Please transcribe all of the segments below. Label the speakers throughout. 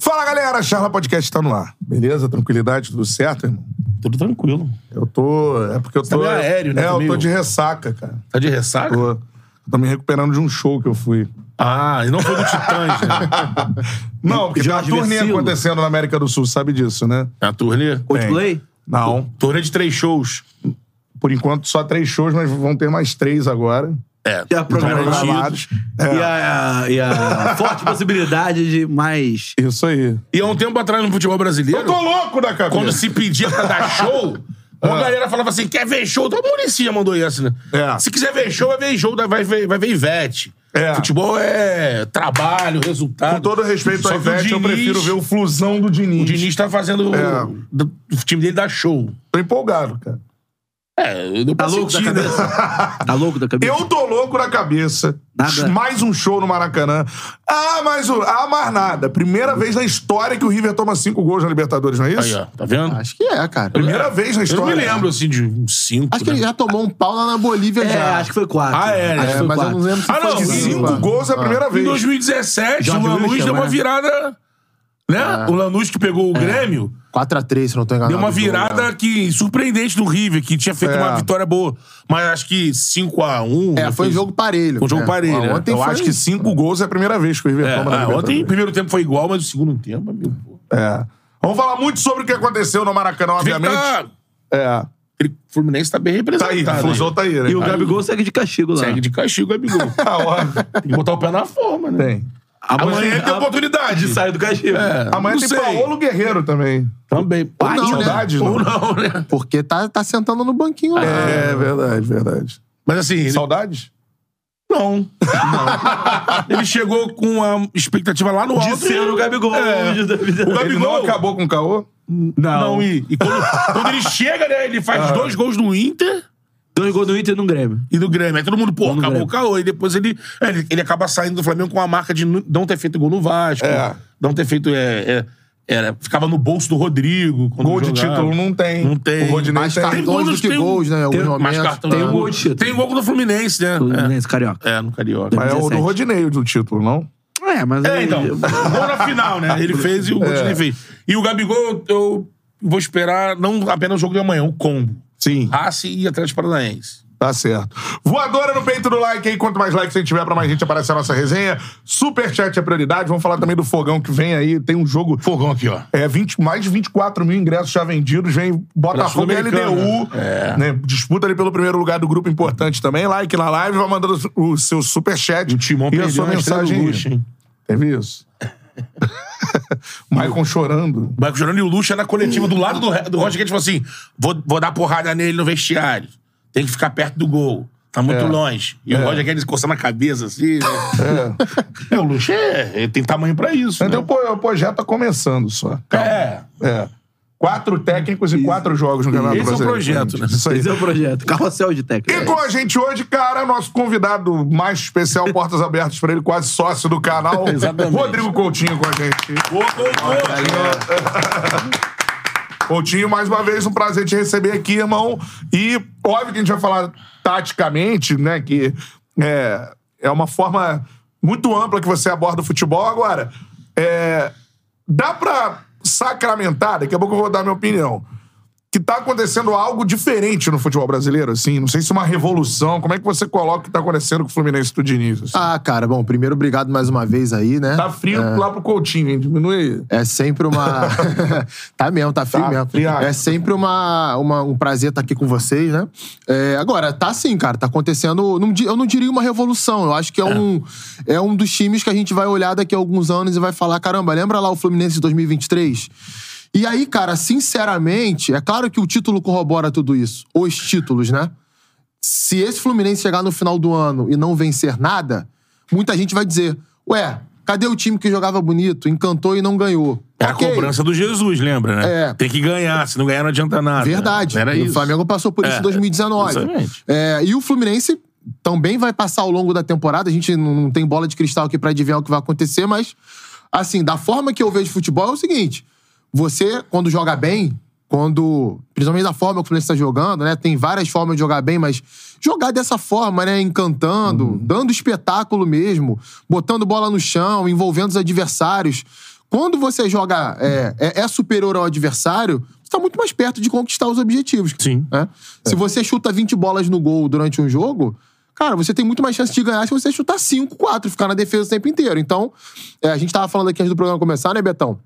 Speaker 1: Fala galera, Charla Podcast tá no ar. Beleza? Tranquilidade, tudo certo, irmão?
Speaker 2: Tudo tranquilo.
Speaker 1: Eu tô. É porque eu
Speaker 2: Você tá
Speaker 1: tô.
Speaker 2: meio aéreo, né,
Speaker 1: É, eu
Speaker 2: comigo?
Speaker 1: tô de ressaca, cara.
Speaker 2: Tá de ressaca?
Speaker 1: Tô, tô me recuperando de um show que eu fui.
Speaker 2: Ah, e não foi do Titãs, né?
Speaker 1: Não, porque tem uma
Speaker 2: Jorge
Speaker 1: turnê
Speaker 2: Vecilo.
Speaker 1: acontecendo na América do Sul, sabe disso, né?
Speaker 2: É a turnê?
Speaker 1: Coldplay? Não.
Speaker 2: Turnê de três shows.
Speaker 1: Por enquanto, só três shows, mas vão ter mais três agora.
Speaker 2: É.
Speaker 3: Já programado.
Speaker 2: Garantido.
Speaker 1: Gravados. É,
Speaker 3: E a, e a forte possibilidade de mais.
Speaker 1: Isso aí.
Speaker 2: E há um tempo atrás no futebol brasileiro,
Speaker 1: Eu tô louco da cabeça.
Speaker 2: quando se pedia pra dar show, uma galera falava assim: quer ver show? Então, o Muricy já mandou essa, né?
Speaker 1: É.
Speaker 2: Se quiser ver show, vai ver show, vai ver, vai ver Ivete.
Speaker 1: É.
Speaker 2: Futebol é trabalho, resultado.
Speaker 1: Com todo respeito
Speaker 2: Só
Speaker 1: ao
Speaker 2: que o
Speaker 1: Ivete, eu
Speaker 2: Diniz-
Speaker 1: prefiro ver o flusão do Diniz.
Speaker 2: O Diniz tá fazendo.
Speaker 1: É.
Speaker 2: do- O time dele dá show.
Speaker 1: Tô empolgado, cara.
Speaker 2: É, deu pra
Speaker 3: Tá louco da
Speaker 2: sentir, né?
Speaker 3: cabeça? Tá louco da cabeça?
Speaker 1: Eu tô louco na cabeça.
Speaker 3: Nada.
Speaker 1: Mais um show no Maracanã. Ah, mais um. Ah, mais nada. Primeira vez na história que o River toma cinco gols na Libertadores, não é
Speaker 2: Aí,
Speaker 1: isso?
Speaker 2: ó, tá vendo?
Speaker 4: Acho que é, cara.
Speaker 1: Primeira vez na
Speaker 2: Eu não
Speaker 1: história.
Speaker 2: me lembro, assim, de uns cinco.
Speaker 4: Acho que ele
Speaker 2: né?
Speaker 4: já tomou um pau lá na Bolívia
Speaker 3: É,
Speaker 4: já.
Speaker 3: acho que foi quatro.
Speaker 2: Ah, é,
Speaker 3: acho
Speaker 2: né?
Speaker 3: que
Speaker 4: É,
Speaker 3: foi
Speaker 4: mas eu
Speaker 3: quatro.
Speaker 4: não lembro se
Speaker 2: Ah,
Speaker 4: foi né?
Speaker 2: não, Ah.
Speaker 1: De
Speaker 4: cinco,
Speaker 1: cinco
Speaker 4: cara.
Speaker 1: gols é a primeira
Speaker 2: Em
Speaker 1: vez.
Speaker 2: 2017,
Speaker 4: Jorge
Speaker 2: o Lanús
Speaker 4: Wilson,
Speaker 2: deu uma
Speaker 4: né?
Speaker 2: virada. Né? O Lanús que pegou o Grêmio
Speaker 4: 4x3, se não tô enganado.
Speaker 2: deu uma
Speaker 4: o jogo, né?
Speaker 2: virada que surpreendente do River, que tinha feito
Speaker 1: É.
Speaker 2: uma vitória boa. Mas acho que 5x1.
Speaker 4: É, foi um jogo parelho.
Speaker 2: Foi um jogo
Speaker 4: né?
Speaker 2: parelho, né?
Speaker 4: Ó, Ontem
Speaker 1: Eu
Speaker 4: foi...
Speaker 1: acho que cinco gols é a primeira vez que o River
Speaker 2: É,
Speaker 1: toma na
Speaker 2: ah,
Speaker 1: Libertadores.
Speaker 2: ontem o primeiro tempo foi igual, mas o segundo tempo, amigo. pô.
Speaker 1: É. Vamos falar muito sobre o que aconteceu no Maracanã,
Speaker 2: Vê que
Speaker 1: obviamente.
Speaker 2: Tá,
Speaker 1: É.
Speaker 4: né?
Speaker 2: ele- o Fluminense tá bem
Speaker 1: Tá aí,
Speaker 2: representado.
Speaker 1: o flusão tá aí, né?
Speaker 3: E o Gabigol segue de castigo lá.
Speaker 2: Segue de castigo, Gabigol.
Speaker 1: Ah, ó.
Speaker 2: Tem que botar o pé na forma, né?
Speaker 1: Tem.
Speaker 2: Amanhã tem oportunidade.
Speaker 3: de sair do castigo.
Speaker 2: É,
Speaker 1: Amanhã tem
Speaker 2: não sei.
Speaker 1: Paolo Guerreiro também.
Speaker 2: Também.
Speaker 4: Ou não, né?
Speaker 1: Saudades, não?
Speaker 2: Ou não, né?
Speaker 4: Porque tá, tá sentando no banquinho lá.
Speaker 1: É, verdade, verdade.
Speaker 2: Mas assim, ele-
Speaker 1: Saudades?
Speaker 2: Não. ele chegou com a expectativa lá no alto.
Speaker 3: De ser o Gabigol.
Speaker 2: É.
Speaker 3: de-
Speaker 2: O
Speaker 1: Ele não
Speaker 2: Gabigol
Speaker 1: acabou com o Caô?
Speaker 2: Não,
Speaker 3: Não.
Speaker 2: e, e quando, quando ele chega, né? Ele faz dois gols no Inter
Speaker 3: Dois gols no Inter e no Grêmio.
Speaker 2: e no Grêmio. Aí todo mundo, pô,
Speaker 3: No
Speaker 2: acabou
Speaker 3: Grêmio.
Speaker 2: o caô. E depois ele, é, ele. ele acaba saindo do Flamengo com a marca de nu- não ter feito gol no Vasco.
Speaker 1: É.
Speaker 2: Não ter feito. É, é, era- ficava no bolso do Rodrigo. quando
Speaker 1: Gol de
Speaker 2: jogava.
Speaker 1: título não tem.
Speaker 2: Não tem.
Speaker 1: O Rodinei
Speaker 4: Mais
Speaker 1: tem.
Speaker 4: cartões do
Speaker 2: gols,
Speaker 4: que
Speaker 2: um. tem-
Speaker 4: gols, né? Em alguns
Speaker 3: tem- mais
Speaker 4: momentos.
Speaker 2: Mas cartão.
Speaker 3: Tem um gol de título.
Speaker 2: Tem gol do Fluminense, né?
Speaker 3: Fluminense, Carioca.
Speaker 2: É, é, no Carioca.
Speaker 1: Mas é o do
Speaker 3: 17.
Speaker 1: Rodinei o do título, não?
Speaker 3: É, mas.
Speaker 2: É,
Speaker 3: aí-
Speaker 2: então. Gol na final, né? Ele fez e o
Speaker 1: É.
Speaker 2: Godinei fez. E o Gabigol, eu, eu vou esperar não apenas o jogo de amanhã, o combo.
Speaker 1: Sim.
Speaker 2: Racing e Atlético Paranaense.
Speaker 1: Tá certo. Voadora no peito do like aí. Quanto mais likes a gente tiver, pra mais gente aparecer a nossa resenha. Superchat é prioridade. Vamos falar também do fogão que vem aí. Tem um jogo.
Speaker 2: Fogão aqui, ó.
Speaker 1: É, 20, mais de 24 mil ingressos já vendidos. Vem Botafogo e
Speaker 2: Sul-Americana.
Speaker 1: LDU.
Speaker 2: É.
Speaker 1: Né? Disputa ali pelo primeiro lugar do grupo importante também. Like na live, vai mandando o seu superchat.
Speaker 2: O Timão
Speaker 1: e a
Speaker 2: perdeu
Speaker 1: sua
Speaker 2: uma estrela do
Speaker 1: mensagem. aí.
Speaker 2: Luxo, hein?
Speaker 1: Teve isso? Maicon chorando.
Speaker 2: O Marco Jornal e o Lucha na coletiva do lado do, do Roger Guedes falou assim: vou, vou dar porrada nele no vestiário. Tem que ficar perto do gol. Tá muito
Speaker 1: É.
Speaker 2: longe. E
Speaker 1: É.
Speaker 2: o Roger Guedes coçando a cabeça assim. né?
Speaker 1: É.
Speaker 2: é, o Lucha é, ele tem tamanho pra isso.
Speaker 1: Então, pô, o projeto tá começando só.
Speaker 2: né? É.
Speaker 1: É. Quatro técnicos e quatro jogos no Campeonato
Speaker 2: Esse é o
Speaker 1: Brasileiro.
Speaker 2: projeto,
Speaker 1: gente.
Speaker 2: né?
Speaker 1: Isso aí.
Speaker 3: Esse é o projeto. Carrossel de
Speaker 1: E
Speaker 3: técnico.
Speaker 1: com a gente hoje, cara, nosso convidado mais especial, portas abertas pra ele, quase sócio do canal,
Speaker 2: Exatamente.
Speaker 1: Rodrigo Coutinho com a gente.
Speaker 2: Gol, gol, gol.
Speaker 1: Coutinho, mais uma vez, um prazer te receber aqui, irmão. E óbvio que a gente vai falar taticamente, né? Que é, é uma forma muito ampla que você aborda o futebol. Agora, é, dá pra sacramentar, daqui a pouco eu vou dar minha opinião, que tá acontecendo algo diferente no futebol brasileiro, assim. Não sei se uma revolução. Como é que você coloca o que tá acontecendo com o Fluminense do Diniz? assim?
Speaker 4: Ah, cara, bom, primeiro obrigado mais uma vez aí, né?
Speaker 1: Tá frio lá pro Coutinho, hein? Diminui.
Speaker 4: É sempre uma. tá mesmo, tá frio
Speaker 1: Tá
Speaker 4: mesmo.
Speaker 1: friado.
Speaker 4: É sempre uma, uma- um prazer estar aqui com vocês, né? É, agora, tá sim, cara. Tá acontecendo. não di- eu não diria uma revolução. Eu acho que é, Um, é um dos times que a gente vai olhar daqui a alguns anos e vai falar: caramba, lembra lá o Fluminense de 2023? E aí, cara, sinceramente, é claro que o título corrobora tudo isso. Os títulos, né? se esse Fluminense chegar no final do ano e não vencer nada, muita gente vai dizer: Ué, Cadê o time que jogava bonito, encantou e não ganhou?
Speaker 2: É a
Speaker 4: Ok.
Speaker 2: cobrança do Jesus, lembra, né?
Speaker 4: É.
Speaker 2: Tem que ganhar, se não ganhar não adianta nada.
Speaker 4: Verdade.
Speaker 2: né? Era
Speaker 4: E
Speaker 2: isso.
Speaker 4: O Flamengo passou por isso
Speaker 2: É,
Speaker 4: em 2019.
Speaker 2: exatamente.
Speaker 4: É, e o Fluminense também vai passar ao longo da temporada. A gente não não tem bola de cristal aqui pra adivinhar o que vai acontecer, mas, assim, da forma que eu vejo futebol é o seguinte: você, quando joga bem, quando. Principalmente da forma que o Fluminense tá jogando, né? Tem várias formas de jogar bem, mas jogar dessa forma, né? Encantando, dando espetáculo mesmo, botando bola no chão, envolvendo os adversários. Quando você joga, é, é- é superior ao adversário, você está muito mais perto de conquistar os objetivos.
Speaker 2: Sim.
Speaker 4: né? Se você chuta 20 bolas no gol durante um jogo, cara, você tem muito mais chance de ganhar se você chutar 5, 4, ficar na defesa o tempo inteiro. Então, é, a gente estava falando aqui antes do programa começar, né, Betão?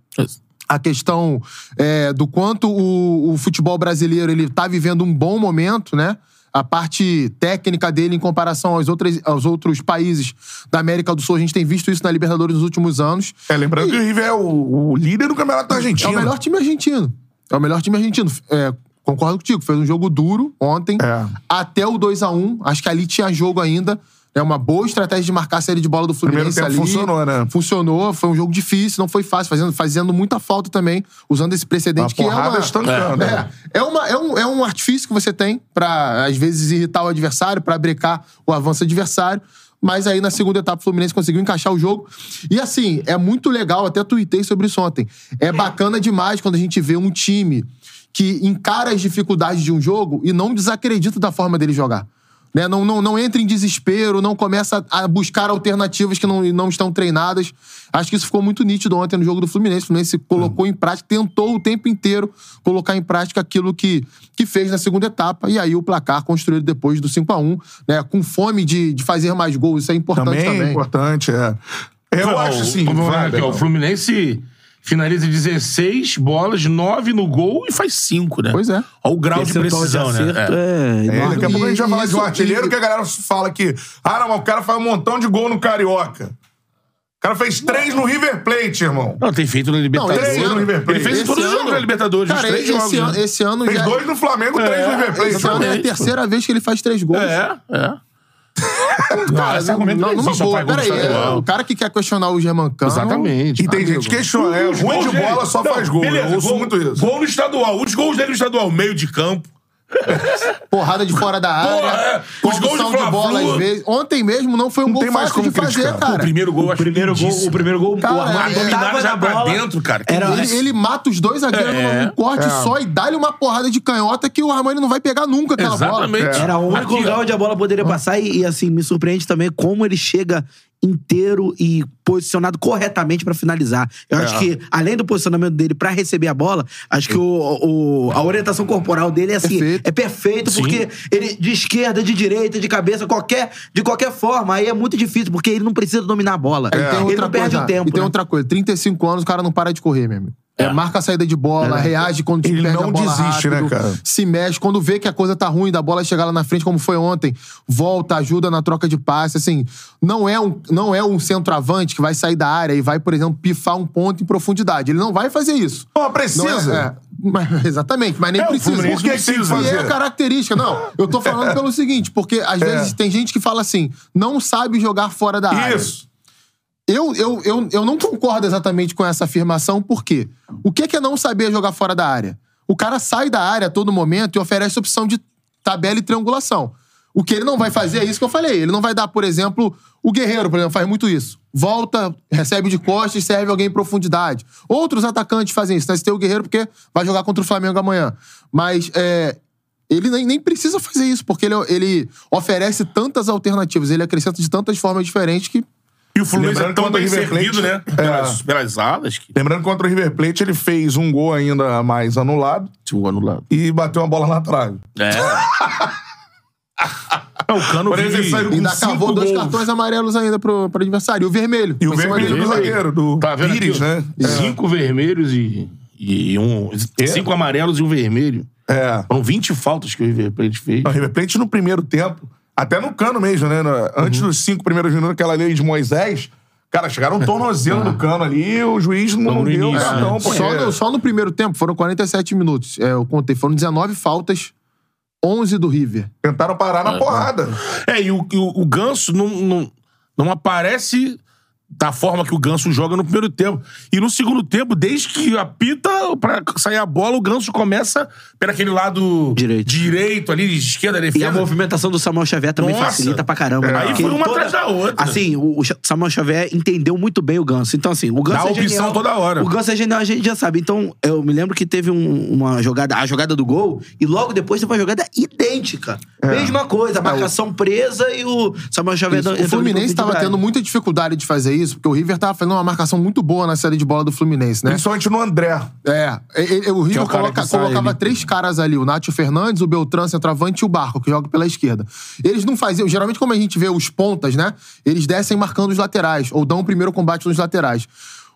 Speaker 4: a questão é, do quanto o, o futebol brasileiro ele está vivendo um bom momento, né? A parte técnica dele em comparação aos, outras, aos outros países da América do Sul, a gente tem visto isso na Libertadores nos últimos anos.
Speaker 1: É, lembrando que o River é o, o líder do campeonato da
Speaker 4: É
Speaker 1: Argentina.
Speaker 4: o melhor time argentino. É o melhor time argentino. É, concordo contigo, fez um jogo duro ontem,
Speaker 1: É.
Speaker 4: até o 2 a 1 Acho que ali tinha jogo ainda. É uma boa estratégia de marcar a série de bola do Fluminense
Speaker 1: tempo
Speaker 4: ali.
Speaker 1: funcionou, né?
Speaker 4: Funcionou, foi um jogo difícil, não foi fácil, fazendo, fazendo muita falta também, usando esse
Speaker 1: A
Speaker 4: precedente que é
Speaker 1: porrada
Speaker 4: uma,
Speaker 1: estancando.
Speaker 4: é, é, uma- é um, é um artifício que você tem pra, às vezes, irritar o adversário, pra brecar o avanço adversário. Mas aí, na segunda etapa, o Fluminense conseguiu encaixar o jogo. E assim, é muito legal, até tuitei sobre isso ontem. É bacana demais quando a gente vê um time que encara as dificuldades de um jogo e não desacredita da forma dele jogar. Né? Não, não, não entra em desespero, não começa a buscar alternativas que não, não estão treinadas. Acho que isso ficou muito nítido ontem no jogo do Fluminense. O Fluminense
Speaker 2: Hum.
Speaker 4: colocou em prática, tentou o tempo inteiro colocar em prática aquilo que, que fez na segunda etapa. E aí o placar construído depois do 5 a 1 né? com fome de, de fazer mais gols. Isso é importante
Speaker 1: Também,
Speaker 4: também.
Speaker 1: é importante, é. Eu
Speaker 2: Não,
Speaker 1: acho assim.
Speaker 2: vamos lá,
Speaker 1: vai,
Speaker 2: aqui, ó, o
Speaker 1: Betão.
Speaker 2: Fluminense finaliza 16 bolas, 9 no gol e faz 5, né?
Speaker 4: Pois é.
Speaker 2: Olha o grau de precisão, né?
Speaker 3: acerto é,
Speaker 2: É.
Speaker 1: É,
Speaker 3: enorme.
Speaker 1: daqui a pouco a gente vai
Speaker 4: E
Speaker 1: falar de um
Speaker 4: isso-
Speaker 1: artilheiro
Speaker 4: e-
Speaker 1: que a galera fala que. Ah, não, mas o cara faz um montão de gol no Carioca. O cara fez três no River Plate, irmão.
Speaker 2: Não, tem feito na Libertadores.
Speaker 4: esse ano-
Speaker 2: ele fez
Speaker 4: esse
Speaker 2: todos os
Speaker 4: ano-
Speaker 2: jogos da Libertadores,
Speaker 4: Cara,
Speaker 2: os três
Speaker 4: esse,
Speaker 2: jogos.
Speaker 4: ano,
Speaker 2: né?
Speaker 4: esse ano
Speaker 1: Fez
Speaker 4: já.
Speaker 1: dois no Flamengo, três no River Plate.
Speaker 4: esse ano é a
Speaker 1: irmão.
Speaker 4: terceira vez que ele faz três gols.
Speaker 2: É, é. Cara, esse argumento
Speaker 4: Não, numa
Speaker 2: existe,
Speaker 4: boa,
Speaker 2: rapaz,
Speaker 4: peraí.
Speaker 2: como
Speaker 4: é,
Speaker 2: estadual.
Speaker 4: O cara que quer questionar o German Cano.
Speaker 1: E tem gente que questiona, é ruim de
Speaker 2: Gol dele-
Speaker 1: bola só
Speaker 2: Não,
Speaker 1: faz gol.
Speaker 2: beleza,
Speaker 1: Eu ouço
Speaker 2: gol-
Speaker 1: muito isso.
Speaker 2: Gol no estadual. Os gols dele no estadual, meio de campo.
Speaker 4: Porrada de fora da área.
Speaker 2: Porra, é. Os gols
Speaker 4: condução
Speaker 2: do
Speaker 4: de bola
Speaker 2: Fla-Flu.
Speaker 4: às vezes. Ontem mesmo não foi um gol
Speaker 1: tem mais
Speaker 4: fácil
Speaker 1: como
Speaker 4: de fazer,
Speaker 1: criticar.
Speaker 4: cara.
Speaker 2: O primeiro gol, eu
Speaker 3: O
Speaker 2: acho
Speaker 3: primeiro gol,
Speaker 2: lindíssimo.
Speaker 3: o primeiro gol,
Speaker 4: Cara,
Speaker 3: o
Speaker 4: a
Speaker 3: Armando
Speaker 2: dominada
Speaker 3: tava
Speaker 2: já
Speaker 3: na
Speaker 2: pra
Speaker 3: bola.
Speaker 2: dentro, cara. Que
Speaker 3: Era
Speaker 4: Ele, ele mata os dois zagueiros
Speaker 2: É.
Speaker 4: num corte só e dá-lhe uma porrada de canhota que o Armani não vai pegar nunca aquela
Speaker 2: Exatamente.
Speaker 1: bola.
Speaker 3: Era o único
Speaker 2: Aqui,
Speaker 3: lugar
Speaker 2: ó.
Speaker 3: onde a bola poderia passar e, e, assim, me surpreende também como ele chega inteiro e posicionado corretamente pra finalizar. Eu
Speaker 2: É.
Speaker 3: acho que, além do posicionamento dele pra receber a bola, acho que o, o- a orientação corporal dele é assim,
Speaker 4: Perfeito.
Speaker 3: é perfeito, porque ele de esquerda, de direita, de cabeça, qualquer, de qualquer forma, aí é muito difícil, porque ele não precisa dominar a bola.
Speaker 1: É.
Speaker 2: É.
Speaker 4: bola. E tem
Speaker 3: Ele
Speaker 4: outra
Speaker 3: não perde
Speaker 4: coisa,
Speaker 3: o tempo.
Speaker 4: E tem
Speaker 3: né?
Speaker 4: outra coisa: 35 anos, o cara não para de correr, meu amigo. É, marca a saída de bola, reage quando
Speaker 1: É. Ele
Speaker 4: perde a
Speaker 1: não
Speaker 4: bola
Speaker 1: desiste, né,
Speaker 4: rápido,
Speaker 1: cara?
Speaker 4: se mexe, quando vê que a coisa tá ruim, da bola chegar lá na frente, como foi ontem, volta, ajuda na troca de passe, assim, não é um, não é um centroavante que vai sair da área e vai, por exemplo, pifar um ponto em profundidade. Ele não vai fazer isso.
Speaker 1: Ó,
Speaker 4: Não é-
Speaker 1: precisa.
Speaker 4: é, mas- exatamente, mas nem
Speaker 1: É, o
Speaker 4: precisa.
Speaker 1: Fluminense
Speaker 4: Por que
Speaker 1: não
Speaker 4: que tem que
Speaker 1: precisa
Speaker 4: fazer? E é
Speaker 1: fazer? É.
Speaker 4: característica. Não, eu tô falando pelo seguinte, porque às vezes tem gente que fala assim, não sabe jogar fora da área.
Speaker 1: Isso.
Speaker 4: Eu, eu, eu, eu não concordo exatamente com essa afirmação, por quê? O que que é não saber jogar fora da área? O cara sai da área a todo momento e oferece opção de tabela e triangulação. O que ele não vai fazer é isso que eu falei. Ele não vai dar, por exemplo, o Guerreiro, por exemplo, faz muito isso. Volta, recebe de costas, serve alguém em profundidade. Outros atacantes fazem isso. Né? Você tem o Guerreiro porque vai jogar contra o Flamengo amanhã. Mas é, ele nem, nem precisa fazer isso, porque ele, ele oferece tantas alternativas, ele acrescenta de tantas formas diferentes que
Speaker 2: E o Fluminense é
Speaker 1: Lembrando que
Speaker 2: tão
Speaker 1: quando o
Speaker 2: bem
Speaker 1: River
Speaker 2: servido, né?
Speaker 1: Plate-
Speaker 2: Pelas, pelas alas. Que...
Speaker 1: Lembrando que contra o River Plate ele fez um gol ainda mais anulado
Speaker 2: Tinha anulado.
Speaker 1: e bateu uma bola na trave.
Speaker 2: É. É, o Cano
Speaker 1: Por exemplo,
Speaker 2: vive-
Speaker 1: saiu com
Speaker 4: Ainda
Speaker 1: cinco
Speaker 4: acabou dois
Speaker 1: gols.
Speaker 4: cartões amarelos ainda pro, pro adversário. E o vermelho.
Speaker 1: E o
Speaker 4: Foi em cima
Speaker 1: vermelho
Speaker 4: dele.
Speaker 1: do zagueiro, do
Speaker 2: Tá vendo
Speaker 1: Pires,
Speaker 2: aqui, ó?
Speaker 1: né?
Speaker 2: Cinco vermelhos e, e um... Cinco amarelos e um vermelho.
Speaker 1: É.
Speaker 2: Foram 20 faltas que o River Plate fez.
Speaker 1: O River Plate no primeiro tempo, até no cano mesmo, né? na- Antes
Speaker 2: Uhum.
Speaker 1: dos cinco primeiros minutos, aquela lei de Moisés, cara, chegaram um tornozelo do cano ali e o juiz não,
Speaker 2: Logo Ah. no
Speaker 1: deu
Speaker 2: início,
Speaker 1: cartão,
Speaker 2: né?
Speaker 1: porque...
Speaker 4: Só no, só no primeiro tempo, foram 47 minutos. É, eu contei, foram 19 faltas, 11 do River.
Speaker 1: Tentaram
Speaker 2: Né?
Speaker 1: parar na porrada.
Speaker 2: É, e o, e o, o Ganso não, não, não aparece da forma que o Ganso joga no primeiro tempo. E no segundo tempo, desde que apita pra sair a bola, o Ganso começa pelo aquele lado
Speaker 3: Direito.
Speaker 2: direito ali, esquerda,
Speaker 3: E
Speaker 2: defesa.
Speaker 3: a movimentação do Samuel Xavier também
Speaker 2: Nossa.
Speaker 3: facilita pra caramba. né?
Speaker 2: É. Aí
Speaker 3: Porque
Speaker 2: foi uma
Speaker 3: toda-
Speaker 2: atrás da outra.
Speaker 3: Assim, o, o Cha- Samuel Xavier entendeu muito bem o Ganso. Então, assim, o Ganso
Speaker 2: Dá
Speaker 3: é
Speaker 2: opção
Speaker 3: genial.
Speaker 2: toda hora.
Speaker 3: O Ganso é genial, a gente já sabe. Então, eu me lembro que teve um- uma jogada, a jogada do gol, e logo depois teve uma jogada idêntica.
Speaker 4: É.
Speaker 3: Mesma coisa, a marcação presa e o Samuel Xavier...
Speaker 4: Ah, Isso.
Speaker 3: dando-
Speaker 4: O
Speaker 3: entrando
Speaker 4: Fluminense
Speaker 3: de
Speaker 4: estava
Speaker 3: drible.
Speaker 4: tendo muita dificuldade de fazer isso, porque o River tava fazendo uma marcação muito boa na série de bola do Fluminense, né?
Speaker 1: Principalmente no André.
Speaker 4: É, e- e- o River
Speaker 1: é o cara
Speaker 4: coloca-
Speaker 1: que sai
Speaker 4: colocava
Speaker 1: ali.
Speaker 4: três caras ali, o Nátio Fernandes, o Beltrán, centroavante e o Barco, que joga pela esquerda. Eles não faziam, geralmente como a gente vê os pontas, né? Eles descem marcando os laterais, ou dão o primeiro combate nos laterais.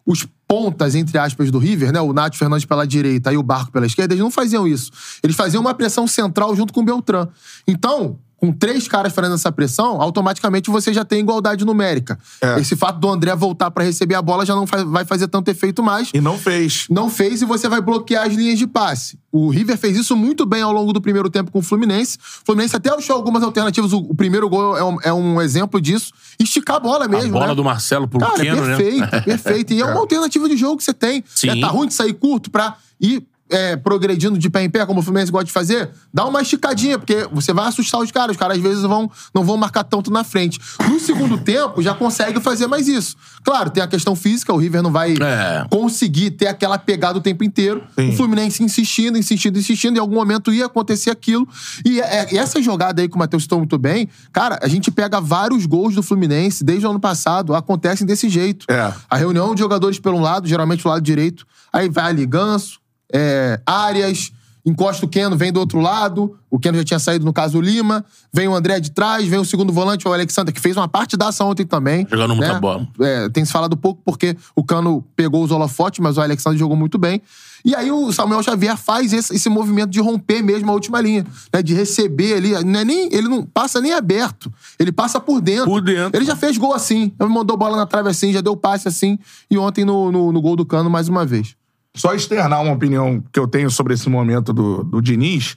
Speaker 4: Os pontas, entre aspas, do River, né? O Nátio Fernandes pela direita e o Barco pela esquerda, eles não faziam isso. Eles faziam uma pressão central junto com o Beltrán. Então, com três caras fazendo essa pressão, automaticamente você já tem igualdade numérica.
Speaker 1: É.
Speaker 4: Esse fato do André voltar para receber a bola já não fa- vai fazer tanto efeito mais
Speaker 1: E não fez.
Speaker 4: não fez e você vai bloquear as linhas de passe. O River fez isso muito bem ao longo do primeiro tempo com o Fluminense. O Fluminense até achou algumas alternativas. O, o primeiro gol é um, é um exemplo disso. Esticar a bola
Speaker 2: A
Speaker 4: mesmo.
Speaker 2: bola
Speaker 4: né?
Speaker 2: do Marcelo pro
Speaker 4: Cara,
Speaker 2: Keno, né?
Speaker 4: perfeito, perfeito. E é uma alternativa de jogo que você tem.
Speaker 2: Sim.
Speaker 4: É, tá ruim de sair curto pra ir é, progredindo de pé em pé, como o Fluminense gosta de fazer. Dá uma esticadinha, porque você vai assustar os caras. Os caras, às vezes, vão, não vão marcar tanto na frente. No segundo tempo, já consegue fazer mais isso. Claro, tem a questão física. O River não vai
Speaker 2: É.
Speaker 4: conseguir ter aquela pegada o tempo inteiro.
Speaker 1: Sim.
Speaker 4: O Fluminense insistindo, insistindo, insistindo. Em algum momento ia acontecer aquilo. E é- é- essa jogada aí que o Matheus citou muito bem, cara, a gente pega vários gols do Fluminense desde o ano passado, acontecem desse jeito.
Speaker 1: É.
Speaker 4: A reunião de jogadores pelo lado, geralmente o lado direito. Aí vai ali Ganso, é, Arias, encosta o Keno, vem do outro lado. O Keno já tinha saído, no caso, o Lima. Vem o André de trás, vem o segundo volante, o Alexander, que fez uma partidaça ontem também.
Speaker 2: Jogando muita bola.
Speaker 4: É, tem se falado pouco porque o Cano pegou os holofotes, mas o Alexandre jogou muito bem. E aí o Samuel Xavier faz esse, esse movimento de romper mesmo a última linha, né? De receber ali. Não é nem, ele não passa nem aberto. Ele passa por dentro.
Speaker 2: Por dentro.
Speaker 4: Ele já fez gol assim. Ele mandou bola na trave assim, já deu passe assim. E ontem no, no- no gol do Cano, mais uma vez.
Speaker 1: só externar uma opinião que eu tenho sobre esse momento do, do Diniz,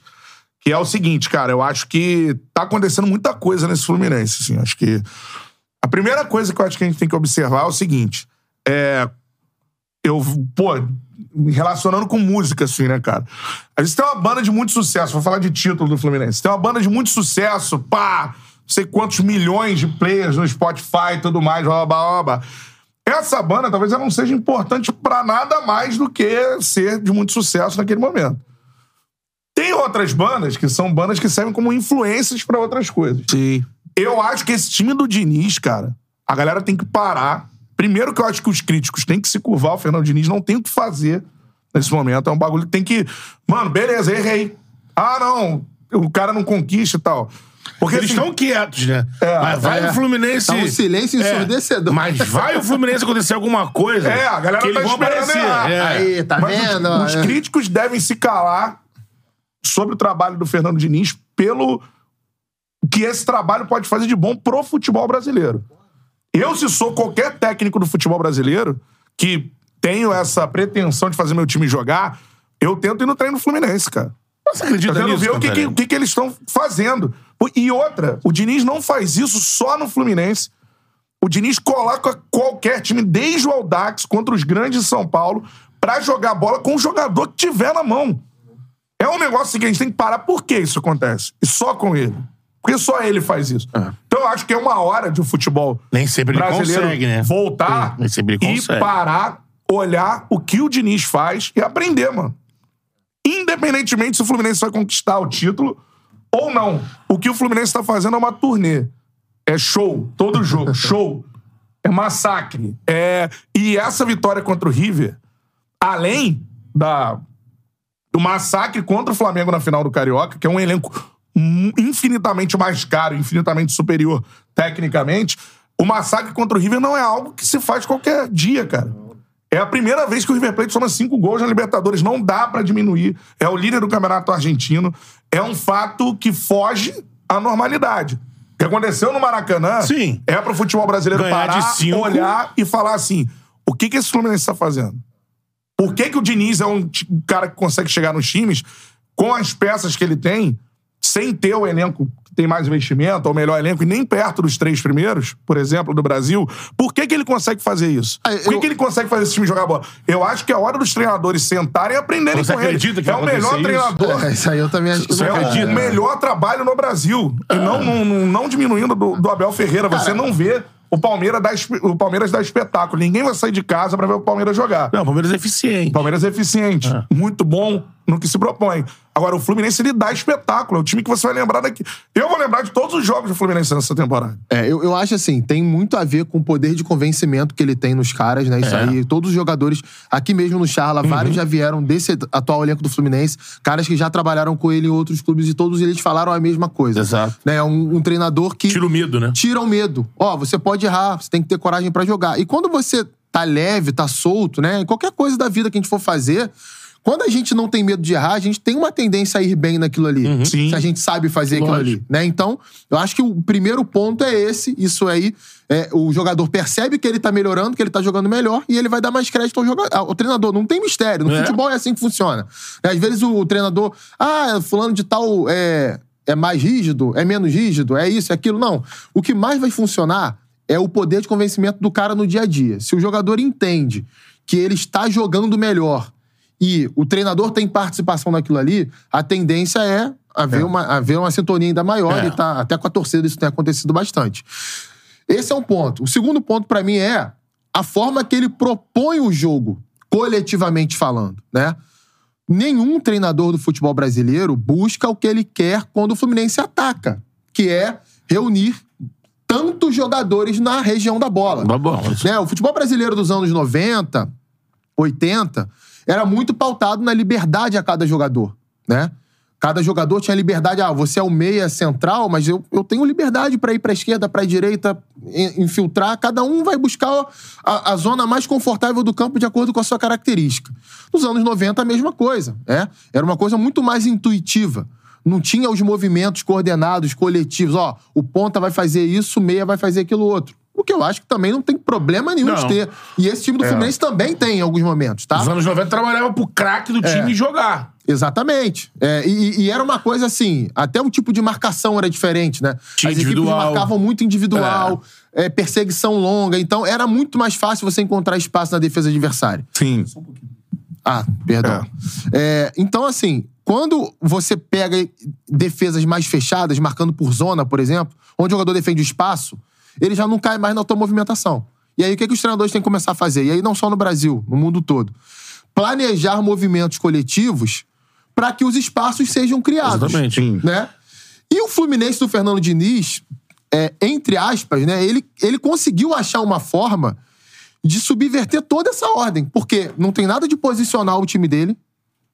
Speaker 1: que é o seguinte, cara, eu acho que tá acontecendo muita coisa nesse Fluminense, assim, acho que a primeira coisa que eu acho que a gente tem que observar é o seguinte, é eu, pô, me relacionando com música, assim, né, cara? A gente tem uma banda de muito sucesso, vou falar de título do Fluminense. Tem uma banda de muito sucesso, pá, não sei quantos milhões de players no Spotify e tudo mais, blá, blá, blá, blá. Essa banda talvez ela não seja importante pra nada mais do que ser de muito sucesso naquele momento. Tem outras bandas que são bandas que servem como influências pra outras coisas.
Speaker 3: Sim.
Speaker 1: Eu acho que esse time do Diniz, cara, a galera tem que parar. Primeiro que eu acho que os críticos têm que se curvar, o Fernando Diniz não tem o que fazer nesse momento. É um bagulho que tem que. Mano, beleza, errei. Ah, não, o cara não conquista e tal. Porque
Speaker 2: Eles
Speaker 1: assim,
Speaker 2: estão quietos, né? mas vai
Speaker 4: é.
Speaker 2: o Fluminense. É.
Speaker 4: Tá um silêncio ensurdecedor.
Speaker 2: Mas vai o Fluminense acontecer alguma coisa.
Speaker 1: É, a galera
Speaker 2: que
Speaker 1: tá
Speaker 2: eles vão
Speaker 1: esperando
Speaker 2: aparecer.
Speaker 1: errar.
Speaker 2: É.
Speaker 4: Aí, tá
Speaker 1: Mas os-
Speaker 4: vendo?
Speaker 1: Os,
Speaker 4: É.
Speaker 1: críticos devem se calar sobre o trabalho do Fernando Diniz pelo que esse trabalho pode fazer de bom pro futebol brasileiro. Eu, se sou qualquer técnico do futebol brasileiro que tenho essa pretensão de fazer meu time jogar, eu tento ir no treino do Fluminense, cara.
Speaker 2: Você acredita
Speaker 1: Eu quero
Speaker 2: nisso,
Speaker 1: ver o que, que,
Speaker 2: Cantarelli?
Speaker 1: o que que eles estão fazendo. E outra, o Diniz não faz isso só no Fluminense. O Diniz coloca qualquer time, desde o Aldax contra os grandes de São Paulo, pra jogar bola com o jogador que tiver na mão. É um negócio que a gente tem que parar por que isso acontece. E só com ele. Porque só ele faz isso. Então eu acho que é uma hora de o futebol
Speaker 2: Nem sempre ele
Speaker 1: brasileiro
Speaker 2: consegue, né?
Speaker 1: voltar
Speaker 2: Sim, nem sempre ele
Speaker 1: e
Speaker 2: consegue.
Speaker 1: parar, olhar o que o Diniz faz e aprender, mano. Independentemente se o Fluminense vai conquistar o título ou não. O que o Fluminense tá fazendo é uma turnê. É show, todo jogo, show. É massacre. É... E essa vitória contra o River, além da do massacre contra o Flamengo na final do Carioca, que é um elenco mu- infinitamente mais caro, infinitamente superior tecnicamente, o massacre contra o River não é algo que se faz qualquer dia, cara. É a primeira vez que o River Plate soma cinco gols na Libertadores. Não dá pra diminuir. É o líder do campeonato argentino. É um fato que foge à normalidade. O que aconteceu no Maracanã
Speaker 2: Sim.
Speaker 1: é pro futebol brasileiro
Speaker 2: Ganhar de
Speaker 1: parar,
Speaker 2: cinco.
Speaker 1: olhar e falar assim: o que, que esse Fluminense tá fazendo? Por que, que o Diniz é um ti- um cara que consegue chegar nos times com as peças que ele tem, sem ter o elenco que tem mais investimento, ou melhor elenco, e nem perto dos três primeiros, por exemplo, do Brasil, por que, que ele consegue fazer isso?
Speaker 4: Ah,
Speaker 1: Por que,
Speaker 4: eu-
Speaker 1: que ele consegue fazer esse time jogar bola? Eu acho que é hora dos treinadores sentarem e aprenderem
Speaker 2: Você
Speaker 1: com ele.
Speaker 2: acredita que
Speaker 1: é
Speaker 2: vai
Speaker 1: o melhor
Speaker 2: acontecer
Speaker 1: treinador
Speaker 4: É, isso aí eu também acho que
Speaker 2: Você
Speaker 4: não vai.
Speaker 1: é
Speaker 2: acredita?
Speaker 1: o melhor trabalho no Brasil. E não, não, não- não diminuindo do, do Abel Ferreira. Você não vê o Palmeiras, dar, espe- o Palmeiras dar espetáculo. Ninguém vai sair de casa pra ver o Palmeiras jogar.
Speaker 2: Não, o Palmeiras é eficiente.
Speaker 1: O Palmeiras é eficiente, muito bom no que se propõe. Agora, o Fluminense ele dá espetáculo. É o time que você vai lembrar daqui. Eu vou lembrar de todos os jogos do Fluminense nessa temporada.
Speaker 4: É, eu, eu acho assim, tem muito a ver com o poder de convencimento que ele tem nos caras, né? Isso
Speaker 2: É. Uhum.
Speaker 4: aí, todos os jogadores, aqui mesmo no Charla, vários já vieram desse atual elenco do Fluminense, caras que já trabalharam com ele em outros clubes e todos eles falaram a mesma coisa.
Speaker 2: Exato.
Speaker 4: Né? É um, um treinador que
Speaker 2: Tira o medo, né?
Speaker 4: tira o medo. Ó, você pode errar, você tem que ter coragem pra jogar. E quando você tá leve, tá solto, né? Em qualquer coisa da vida que a gente for fazer, quando a gente não tem medo de errar, a gente tem uma tendência a ir bem naquilo ali.
Speaker 2: Uhum.
Speaker 1: Sim.
Speaker 4: Se a gente sabe fazer aquilo ali, né? Então, eu acho que o primeiro ponto é esse, isso aí. é, o jogador percebe que ele tá melhorando, que ele tá jogando melhor, e ele vai dar mais crédito ao, joga- ao treinador. Não tem mistério. No
Speaker 2: É.
Speaker 4: futebol é assim que funciona. Às vezes o, treinador, ah, fulano de tal é, é mais rígido, é menos rígido, é isso, é aquilo. Não. O que mais vai funcionar é o poder de convencimento do cara no dia a dia. Se o jogador entende que ele está jogando melhor e o treinador tem participação naquilo ali, a tendência é haver, Uma, haver uma sintonia ainda maior
Speaker 2: É.
Speaker 4: e tá, até com a torcida isso tem acontecido bastante. Esse é um ponto. O segundo ponto pra mim é a forma que ele propõe o jogo, coletivamente falando, né? Nenhum treinador do futebol brasileiro busca o que ele quer quando o Fluminense ataca, que é reunir tantos jogadores na região da bola.
Speaker 2: Tá bom.
Speaker 4: Né, O futebol brasileiro dos anos 90, 80, era muito pautado na liberdade a cada jogador, né? Cada jogador tinha liberdade. Ah, você é o meia central, mas eu, eu tenho liberdade pra ir pra esquerda, pra direita, in- infiltrar. Cada um vai buscar a, a zona mais confortável do campo de acordo com a sua característica. Nos anos 90, a mesma coisa. Né? Era uma coisa muito mais intuitiva. Não tinha os movimentos coordenados, coletivos. Ó, o ponta vai fazer isso, o meia vai fazer aquilo outro. O que eu acho que também não tem problema nenhum de
Speaker 2: Não.
Speaker 4: ter. E esse time do
Speaker 2: É.
Speaker 4: Fluminense também tem em alguns momentos, tá?
Speaker 2: Nos anos 90 trabalhava pro craque
Speaker 1: É.
Speaker 2: do time jogar.
Speaker 4: Exatamente. É, e, e era uma coisa assim, até o tipo de marcação era diferente, né?
Speaker 2: Tinha
Speaker 4: As equipes
Speaker 2: individual.
Speaker 4: marcavam muito individual, é, perseguição longa. Então era muito mais fácil você encontrar espaço na defesa adversária.
Speaker 1: Sim.
Speaker 4: Ah, perdão. É, então, assim, quando você pega defesas mais fechadas, marcando por zona, por exemplo, onde o jogador defende o espaço, ele já não cai mais na tua movimentação. E aí, o que, que os treinadores têm que começar a fazer? E aí, não só no Brasil, no mundo todo. Planejar movimentos coletivos para que os espaços sejam criados
Speaker 2: Sim.
Speaker 4: né? E o Fluminense do Fernando Diniz, é, entre aspas, né? Ele, ele conseguiu achar uma forma de subverter toda essa ordem, porque não tem nada de posicionar o time dele.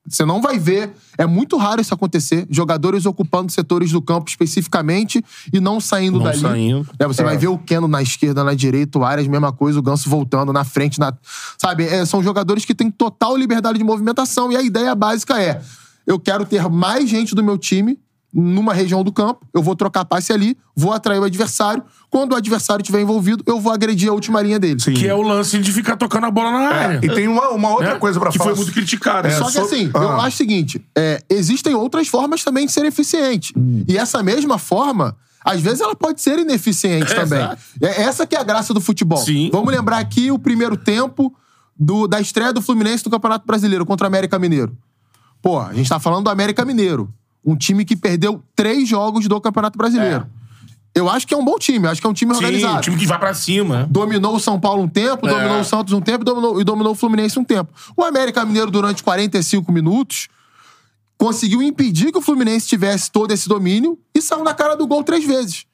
Speaker 4: Você não vai ver, é muito raro isso acontecer, jogadores ocupando setores do campo especificamente e não saindo
Speaker 2: Não
Speaker 4: dali.
Speaker 2: saindo.
Speaker 4: É, você vai ver o Keno na esquerda, na direita, o Arias, mesma coisa, o Ganso voltando na frente, na... sabe? É, são jogadores que têm total liberdade de movimentação e a ideia básica é: eu quero ter mais gente do meu time numa região do campo, eu vou trocar passe ali, vou atrair o adversário. Quando o adversário estiver envolvido, eu vou agredir a última linha dele. Sim.
Speaker 2: Que é o lance de ficar tocando a bola na área.
Speaker 1: É. E tem uma, uma outra
Speaker 2: né?
Speaker 1: coisa pra É,
Speaker 2: Que
Speaker 1: falar.
Speaker 2: foi muito criticada.
Speaker 4: Só que assim, eu
Speaker 2: Ah.
Speaker 4: acho o seguinte: é, existem outras formas também de ser eficiente.
Speaker 2: Hum.
Speaker 4: E essa mesma forma, às vezes, ela pode ser ineficiente
Speaker 2: É,
Speaker 4: também.
Speaker 2: exato.
Speaker 4: É, essa que é a graça do futebol.
Speaker 2: Sim.
Speaker 4: Vamos lembrar aqui o primeiro tempo do- da estreia do Fluminense do Campeonato Brasileiro contra o América Mineiro. Pô, a gente tá falando do América Mineiro. Um time que perdeu três jogos do Campeonato Brasileiro. Eu acho que é um bom time, eu acho que é um time
Speaker 2: Sim,
Speaker 4: organizado
Speaker 2: o time que vai pra cima.
Speaker 4: dominou o São Paulo um
Speaker 2: É.
Speaker 4: tempo, dominou o Santos um tempo dominou- e dominou o Fluminense um tempo. O América Mineiro, durante 45 minutos, conseguiu impedir que o Fluminense tivesse todo esse domínio e saiu na cara do gol três vezes.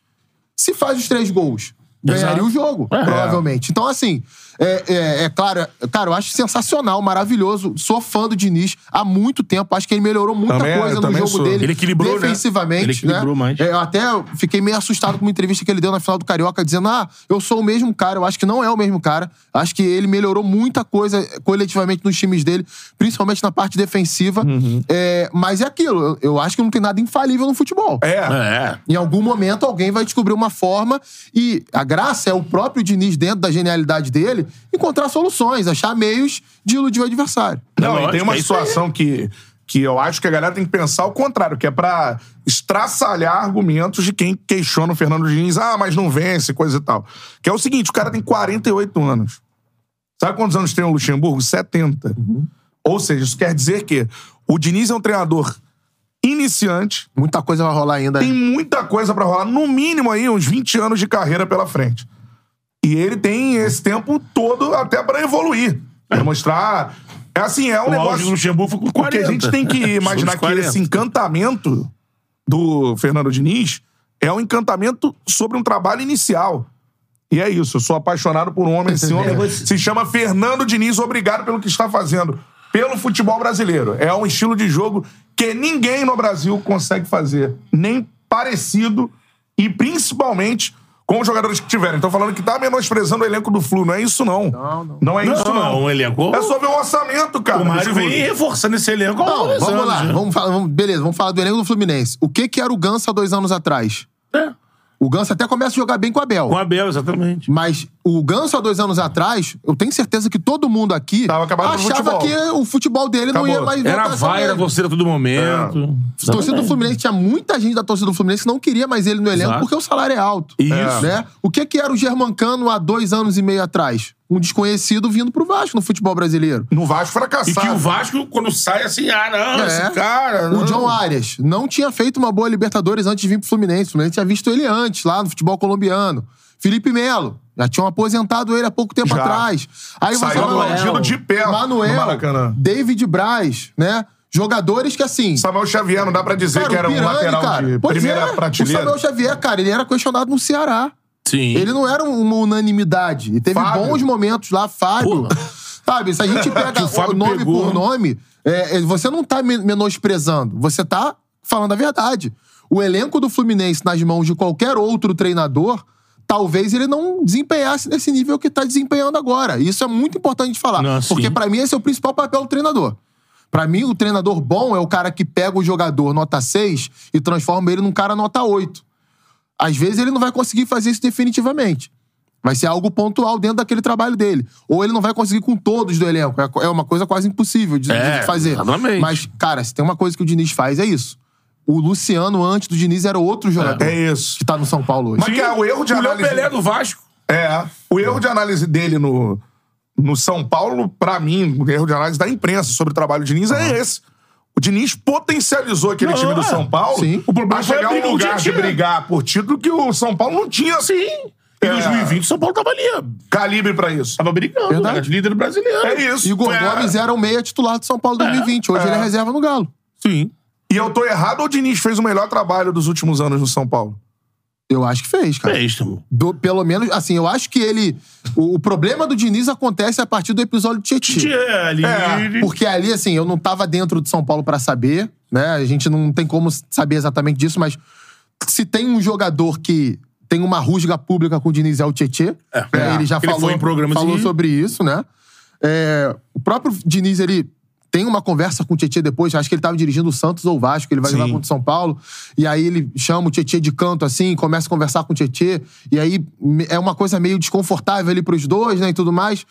Speaker 4: Se faz os três gols, ganharia
Speaker 2: Exato. É.
Speaker 4: o jogo, provavelmente. Então, assim, é, é- é claro, é- cara, eu acho sensacional, maravilhoso. Sou fã do Diniz há muito tempo. Acho que ele melhorou muita
Speaker 1: Também-
Speaker 4: coisa no
Speaker 1: também
Speaker 4: jogo
Speaker 1: sou.
Speaker 4: dele.
Speaker 2: é, Ele equilibrou, né?
Speaker 4: defensivamente.
Speaker 2: Ele equilibrou
Speaker 4: né?
Speaker 2: mais.
Speaker 4: É, eu até fiquei meio assustado com uma entrevista que ele deu na final do Carioca, dizendo: Ah, eu sou o mesmo cara. Eu acho que não é o mesmo cara. Acho que ele melhorou muita coisa coletivamente nos times dele, principalmente na parte defensiva. É, mas é aquilo, eu, eu acho que não tem nada infalível no futebol.
Speaker 1: É.
Speaker 2: É.
Speaker 4: Em algum momento alguém vai descobrir uma forma e a graça é o próprio Diniz, dentro da genialidade dele, encontrar soluções, achar meios de iludir o adversário.
Speaker 1: Não,
Speaker 2: É
Speaker 1: e tem
Speaker 2: lógico,
Speaker 1: uma
Speaker 2: é isso aí.
Speaker 1: situação que, que eu acho que a galera tem que pensar o contrário, que é pra estraçalhar argumentos de quem questiona o Fernando Diniz, ah, mas não vence, coisa e tal. Que é o seguinte, o cara tem 48 anos. Sabe quantos anos tem o Luxemburgo? 70.
Speaker 2: Uhum.
Speaker 1: Ou seja, isso quer dizer que o Diniz é um treinador iniciante,
Speaker 4: Muita coisa vai rolar
Speaker 2: É.
Speaker 4: ainda. né?
Speaker 1: tem muita coisa pra rolar, no mínimo aí uns 20 anos de carreira pela frente. E ele tem esse tempo todo até pra evoluir, pra mostrar. É assim, é um
Speaker 2: O auge do
Speaker 1: negócio
Speaker 2: Luxemburgo foi com
Speaker 1: o que
Speaker 2: 40.
Speaker 1: a gente tem que imaginar
Speaker 2: Os
Speaker 1: que
Speaker 2: 40.
Speaker 1: esse encantamento do Fernando Diniz é um encantamento sobre um trabalho inicial. E é isso, eu sou apaixonado por um homem. Esse homem se chama Fernando Diniz, obrigado pelo que está fazendo pelo futebol brasileiro. É um estilo de jogo que ninguém no Brasil consegue fazer, nem parecido e principalmente com os jogadores que tiveram. Estão falando que tá menosprezando o elenco do Flu, não é isso não. Não, não. é isso
Speaker 2: Não,
Speaker 1: não.
Speaker 2: não, ele é gol.
Speaker 1: É só ver o orçamento, cara. Tipo,
Speaker 2: O
Speaker 1: dos
Speaker 2: Mário vem
Speaker 1: clubes.
Speaker 2: reforçando esse elenco há
Speaker 4: Não,
Speaker 2: alguns
Speaker 4: vamos
Speaker 2: anos,
Speaker 4: lá.
Speaker 2: né?
Speaker 4: Vamos falar, vamos- beleza, vamos falar do elenco do Fluminense. O que que era o Ganso há dois anos atrás?
Speaker 2: É,
Speaker 4: O Ganso até começa a jogar bem com o Abel.
Speaker 2: com o Abel, exatamente.
Speaker 4: Mas o Ganso há dois anos atrás, eu tenho certeza que todo mundo aqui
Speaker 1: Tava acabado com o
Speaker 4: achava
Speaker 1: futebol.
Speaker 4: que o futebol dele
Speaker 1: Acabou.
Speaker 4: não ia mais
Speaker 2: Era
Speaker 4: voltar a ser o
Speaker 2: vai, era
Speaker 4: mesmo.
Speaker 2: torcida a todo momento.
Speaker 4: A
Speaker 1: É.
Speaker 4: torcida do Fluminense tinha muita gente da torcida do Fluminense que não queria mais ele no elenco
Speaker 2: Exato.
Speaker 4: porque o salário é alto.
Speaker 2: Isso.
Speaker 4: Né? O que que era o Germancano há dois anos e meio atrás? Um desconhecido vindo pro Vasco no futebol brasileiro.
Speaker 1: No Vasco
Speaker 2: E que
Speaker 1: fracassado.
Speaker 2: o Vasco, quando sai assim, ah, não,
Speaker 4: É.
Speaker 2: esse cara.
Speaker 4: O
Speaker 2: não.
Speaker 4: John Arias não tinha feito uma boa Libertadores antes de vir pro Fluminense. O Fluminense tinha visto ele antes, lá no futebol colombiano. Felipe Melo. Já tinham aposentado ele há pouco tempo
Speaker 1: Já.
Speaker 4: atrás. Aí você
Speaker 1: Saiu
Speaker 4: Manuel,
Speaker 1: aplaudindo de pé no Maracanã.
Speaker 4: Manuel, David Braz, né? Jogadores que, assim...
Speaker 1: Samuel Xavier, não dá pra dizer
Speaker 4: cara,
Speaker 1: que era
Speaker 4: o Pirani,
Speaker 1: um lateral
Speaker 4: cara.
Speaker 1: de
Speaker 4: Pois
Speaker 1: primeira
Speaker 4: é, O
Speaker 1: prateleira.
Speaker 4: Samuel Xavier, cara, ele era questionado no Ceará.
Speaker 2: Sim.
Speaker 4: Ele não era uma unanimidade. E teve
Speaker 1: Fábio.
Speaker 4: bons momentos lá, Fábio. Sabe, se a gente
Speaker 2: Que
Speaker 4: pega
Speaker 2: o Fábio
Speaker 4: o nome
Speaker 2: pegou. né?
Speaker 4: por nome, é, é, você não tá men- menosprezando, você tá falando a verdade. O elenco do Fluminense nas mãos de qualquer outro treinador, talvez ele não desempenhasse nesse nível que tá desempenhando agora. Isso é muito importante de falar,
Speaker 2: Não, sim.
Speaker 4: porque pra mim esse é o principal papel do treinador. Pra mim, o treinador bom é o cara que pega o jogador nota 6 e transforma ele num cara nota 8. Às vezes ele não vai conseguir fazer isso definitivamente. Vai ser algo pontual dentro daquele trabalho dele. Ou ele não vai conseguir com todos do elenco. É co- É uma coisa quase impossível de, de
Speaker 2: É,
Speaker 4: fazer.
Speaker 2: exatamente.
Speaker 4: Mas, cara, se tem uma coisa que o Diniz faz, é isso. O Luciano, antes do Diniz, era outro jogador
Speaker 1: É isso.
Speaker 4: que tá no São Paulo hoje.
Speaker 1: Mas que é o erro de
Speaker 2: o Léo
Speaker 1: análise.
Speaker 2: Pelé do Vasco.
Speaker 1: É. O erro de análise dele no, no São Paulo, pra mim, o erro de análise da imprensa sobre o trabalho do Diniz é esse. O Diniz potencializou aquele
Speaker 2: Não,
Speaker 1: time do
Speaker 2: é.
Speaker 1: São Paulo
Speaker 4: Sim. é
Speaker 1: o problema
Speaker 2: Mas foi
Speaker 1: chegar a
Speaker 2: abrir
Speaker 1: um
Speaker 2: mão
Speaker 1: lugar
Speaker 2: de
Speaker 1: de
Speaker 2: time.
Speaker 1: brigar por título que o São Paulo não tinha
Speaker 2: Sim. Em
Speaker 1: É.
Speaker 2: 2020, o São Paulo tava ali. ó.
Speaker 1: calibre pra isso.
Speaker 2: Tava brigando,
Speaker 4: Verdade.
Speaker 2: né? Líder brasileiro.
Speaker 1: É isso.
Speaker 4: Igor
Speaker 1: É.
Speaker 4: Gomes era o meia titular do São Paulo 2020. Hoje ele é reserva no Galo.
Speaker 2: Sim.
Speaker 1: E eu tô errado ou o Diniz fez o melhor trabalho dos últimos anos no São Paulo?
Speaker 4: Eu acho que fez,
Speaker 1: Tá.
Speaker 4: cara.
Speaker 2: É isso, irmão.
Speaker 4: Do- pelo menos, assim, eu acho que ele. O, o problema do Diniz acontece a partir do episódio do Tietchan.
Speaker 2: Tinha ali.
Speaker 1: É,
Speaker 4: Porque ali, assim, eu não tava dentro de São Paulo pra saber, né? A gente não tem como saber exatamente disso, mas se tem um jogador que tem uma rusga pública com o Diniz é o Tietê.
Speaker 2: é.
Speaker 4: Ele já
Speaker 2: Ele
Speaker 4: falou,
Speaker 2: foi em programas
Speaker 4: falou
Speaker 2: e-
Speaker 4: sobre isso, né? É, o próprio Diniz, ele tem uma conversa com o Tietê depois, acho que ele tava dirigindo o Santos ou o Vasco, ele vai jogar contra o São Paulo, e aí ele chama o Tietê de canto, assim, começa a conversar com o Tietê, e aí me- é uma coisa meio desconfortável ali pros dois, né, e tudo mais.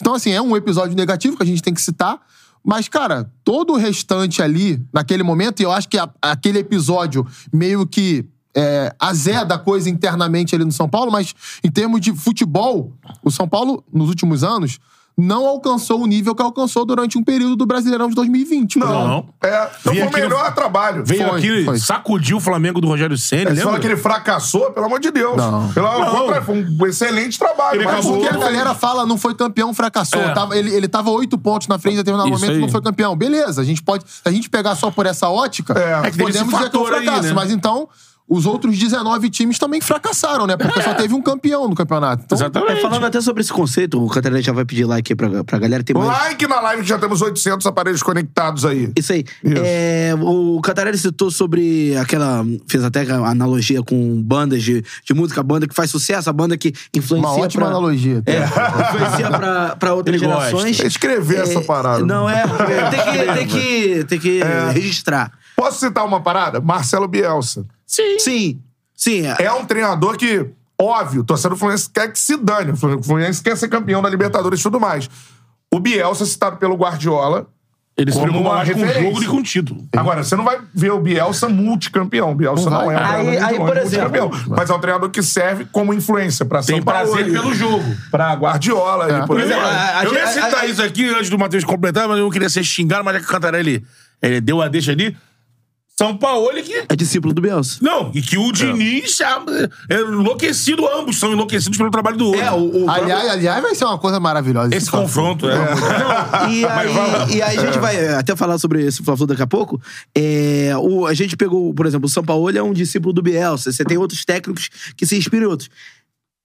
Speaker 4: Então, assim, é um episódio negativo que a gente tem que citar, mas, cara, todo o restante ali, naquele momento, e eu acho que a- aquele episódio meio que é, azeda a coisa internamente ali no São Paulo, mas em termos de futebol, o São Paulo, nos últimos anos, não alcançou o nível que alcançou durante um período do Brasileirão de 2020. por exemplo.
Speaker 2: Não.
Speaker 1: É, então
Speaker 2: Vi
Speaker 1: foi o
Speaker 2: aqui no-
Speaker 1: melhor trabalho.
Speaker 2: Veio
Speaker 4: Foi,
Speaker 2: aqui,
Speaker 4: foi.
Speaker 2: sacudiu o Flamengo do Rogério Senna,
Speaker 1: Você fala
Speaker 2: lembra?
Speaker 1: que ele fracassou, pelo amor de Deus.
Speaker 4: Não.
Speaker 1: Pelo amor
Speaker 2: Não.
Speaker 1: contrário, foi um excelente trabalho.
Speaker 2: Ele
Speaker 1: mas
Speaker 2: acabou-
Speaker 1: o que
Speaker 4: Porque a
Speaker 1: ele fez?
Speaker 4: galera fala, não foi campeão, fracassou.
Speaker 2: É.
Speaker 4: Tava- ele, ele tava oito pontos na frente em determinado
Speaker 2: Isso
Speaker 4: momento e não
Speaker 2: aí.
Speaker 4: foi campeão. Beleza, a gente pode. Se a gente pegar só por essa ótica,
Speaker 1: É.
Speaker 2: É que teve esse
Speaker 4: podemos dizer que é um
Speaker 2: fator aí,
Speaker 4: fracasso.
Speaker 2: né?
Speaker 4: Mas então, os outros 19 times também fracassaram, né? Porque só teve um campeão no campeonato. Então,
Speaker 2: É. Exatamente.
Speaker 3: É, falando até sobre esse conceito, o Cantarelli já vai pedir like aí pra, pra galera. Tem mais...
Speaker 1: Like na live que já temos 800 aparelhos conectados aí.
Speaker 3: Isso aí. É, o Cantarelli citou sobre aquela. Fez até a analogia com bandas de, de música, banda que faz sucesso, a banda que influencia.
Speaker 4: uma ótima
Speaker 3: pra-
Speaker 4: analogia.
Speaker 3: É, influencia pra, pra outras
Speaker 2: Ele gosta.
Speaker 3: gerações.
Speaker 1: Escrever essa parada. É.
Speaker 3: Não é, é, tem que, tem que, tem que registrar.
Speaker 1: Posso citar uma parada? Marcelo Bielsa.
Speaker 2: Sim.
Speaker 3: Sim, sim.
Speaker 1: É um treinador que, óbvio, o torcedor do Fluminense quer que se dane. O Fluminense quer ser campeão da Libertadores e tudo mais. O Bielsa, citado pelo Guardiola,
Speaker 2: Ele se
Speaker 1: Como
Speaker 2: preocupa
Speaker 1: uma
Speaker 2: mais com o
Speaker 1: referência.
Speaker 2: jogo do que com o título.
Speaker 1: Agora, você não vai ver o Bielsa multicampeão. O Bielsa não,
Speaker 4: Não
Speaker 1: é um
Speaker 4: vai.
Speaker 1: treinador
Speaker 3: Aí-
Speaker 1: de
Speaker 3: aí,
Speaker 1: longe
Speaker 3: por exemplo,
Speaker 1: multicampeão. Mas é um treinador que serve como influência pra São
Speaker 2: Tem
Speaker 1: Paulo.
Speaker 2: prazer pelo jogo.
Speaker 1: Pra Guardiola.
Speaker 4: É.
Speaker 1: e por
Speaker 2: Por exemplo,
Speaker 1: exemplo.
Speaker 3: a- a-
Speaker 2: eu ia
Speaker 3: a-
Speaker 2: citar
Speaker 3: a-
Speaker 2: isso aqui antes do Matheus completar, mas eu não queria ser xingado, mas é que o Cantarelli ele deu a deixa ali. São Paulo que.
Speaker 3: É discípulo do Bielsa.
Speaker 2: Não, e que o Diniz ah, é enlouquecido, ambos são enlouquecidos pelo trabalho do outro.
Speaker 3: É, o, o
Speaker 4: Aliás, aliás, vai ser uma coisa maravilhosa.
Speaker 2: Esse confronto, é.
Speaker 3: E aí, e aí a gente vai é, até falar sobre esse Fla-Flu daqui a pouco. É, o, a gente pegou, por exemplo, o Sampaoli é um discípulo do Bielsa. Você tem outros técnicos que se inspiram em outros.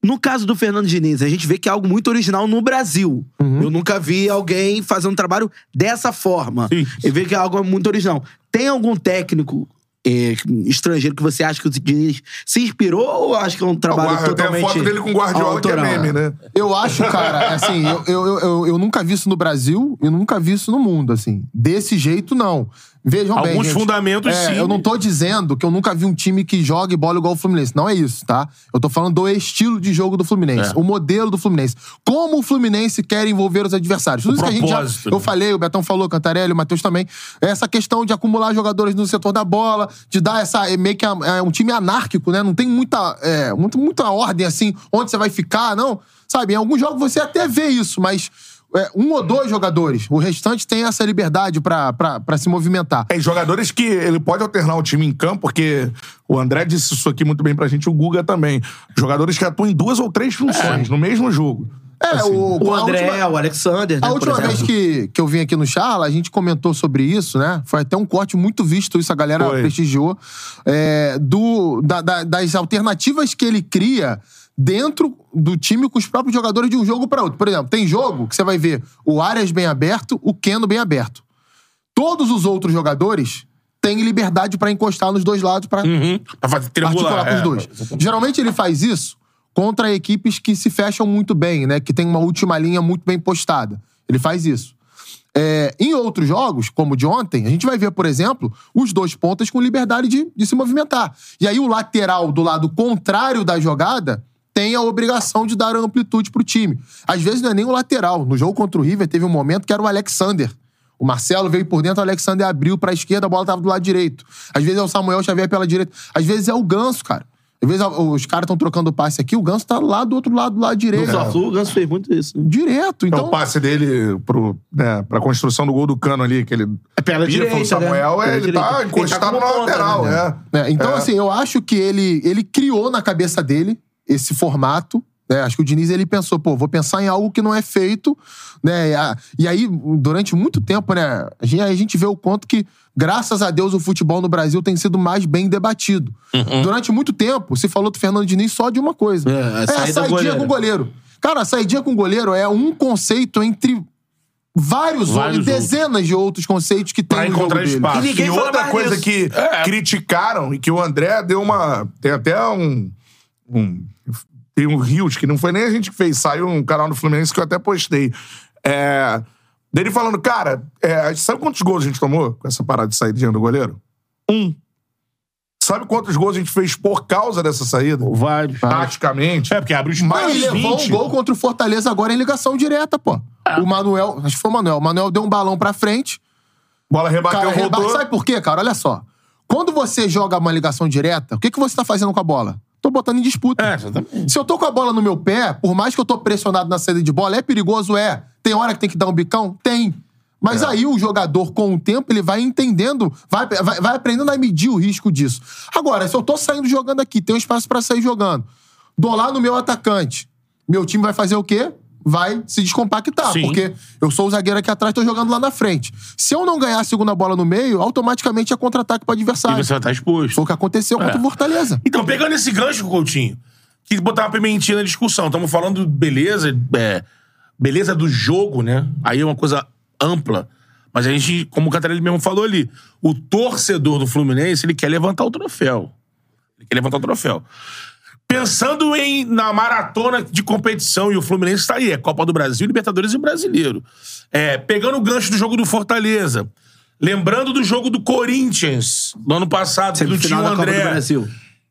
Speaker 3: No caso do Fernando Diniz, a gente vê que é algo muito original no Brasil.
Speaker 1: Uhum.
Speaker 3: Eu nunca vi alguém fazer um trabalho dessa forma.
Speaker 2: Sim.
Speaker 3: Eu vejo que é algo muito original. Tem algum técnico é, estrangeiro que você acha que o Diniz se inspirou ou acha que é um trabalho
Speaker 1: Guarda- tem a
Speaker 3: totalmente
Speaker 1: foto dele com o Guardiola,
Speaker 3: autoral?
Speaker 1: que é meme, né?
Speaker 4: Eu acho, cara, assim, eu, eu, eu- eu, eu nunca vi isso no Brasil e nunca vi isso no mundo, assim. Desse jeito, não. Vejam bem.
Speaker 2: Alguns
Speaker 4: gente.
Speaker 2: fundamentos,
Speaker 4: É,
Speaker 2: sim.
Speaker 4: Eu não tô dizendo que eu nunca vi um time que joga e bola igual o Fluminense. Não é isso, tá? Eu tô falando do estilo de jogo do Fluminense,
Speaker 2: É.
Speaker 4: o modelo do Fluminense. Como o Fluminense quer envolver os adversários. Tudo isso que a gente já.
Speaker 2: propósito, né?
Speaker 4: Eu falei, o Betão falou, o Cantarelli, o Matheus também. Essa questão de acumular jogadores no setor da bola, de dar essa. É meio que a- é um time anárquico, né? Não tem muita, é, muito, muita ordem assim, onde você vai ficar, não. Sabe, em alguns jogos você até vê isso, mas. é, um ou dois jogadores. O restante tem essa liberdade pra- pra pra se movimentar.
Speaker 1: É, e jogadores que ele pode alternar o time em campo, porque o André disse isso aqui muito bem pra gente, o Guga também. Jogadores que atuam em duas ou três funções no mesmo jogo.
Speaker 4: É, o,
Speaker 3: Assim, O
Speaker 4: a
Speaker 3: André,
Speaker 4: última-
Speaker 3: o Alexander, né,
Speaker 4: A
Speaker 3: por
Speaker 4: última
Speaker 3: exemplo.
Speaker 4: vez que, que eu vim aqui no Charla, a gente comentou sobre isso, né? Foi até um corte muito visto, isso a galera
Speaker 1: Foi.
Speaker 4: prestigiou. é, do, da- da- das alternativas que ele cria dentro do time com os próprios jogadores de um jogo para outro. Por exemplo, tem jogo que você vai ver o Arias bem aberto, o Keno bem aberto. Todos os outros jogadores têm liberdade pra encostar nos dois lados pra
Speaker 2: Uhum. Pra fazer triangular.
Speaker 4: articular com os
Speaker 2: é.
Speaker 4: dois. Geralmente ele faz isso contra equipes que se fecham muito bem, né? Que tem uma última linha muito bem postada. Ele faz isso. É, em outros jogos, como o de ontem, a gente vai ver, por exemplo, os dois pontas com liberdade de, de se movimentar. E aí o lateral do lado contrário da jogada tem a obrigação de dar amplitude pro time. Às vezes não é nem o lateral. No jogo contra o River teve um momento que era o Alexander. O Marcelo veio por dentro, o Alexander abriu pra esquerda, a bola tava do lado direito. Às vezes é o Samuel Xavier pela direita. Às vezes é o Ganso, cara. Às vezes é os caras estão trocando passe aqui, o Ganso tá lá do outro lado, do lado
Speaker 3: No
Speaker 4: direito.
Speaker 3: Fla-Flu, o Ganso fez muito isso. né?
Speaker 4: Direto.
Speaker 1: Então,
Speaker 4: Então,
Speaker 1: o passe dele pro, né, pra construção do gol do cano ali, que ele é
Speaker 3: pela direita,
Speaker 1: Samuel,
Speaker 3: né?
Speaker 1: é,
Speaker 3: Pela
Speaker 1: ele
Speaker 3: direita.
Speaker 1: tá
Speaker 3: Ele tá
Speaker 1: encostado
Speaker 3: com uma
Speaker 1: na
Speaker 3: ponta,
Speaker 1: lateral.
Speaker 3: né?
Speaker 1: é.
Speaker 4: né? Então, assim, eu acho que ele, ele criou na cabeça dele esse formato. né? Acho que o Diniz ele pensou, pô, vou pensar em algo que não é feito. Né? E, a- e aí, durante muito tempo, né? A gente, a gente vê o quanto que, graças a Deus, o futebol no Brasil tem sido mais bem debatido. Durante muito tempo, se falou do Fernando Diniz só de uma coisa.
Speaker 3: É, a
Speaker 4: a
Speaker 3: saída do
Speaker 4: saidinha
Speaker 3: goleiro.
Speaker 4: com o goleiro. Cara, a saidinha com o goleiro é um conceito entre vários,
Speaker 2: Vários
Speaker 4: outros, dezenas de outros conceitos que tem
Speaker 2: Pra
Speaker 4: no jogo
Speaker 2: encontrar
Speaker 4: dele.
Speaker 2: espaço.
Speaker 3: E ninguém
Speaker 1: e
Speaker 3: fala
Speaker 1: outra
Speaker 3: mais
Speaker 1: coisa
Speaker 3: nisso.
Speaker 1: que criticaram e que o André deu uma. Tem até um. um- tem um Rios, que não foi nem a gente que fez, saiu um canal do Fluminense que eu até postei. É, dele falando, cara, é, sabe quantos gols a gente tomou com essa parada de saída do goleiro? Um. Sabe quantos gols a gente fez por causa dessa saída?
Speaker 2: Vários.
Speaker 1: Taticamente.
Speaker 2: É, porque abre os
Speaker 4: Mas
Speaker 1: Mais
Speaker 4: ele levou
Speaker 1: 20.
Speaker 4: um gol contra o Fortaleza agora em ligação direta, pô. O Manuel, acho que foi o Manuel. O Manuel deu um balão pra frente.
Speaker 1: Bola rebateu,
Speaker 4: Cara, reba-
Speaker 1: voltou.
Speaker 4: Sabe por quê, cara? Olha só. Quando você joga uma ligação direta, o que, que você tá fazendo com a bola? Tô botando em disputa.
Speaker 2: É, exatamente.
Speaker 4: Se eu tô com a bola no meu pé, por mais que eu tô pressionado na saída de bola, é perigoso? É. Tem hora que tem que dar um bicão? Tem.
Speaker 2: É.
Speaker 4: Mas aí o jogador, com o tempo, ele vai entendendo, vai, vai, vai aprendendo a medir o risco disso. Agora, se eu tô saindo jogando aqui, tem um espaço pra sair jogando, dou lá no meu atacante, meu time vai fazer o quê? Vai se descompactar,
Speaker 2: Sim.
Speaker 4: porque eu sou o zagueiro aqui atrás, tô jogando lá na frente. Se eu não ganhar a segunda bola no meio, automaticamente é contra-ataque pro
Speaker 2: E
Speaker 4: adversário.
Speaker 2: você vai estar exposto.
Speaker 4: Foi o que aconteceu contra o Fortaleza.
Speaker 2: Então, pegando esse gancho, Coutinho, que botar uma pimentinha na discussão. Estamos falando de beleza, é, beleza do jogo, né? Aí é uma coisa ampla. Mas a gente, como o Catarelli mesmo falou ali, o torcedor do Fluminense, ele quer levantar o troféu. Ele quer levantar o troféu. Pensando em, na maratona de competição, e o Fluminense está aí, é Copa do Brasil, Libertadores e Brasileiro. É, pegando o gancho do jogo do Fortaleza, lembrando do jogo do Corinthians, do ano passado, do tio
Speaker 3: Semifinal da Copa do
Speaker 2: André
Speaker 3: Brasil.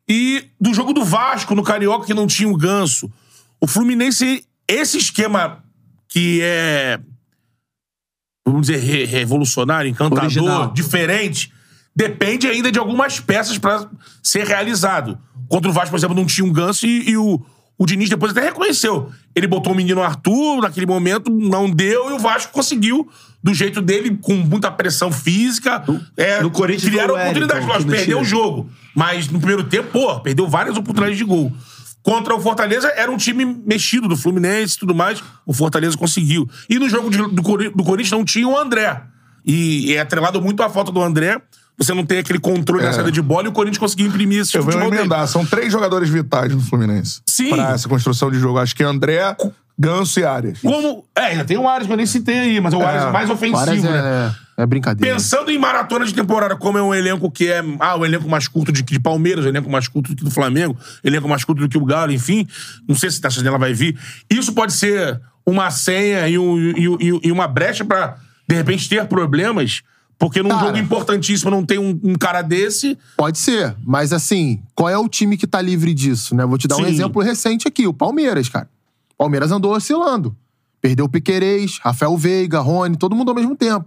Speaker 2: e do jogo do Vasco no Carioca, que não tinha o ganso. O Fluminense, esse esquema que é. vamos dizer, re- revolucionário, encantador,
Speaker 3: Original.
Speaker 2: diferente, depende ainda de algumas peças pra ser realizado. Contra o Vasco, por exemplo, não tinha um ganso e, e o, o Diniz depois até reconheceu. Ele botou o menino Arthur, naquele momento não deu e o Vasco conseguiu do jeito dele, com muita pressão física. é,
Speaker 3: no Corinthians
Speaker 2: criaram
Speaker 3: foi o Wellington
Speaker 2: oportunidades. Lógico,
Speaker 3: que não
Speaker 2: perdeu o
Speaker 3: tira.
Speaker 2: jogo. Mas no primeiro tempo, pô, perdeu várias oportunidades de gol. Contra o Fortaleza, era um time mexido do Fluminense e tudo mais. O Fortaleza conseguiu. E no jogo de- do, Cori- do Corinthians não tinha o André. E é atrelado muito à falta do André. Você não tem aquele controle na saída de bola e o Corinthians conseguiu imprimir esse tipo
Speaker 1: Eu vou
Speaker 2: futebol dele.
Speaker 1: emendar. São três jogadores vitais no Fluminense.
Speaker 2: Sim.
Speaker 1: Pra essa construção de jogo. Acho que é André, Ganso e Arias.
Speaker 2: Como... É, ainda tem o Ares que eu nem citei aí, mas é o Ares mais
Speaker 4: Parece
Speaker 2: ofensivo, né?
Speaker 4: é, é brincadeira.
Speaker 2: Pensando em maratona de temporada, como é um elenco que é. Ah, o elenco mais curto de, de Palmeiras, o elenco mais curto do que do Flamengo, um elenco mais curto do que o Galo, enfim. Não sei se a taxa dela vai vir. Isso pode ser uma senha e, um- e um- e um- e uma brecha pra de repente, ter problemas, porque num
Speaker 4: Cara.
Speaker 2: jogo importantíssimo não tem um, um cara desse.
Speaker 4: Pode ser, mas assim, qual é o time que tá livre disso, né? Vou te dar um
Speaker 2: Sim.
Speaker 4: exemplo recente aqui, o Palmeiras, cara. O Palmeiras andou oscilando. Perdeu o Piquerez, Rafael Veiga, Rony, todo mundo ao mesmo tempo,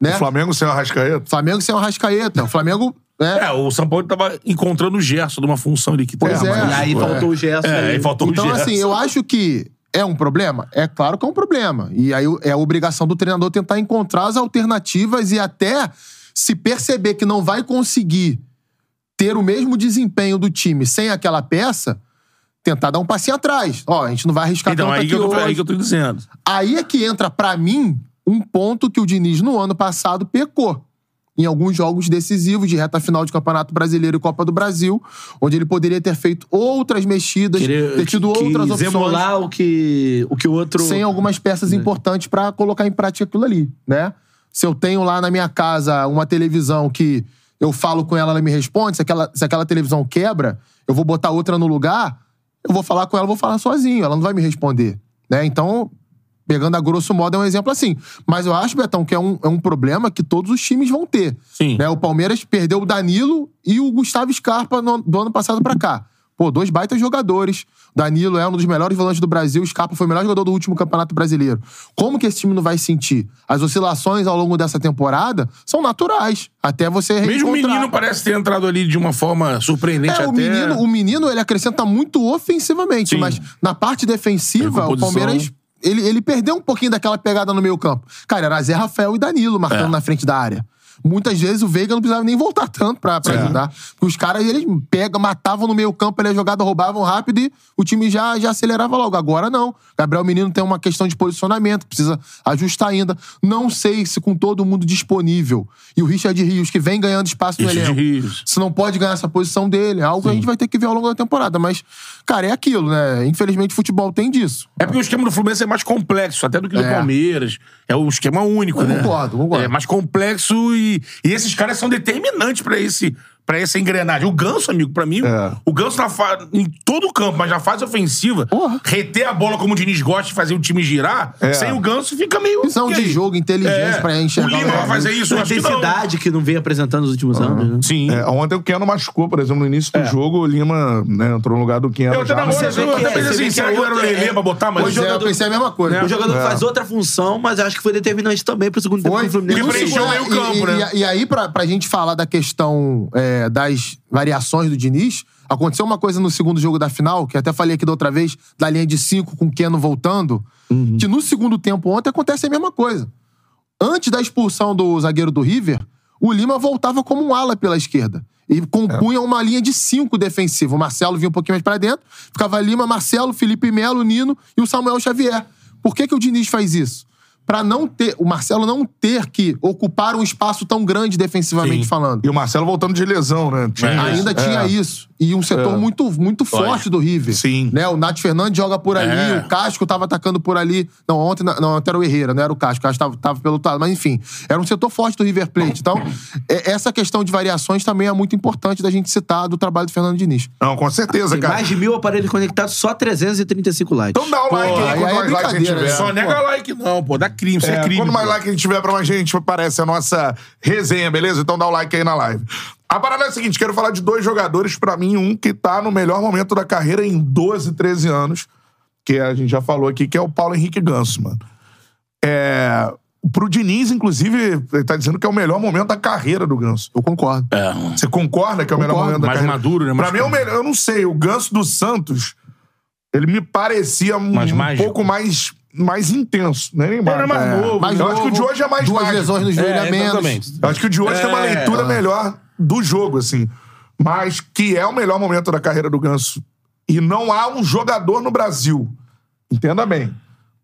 Speaker 4: né?
Speaker 1: O Flamengo sem o Arrascaeta.
Speaker 4: Flamengo sem o Rascaeta, o Flamengo, né?
Speaker 2: É, o São Paulo tava encontrando o Gerson de uma função ali que
Speaker 4: Pois
Speaker 2: tem.
Speaker 4: é.
Speaker 3: E aí
Speaker 4: Ué.
Speaker 3: faltou o Gerson.
Speaker 2: É,
Speaker 3: ali.
Speaker 2: aí faltou o
Speaker 4: Então
Speaker 2: Gerson.
Speaker 4: assim, eu acho que é um problema? É claro que é um problema. E aí é a obrigação do treinador tentar encontrar as alternativas e até se perceber que não vai conseguir ter o mesmo desempenho do time sem aquela peça, tentar dar um passinho atrás. Ó, a gente não vai arriscar
Speaker 2: Então,
Speaker 4: tanto
Speaker 2: aí
Speaker 4: aqui
Speaker 2: que, eu tô,
Speaker 4: hoje.
Speaker 2: aí que eu tô dizendo.
Speaker 4: Aí é que entra, pra mim, um ponto que o Diniz no ano passado pecou. Em alguns jogos decisivos de reta final de Campeonato Brasileiro e Copa do Brasil, onde ele poderia ter feito outras mexidas,
Speaker 3: Querer-
Speaker 4: ter tido
Speaker 3: quis
Speaker 4: outras opções
Speaker 3: emular o que o que o outro
Speaker 4: sem algumas peças importantes pra colocar em prática aquilo ali, né? Se eu tenho lá na minha casa uma televisão que eu falo com ela, ela me responde, se aquela, se aquela televisão quebra, eu vou botar outra no lugar, eu vou falar com ela, eu vou falar sozinho, ela não vai me responder, né? Então, pegando a grosso modo, é um exemplo assim. Mas eu acho, Betão, que é um, é um problema que todos os times vão ter.
Speaker 2: Sim.
Speaker 4: Né? O Palmeiras perdeu o Danilo e o Gustavo Scarpa no- do ano passado pra cá. Pô, dois baitas jogadores. Danilo é um dos melhores volantes do Brasil, Scarpa foi o melhor jogador do último Campeonato Brasileiro. Como que esse time não vai sentir? As oscilações ao longo dessa temporada são naturais, até você
Speaker 2: Mesmo o
Speaker 4: reencontrar.
Speaker 2: menino parece ter entrado ali de uma forma surpreendente
Speaker 4: É,
Speaker 2: até.
Speaker 4: o menino, o menino, ele acrescenta muito ofensivamente,
Speaker 2: Sim.
Speaker 4: mas na parte defensiva, o
Speaker 2: Recomposição.
Speaker 4: Palmeiras ele, ele perdeu um pouquinho daquela pegada no meio campo. Cara, era Zé Rafael e Danilo marcando
Speaker 2: É.
Speaker 4: na frente da área. Muitas vezes o Veiga não precisava nem voltar tanto pra, pra ajudar. Porque os caras, eles pega, matavam no meio campo, ele a jogada, roubavam rápido e o time já, já acelerava logo. Agora não. Gabriel Menino tem uma questão de posicionamento, precisa ajustar ainda. Não sei se com todo mundo disponível e o Richard Rios, que vem ganhando espaço no
Speaker 2: Richard
Speaker 4: elenco,
Speaker 2: Rios.
Speaker 4: se não pode ganhar essa posição dele. É algo que a gente vai ter que ver ao longo da temporada. Mas, cara, é aquilo, né? Infelizmente, o futebol tem disso.
Speaker 2: É porque o esquema do Fluminense é mais complexo, até do que do
Speaker 4: É.
Speaker 2: Palmeiras. É um esquema único,
Speaker 4: Eu
Speaker 2: né?
Speaker 4: concordo, concordo.
Speaker 2: É mais complexo e, e esses caras são determinantes pra esse para essa engrenagem. O Ganso, amigo, pra mim,
Speaker 1: É.
Speaker 2: o Ganso na fa- em todo o campo, mas na fase ofensiva,
Speaker 4: Porra.
Speaker 2: reter a bola como o Diniz gosta e fazer o time girar,
Speaker 1: É.
Speaker 2: sem o Ganso fica meio
Speaker 4: Visão
Speaker 2: e
Speaker 4: de
Speaker 2: aí? É.
Speaker 4: jogo, inteligência pra
Speaker 2: O
Speaker 4: enxergar
Speaker 2: Lima
Speaker 4: o
Speaker 2: vai fazer isso,
Speaker 3: a
Speaker 2: acho que não.
Speaker 3: intensidade que não vem apresentando nos últimos anos. né?
Speaker 2: Sim.
Speaker 1: É, ontem o Keno machucou, por exemplo, no início do jogo, o Lima né, entrou no lugar do Keno.
Speaker 2: É. Eu até
Speaker 1: já,
Speaker 2: na
Speaker 1: mas-
Speaker 2: hora,
Speaker 3: vê
Speaker 2: eu
Speaker 3: que
Speaker 2: até
Speaker 3: é,
Speaker 2: pensei
Speaker 3: você vê
Speaker 2: assim,
Speaker 3: que
Speaker 2: será
Speaker 3: é
Speaker 2: que não era o
Speaker 3: outra-
Speaker 2: Lelê
Speaker 3: é-
Speaker 2: pra botar, mas
Speaker 4: Pois é, eu pensei a mesma coisa. é.
Speaker 3: O jogador faz outra função, mas acho que foi determinante também pro segundo tempo
Speaker 4: Foi.
Speaker 3: do Fluminense.
Speaker 2: E
Speaker 4: Não
Speaker 2: preencheu
Speaker 4: segura-
Speaker 2: meio campo,
Speaker 4: é. e- e-
Speaker 2: né?
Speaker 4: E, aí, pra, pra gente falar da questão é, das variações do Diniz, aconteceu uma coisa no segundo jogo da final, que até falei aqui da outra vez, da linha de cinco com o Keno voltando, que no segundo tempo ontem acontece a mesma coisa. Antes da expulsão do zagueiro do River, o Lima voltava como um ala pela esquerda. E compunha uma linha de cinco defensiva. O Marcelo vinha um pouquinho mais pra dentro, ficava Lima, Marcelo, Felipe Melo, Nino e o Samuel Xavier. Por que, que o Diniz faz isso? Pra não ter o Marcelo não ter que ocupar um espaço tão grande defensivamente
Speaker 2: Sim.
Speaker 4: falando.
Speaker 1: E o Marcelo voltando de lesão, né? Tinha
Speaker 2: É.
Speaker 1: isso. É.
Speaker 4: Ainda tinha isso. E um setor muito, muito forte do River.
Speaker 1: Sim.
Speaker 4: Né? O Nath Fernandes joga por ali,
Speaker 2: É.
Speaker 4: o Casco tava atacando por ali. Não, ontem na- não, ontem era o Herrera, não era o Casco, o Casco tava, tava pelo outro lado. Mas enfim, era um setor forte do River Plate. Então, é- essa questão de variações também é muito importante da gente citar do trabalho do Fernando Diniz.
Speaker 1: Não, com certeza,
Speaker 3: Tem
Speaker 1: cara.
Speaker 3: mais de mil aparelhos conectados, só 335 likes.
Speaker 1: Então dá o like
Speaker 4: Pô,
Speaker 1: aí,
Speaker 4: aí
Speaker 1: quanto
Speaker 4: é
Speaker 1: mais like a gente
Speaker 4: brincadeira,
Speaker 1: tiver.
Speaker 4: né?
Speaker 2: Só
Speaker 4: Pô.
Speaker 2: nega like não, pô. Dá crime, isso é,
Speaker 1: É,
Speaker 2: crime.
Speaker 1: Quanto mais
Speaker 2: pô.
Speaker 1: like a gente tiver pra mais gente, aparece a nossa resenha, beleza? Então dá o like aí na live. A parada é a seguinte, quero falar de dois jogadores, pra mim, um que tá no melhor momento da carreira em 12, 13 anos, que a gente já falou aqui, que é o Paulo Henrique Ganso, mano. É, Pro Diniz, inclusive, ele tá dizendo que é o melhor momento da carreira do Ganso.
Speaker 4: Eu concordo.
Speaker 2: É.
Speaker 1: Você concorda que é o melhor
Speaker 4: Concordo.
Speaker 1: momento da
Speaker 2: Mais
Speaker 1: carreira?
Speaker 2: maduro, né?
Speaker 1: Pra
Speaker 2: Mais
Speaker 1: mim é o melhor. Eu não sei, o Ganso do Santos, ele me parecia um,
Speaker 2: Mais
Speaker 1: um
Speaker 2: mágico.
Speaker 1: pouco mais, mais intenso. Né? Nem mais,
Speaker 2: era mais novo,
Speaker 4: Mais
Speaker 1: eu
Speaker 4: novo,
Speaker 1: acho que o de hoje é mais
Speaker 4: Duas
Speaker 1: mágico.
Speaker 4: lesões no joelho
Speaker 2: É,
Speaker 4: a menos.
Speaker 2: exatamente.
Speaker 1: Eu acho que o de hoje tem uma
Speaker 2: É.
Speaker 1: leitura melhor do jogo, assim. Mas que é o melhor momento da carreira do Ganso. E não há um jogador no Brasil, entenda bem,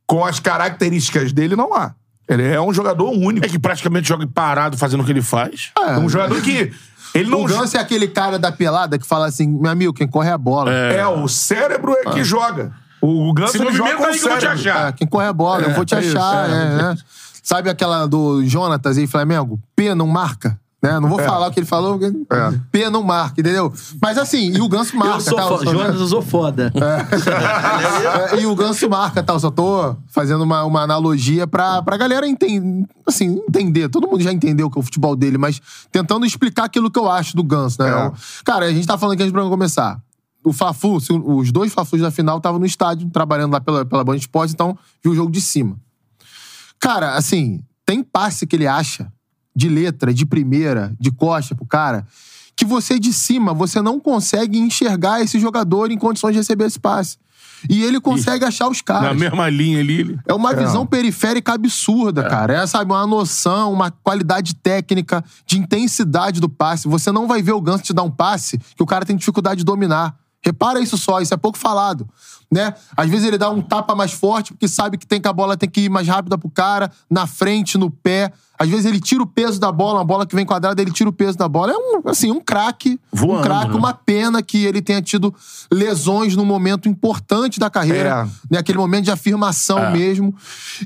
Speaker 1: com as características dele, não há. Ele é um jogador único.
Speaker 2: É que praticamente joga parado fazendo o que ele faz.
Speaker 1: É um jogador que. Ele não
Speaker 4: O Ganso é aquele cara da pelada que fala assim, meu amigo, quem corre é a bola.
Speaker 1: É, o cérebro é que joga. O Ganso
Speaker 2: Se
Speaker 1: ele joga
Speaker 2: movimenta
Speaker 1: com o
Speaker 2: aí que eu vou te
Speaker 1: cérebro.
Speaker 2: achar.
Speaker 4: É, quem corre a bola, eu vou te
Speaker 1: é isso,
Speaker 4: achar.
Speaker 1: é.
Speaker 4: é, né? Sabe aquela do Jonatas aí, Flamengo? P não marca. Né?
Speaker 1: É.
Speaker 4: Não vou falar o que ele falou, porque P não marca, entendeu? Mas assim, e o Ganso marca,
Speaker 3: Eu sou
Speaker 4: tá? Eu
Speaker 3: foda.
Speaker 4: sou-
Speaker 3: Jonas, eu sou foda.
Speaker 4: É, e o Ganso marca, tal. Só tô fazendo uma, uma analogia pra, pra galera enten, assim, entender. Todo mundo já entendeu que é o futebol dele, mas tentando explicar aquilo que eu acho do Ganso, né?
Speaker 1: É.
Speaker 4: Eu- cara, a gente tá falando que a gente pra começar. O Fafu, se- os dois Fafus da final estavam no estádio, trabalhando lá pela, pela Band Esporte, então viu o jogo de cima. Cara, assim, tem passe que ele acha de letra, de primeira, de costa pro cara, que você de cima, você não consegue enxergar esse jogador em condições de receber esse passe. E ele consegue achar os
Speaker 2: Na
Speaker 4: caras.
Speaker 2: mesma linha ali. ele-
Speaker 4: É uma visão periférica absurda, cara. É, sabe, uma noção, uma qualidade técnica, de intensidade do passe. Você não vai ver o Ganso te dar um passe que o cara tem dificuldade de dominar. Repara isso só, isso é pouco falado, né? Às vezes ele dá um tapa mais forte porque sabe que tem que a bola tem que ir mais rápida pro cara, na frente, no pé. Às vezes ele tira o peso da bola, uma bola que vem quadrada, ele tira o peso da bola. É um, assim, um craque, um
Speaker 2: Voando,
Speaker 4: craque,
Speaker 2: né?
Speaker 4: uma pena que ele tenha tido lesões num momento importante da carreira, né? Aquele momento de afirmação
Speaker 2: É.
Speaker 4: mesmo.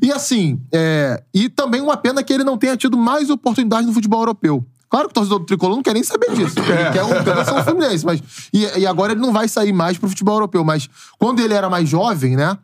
Speaker 4: E assim, é, e também uma pena que ele não tenha tido mais oportunidades no futebol europeu. Claro que o torcedor do Tricolor não quer nem saber disso. Ele quer um Ganso ou um Fluminense, mas... E, e agora ele não vai sair mais pro futebol europeu. Mas quando ele era mais jovem, né?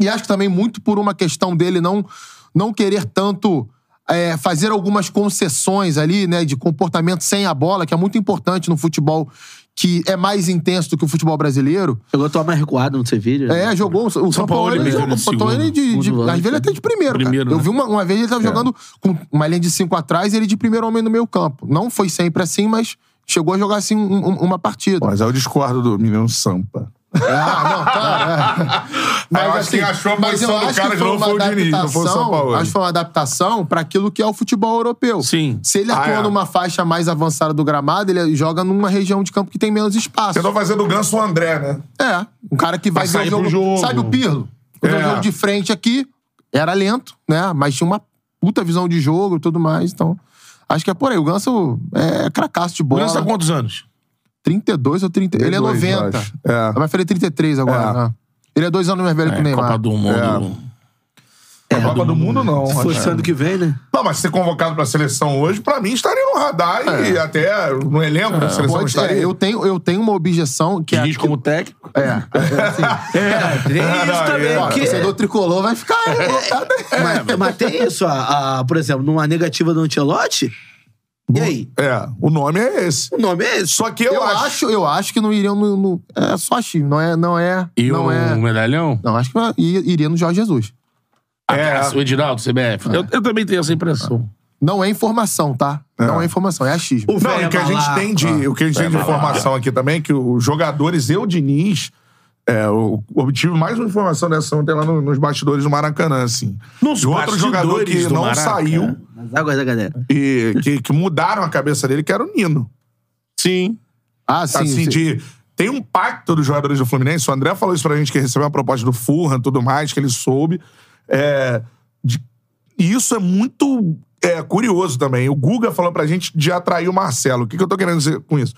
Speaker 4: E acho que também muito por uma questão dele não, não querer tanto é, fazer algumas concessões ali, né, de comportamento sem a bola, que é muito importante no futebol que é mais intenso do que o futebol brasileiro.
Speaker 3: Chegou a tomar recuado no Sevilha.
Speaker 4: É, jogou. O São, Paulo,
Speaker 2: Paulo
Speaker 4: ele
Speaker 2: meteu
Speaker 4: jogou.
Speaker 2: no
Speaker 4: São Paulo ele de, de,
Speaker 3: Segundo
Speaker 4: às vezes ele é
Speaker 3: lance,
Speaker 4: até de primeiro. cara.
Speaker 2: Primeiro,
Speaker 4: Eu
Speaker 2: né?
Speaker 4: vi uma, uma vez ele
Speaker 1: É.
Speaker 4: estava jogando com uma linha de cinco atrás e ele de primeiro homem no meio campo. Não foi sempre assim, mas chegou a jogar assim um- um- uma partida.
Speaker 1: Mas aí eu discordo do menino Sampa.
Speaker 4: Ah, não, tá. é.
Speaker 1: Aí eu acho que assim, achou a
Speaker 4: mas eu
Speaker 1: posição do
Speaker 4: acho
Speaker 1: cara
Speaker 4: que
Speaker 1: que
Speaker 4: foi
Speaker 1: não
Speaker 4: uma
Speaker 1: foi o Diniz, não foi o São
Speaker 4: adaptação.
Speaker 1: Paulo. é.
Speaker 4: Acho que foi uma adaptação para aquilo que é o futebol europeu.
Speaker 2: Sim.
Speaker 4: Se ele
Speaker 1: Ah,
Speaker 4: atua
Speaker 1: é.
Speaker 4: numa faixa mais avançada do gramado, ele joga numa região de campo que tem menos espaço.
Speaker 1: Você tá fazendo o Ganso o André, né?
Speaker 4: É, um cara que vai
Speaker 2: Pra
Speaker 4: ver o
Speaker 2: sair pro
Speaker 4: jogo,
Speaker 2: jogo.
Speaker 4: Sabe o Pirlo?
Speaker 1: É.
Speaker 4: Ele vê O jogo de frente aqui era lento, né? Mas tinha uma puta visão de jogo e tudo mais. Então, acho que é por aí. O Ganso é cracaço de
Speaker 2: O
Speaker 4: bola.
Speaker 2: Ganso tá com quantos anos?
Speaker 4: 32 ou 30. Ele é
Speaker 1: 32,
Speaker 4: 90.
Speaker 1: acho. É.
Speaker 4: Vai fazer 33 agora.
Speaker 1: É.
Speaker 4: né? Ele é dois anos mais velho que o
Speaker 2: É,
Speaker 4: Neymar.
Speaker 2: Copa do Mundo.
Speaker 3: É,
Speaker 1: Na Copa do Mundo, não.
Speaker 3: né? Se
Speaker 1: acho
Speaker 3: fosse
Speaker 1: que-
Speaker 3: ano que vem, né?
Speaker 1: Não, mas ser convocado pra seleção hoje, pra mim, estaria no radar e até no elenco da seleção
Speaker 4: Pode-
Speaker 1: estaria.
Speaker 4: é, eu, tenho, eu tenho uma objeção que é.
Speaker 2: Diniz como técnico.
Speaker 4: É, é assim,
Speaker 3: Tem isso também.
Speaker 4: ó, o
Speaker 3: que-
Speaker 4: torcedor tricolor vai ficar. tá revoltado.
Speaker 3: é, mas, mas tem isso, a, a- por exemplo, numa negativa do Antelote. E aí?
Speaker 1: É, o nome é esse.
Speaker 3: O nome é esse?
Speaker 1: Só que eu,
Speaker 4: Eu
Speaker 1: acho.
Speaker 4: acho, eu acho que não iriam no. no- é só achismo, não é. Não é.
Speaker 2: E
Speaker 4: não
Speaker 2: o
Speaker 4: é.
Speaker 2: medalhão?
Speaker 4: Não, acho que i- iria no Jorge Jesus.
Speaker 1: É.
Speaker 2: Ah, O Edinaldo, CBF. Eu, eu também tenho essa impressão.
Speaker 4: Não é informação, tá? Não é informação, é achismo.
Speaker 1: Não,
Speaker 3: O
Speaker 1: e
Speaker 3: velho Ah.
Speaker 1: o que a gente
Speaker 3: Abalá.
Speaker 1: tem de, o que a gente tem de informação aqui também, que os jogadores e o Diniz. É, eu obtive mais uma informação dessa ontem lá no- nos bastidores do Maracanã, assim.
Speaker 2: Nos
Speaker 1: de outro jogador
Speaker 2: bastidores
Speaker 1: que
Speaker 2: do
Speaker 1: não
Speaker 2: Maraca.
Speaker 1: saiu
Speaker 3: Nas águas da galera.
Speaker 1: e que, que mudaram a cabeça dele, que era o Nino.
Speaker 2: Tá, Sim.
Speaker 4: Ah, sim.
Speaker 1: assim,
Speaker 4: sim.
Speaker 1: de. Tem um pacto dos jogadores do Fluminense, o André falou isso pra gente, que recebeu uma proposta do Furran e tudo mais, que ele soube. É, de- e isso é muito é, curioso também. O Guga falou pra gente de atrair o Marcelo. O que, que eu tô querendo dizer com isso?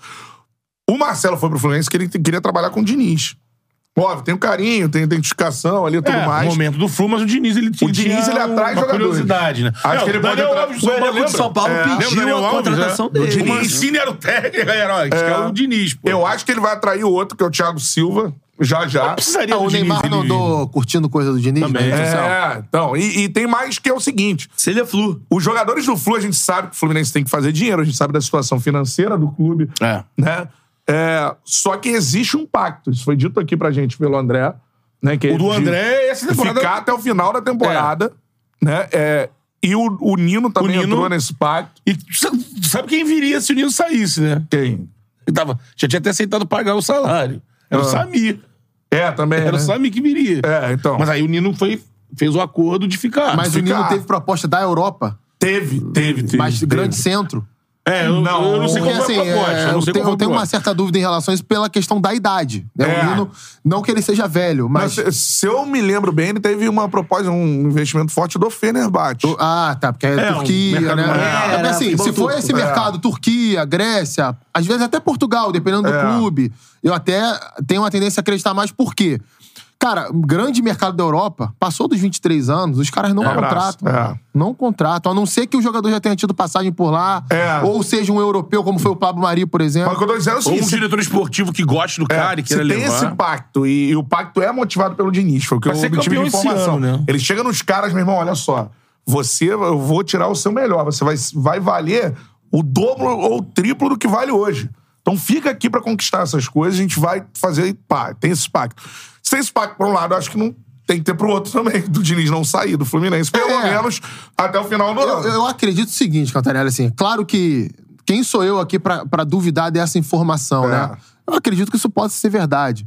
Speaker 1: O Marcelo foi pro Fluminense que ele te- queria trabalhar com o Diniz. Óbvio, tem o carinho, tem a identificação ali e tudo
Speaker 2: É,
Speaker 1: mais.
Speaker 2: no momento do Flu, mas o Diniz, ele tinha
Speaker 1: O Diniz, ele
Speaker 2: uma
Speaker 1: atrai jogadores.
Speaker 2: curiosidade, né?
Speaker 1: Acho que ele
Speaker 2: o
Speaker 1: pode
Speaker 2: Daniel
Speaker 1: atrar-
Speaker 2: Alves,
Speaker 1: Só
Speaker 2: velho,
Speaker 3: Banco
Speaker 2: lembra?
Speaker 3: de São Paulo
Speaker 2: É.
Speaker 3: pediu
Speaker 2: Lembra
Speaker 3: a
Speaker 2: Daniel Alves,
Speaker 3: contratação
Speaker 2: é?
Speaker 3: dele.
Speaker 2: O
Speaker 3: Diniz.
Speaker 2: Mancini era o técnico, era, que é o Diniz, pô.
Speaker 1: Eu acho que ele vai atrair o outro, que é o Thiago Silva, já já.
Speaker 2: precisaria
Speaker 4: Ah, o
Speaker 2: do Diniz,
Speaker 4: Neymar não
Speaker 2: ele-
Speaker 4: andou curtindo coisa do Diniz?
Speaker 2: Também. tá,
Speaker 4: né?
Speaker 1: É, então, e- e tem mais que é o seguinte:
Speaker 3: Celia Flu.
Speaker 1: Os jogadores do Flu, a gente sabe que o Fluminense tem que fazer dinheiro, a gente sabe da situação financeira do clube,
Speaker 2: É.
Speaker 1: né? É, só que existe um pacto, isso foi dito aqui pra gente pelo André, né? Que
Speaker 2: O do
Speaker 1: de
Speaker 2: André, essa temporada...
Speaker 1: Ficar até o final da temporada, né? É, E o, o Nino também
Speaker 2: Nino-
Speaker 1: entrou nesse pacto.
Speaker 2: E sa- sabe quem viria se o Nino saísse, né?
Speaker 1: Quem?
Speaker 2: Ele tava, já tinha até aceitado pagar o salário. Era o
Speaker 1: Ah.
Speaker 2: Samir.
Speaker 1: É, também.
Speaker 2: Era
Speaker 1: né?
Speaker 2: o Samir que viria.
Speaker 1: É, então.
Speaker 2: Mas aí o Nino foi, fez o acordo de ficar.
Speaker 4: Mas o
Speaker 1: fica-
Speaker 4: Nino teve proposta da Europa,
Speaker 1: Teve, teve, teve.
Speaker 4: mas
Speaker 1: teve.
Speaker 4: grande centro.
Speaker 2: É, eu eu
Speaker 1: Não,
Speaker 2: não, sei
Speaker 4: Porque
Speaker 2: qual
Speaker 4: assim,
Speaker 2: foi a proposta.
Speaker 4: é,
Speaker 2: eu
Speaker 4: eu,
Speaker 2: não sei qual
Speaker 4: tenho, eu
Speaker 2: foi a
Speaker 4: tenho uma
Speaker 2: proposta.
Speaker 4: certa dúvida em relação a isso pela questão da idade. né?
Speaker 1: É.
Speaker 4: O Nino, não que ele seja velho,
Speaker 1: Mas
Speaker 4: mas.
Speaker 1: se, se eu me lembro bem, ele teve uma proposta, um investimento forte do Fenerbahçe.
Speaker 4: Ah, tá, porque é,
Speaker 2: É, um
Speaker 4: Turquia,
Speaker 2: mercado
Speaker 4: né?
Speaker 2: maior.
Speaker 4: É, porque
Speaker 3: Era
Speaker 4: assim,
Speaker 3: futebol
Speaker 4: se for
Speaker 3: turco.
Speaker 4: esse mercado, Turquia, Grécia, às vezes até Portugal, dependendo do
Speaker 1: É.
Speaker 4: clube, eu até tenho uma tendência a acreditar mais por quê? Cara, o grande mercado da Europa, passou dos 23 anos, os caras não
Speaker 1: abraço.
Speaker 4: contratam.
Speaker 1: É.
Speaker 4: Não contratam, a não ser que o jogador já tenha tido passagem por lá,
Speaker 1: É.
Speaker 4: ou seja um europeu, como foi o Pablo Mari, por exemplo.
Speaker 1: Mas o que eu tô dizendo é o
Speaker 2: Ou
Speaker 1: seguinte:
Speaker 2: um
Speaker 1: se- é,
Speaker 2: diretor esportivo que goste do cara e
Speaker 1: se
Speaker 2: queira
Speaker 1: tem
Speaker 2: levar.
Speaker 1: esse pacto, e, e o pacto é motivado pelo Diniz, foi o que
Speaker 2: Vai
Speaker 1: eu
Speaker 2: ser
Speaker 1: obtive de
Speaker 2: campeão esse
Speaker 1: informação.
Speaker 2: ano, né?
Speaker 1: Ele chega nos caras, meu irmão, olha só, você, eu vou tirar o seu melhor, você vai, vai valer o dobro ou o triplo do que vale hoje. Então fica aqui pra conquistar essas coisas, a gente vai fazer, pá, tem esse pacto. Se tem esse pacto pra um lado, eu acho que não tem que ter pro outro também, do Diniz não sair do Fluminense, pelo
Speaker 4: É.
Speaker 1: menos até o final do
Speaker 4: Eu,
Speaker 1: ano.
Speaker 4: eu acredito o seguinte, Cantarelli, assim, claro que quem sou eu aqui pra pra duvidar dessa informação,
Speaker 1: É.
Speaker 4: né? Eu acredito que isso possa ser verdade.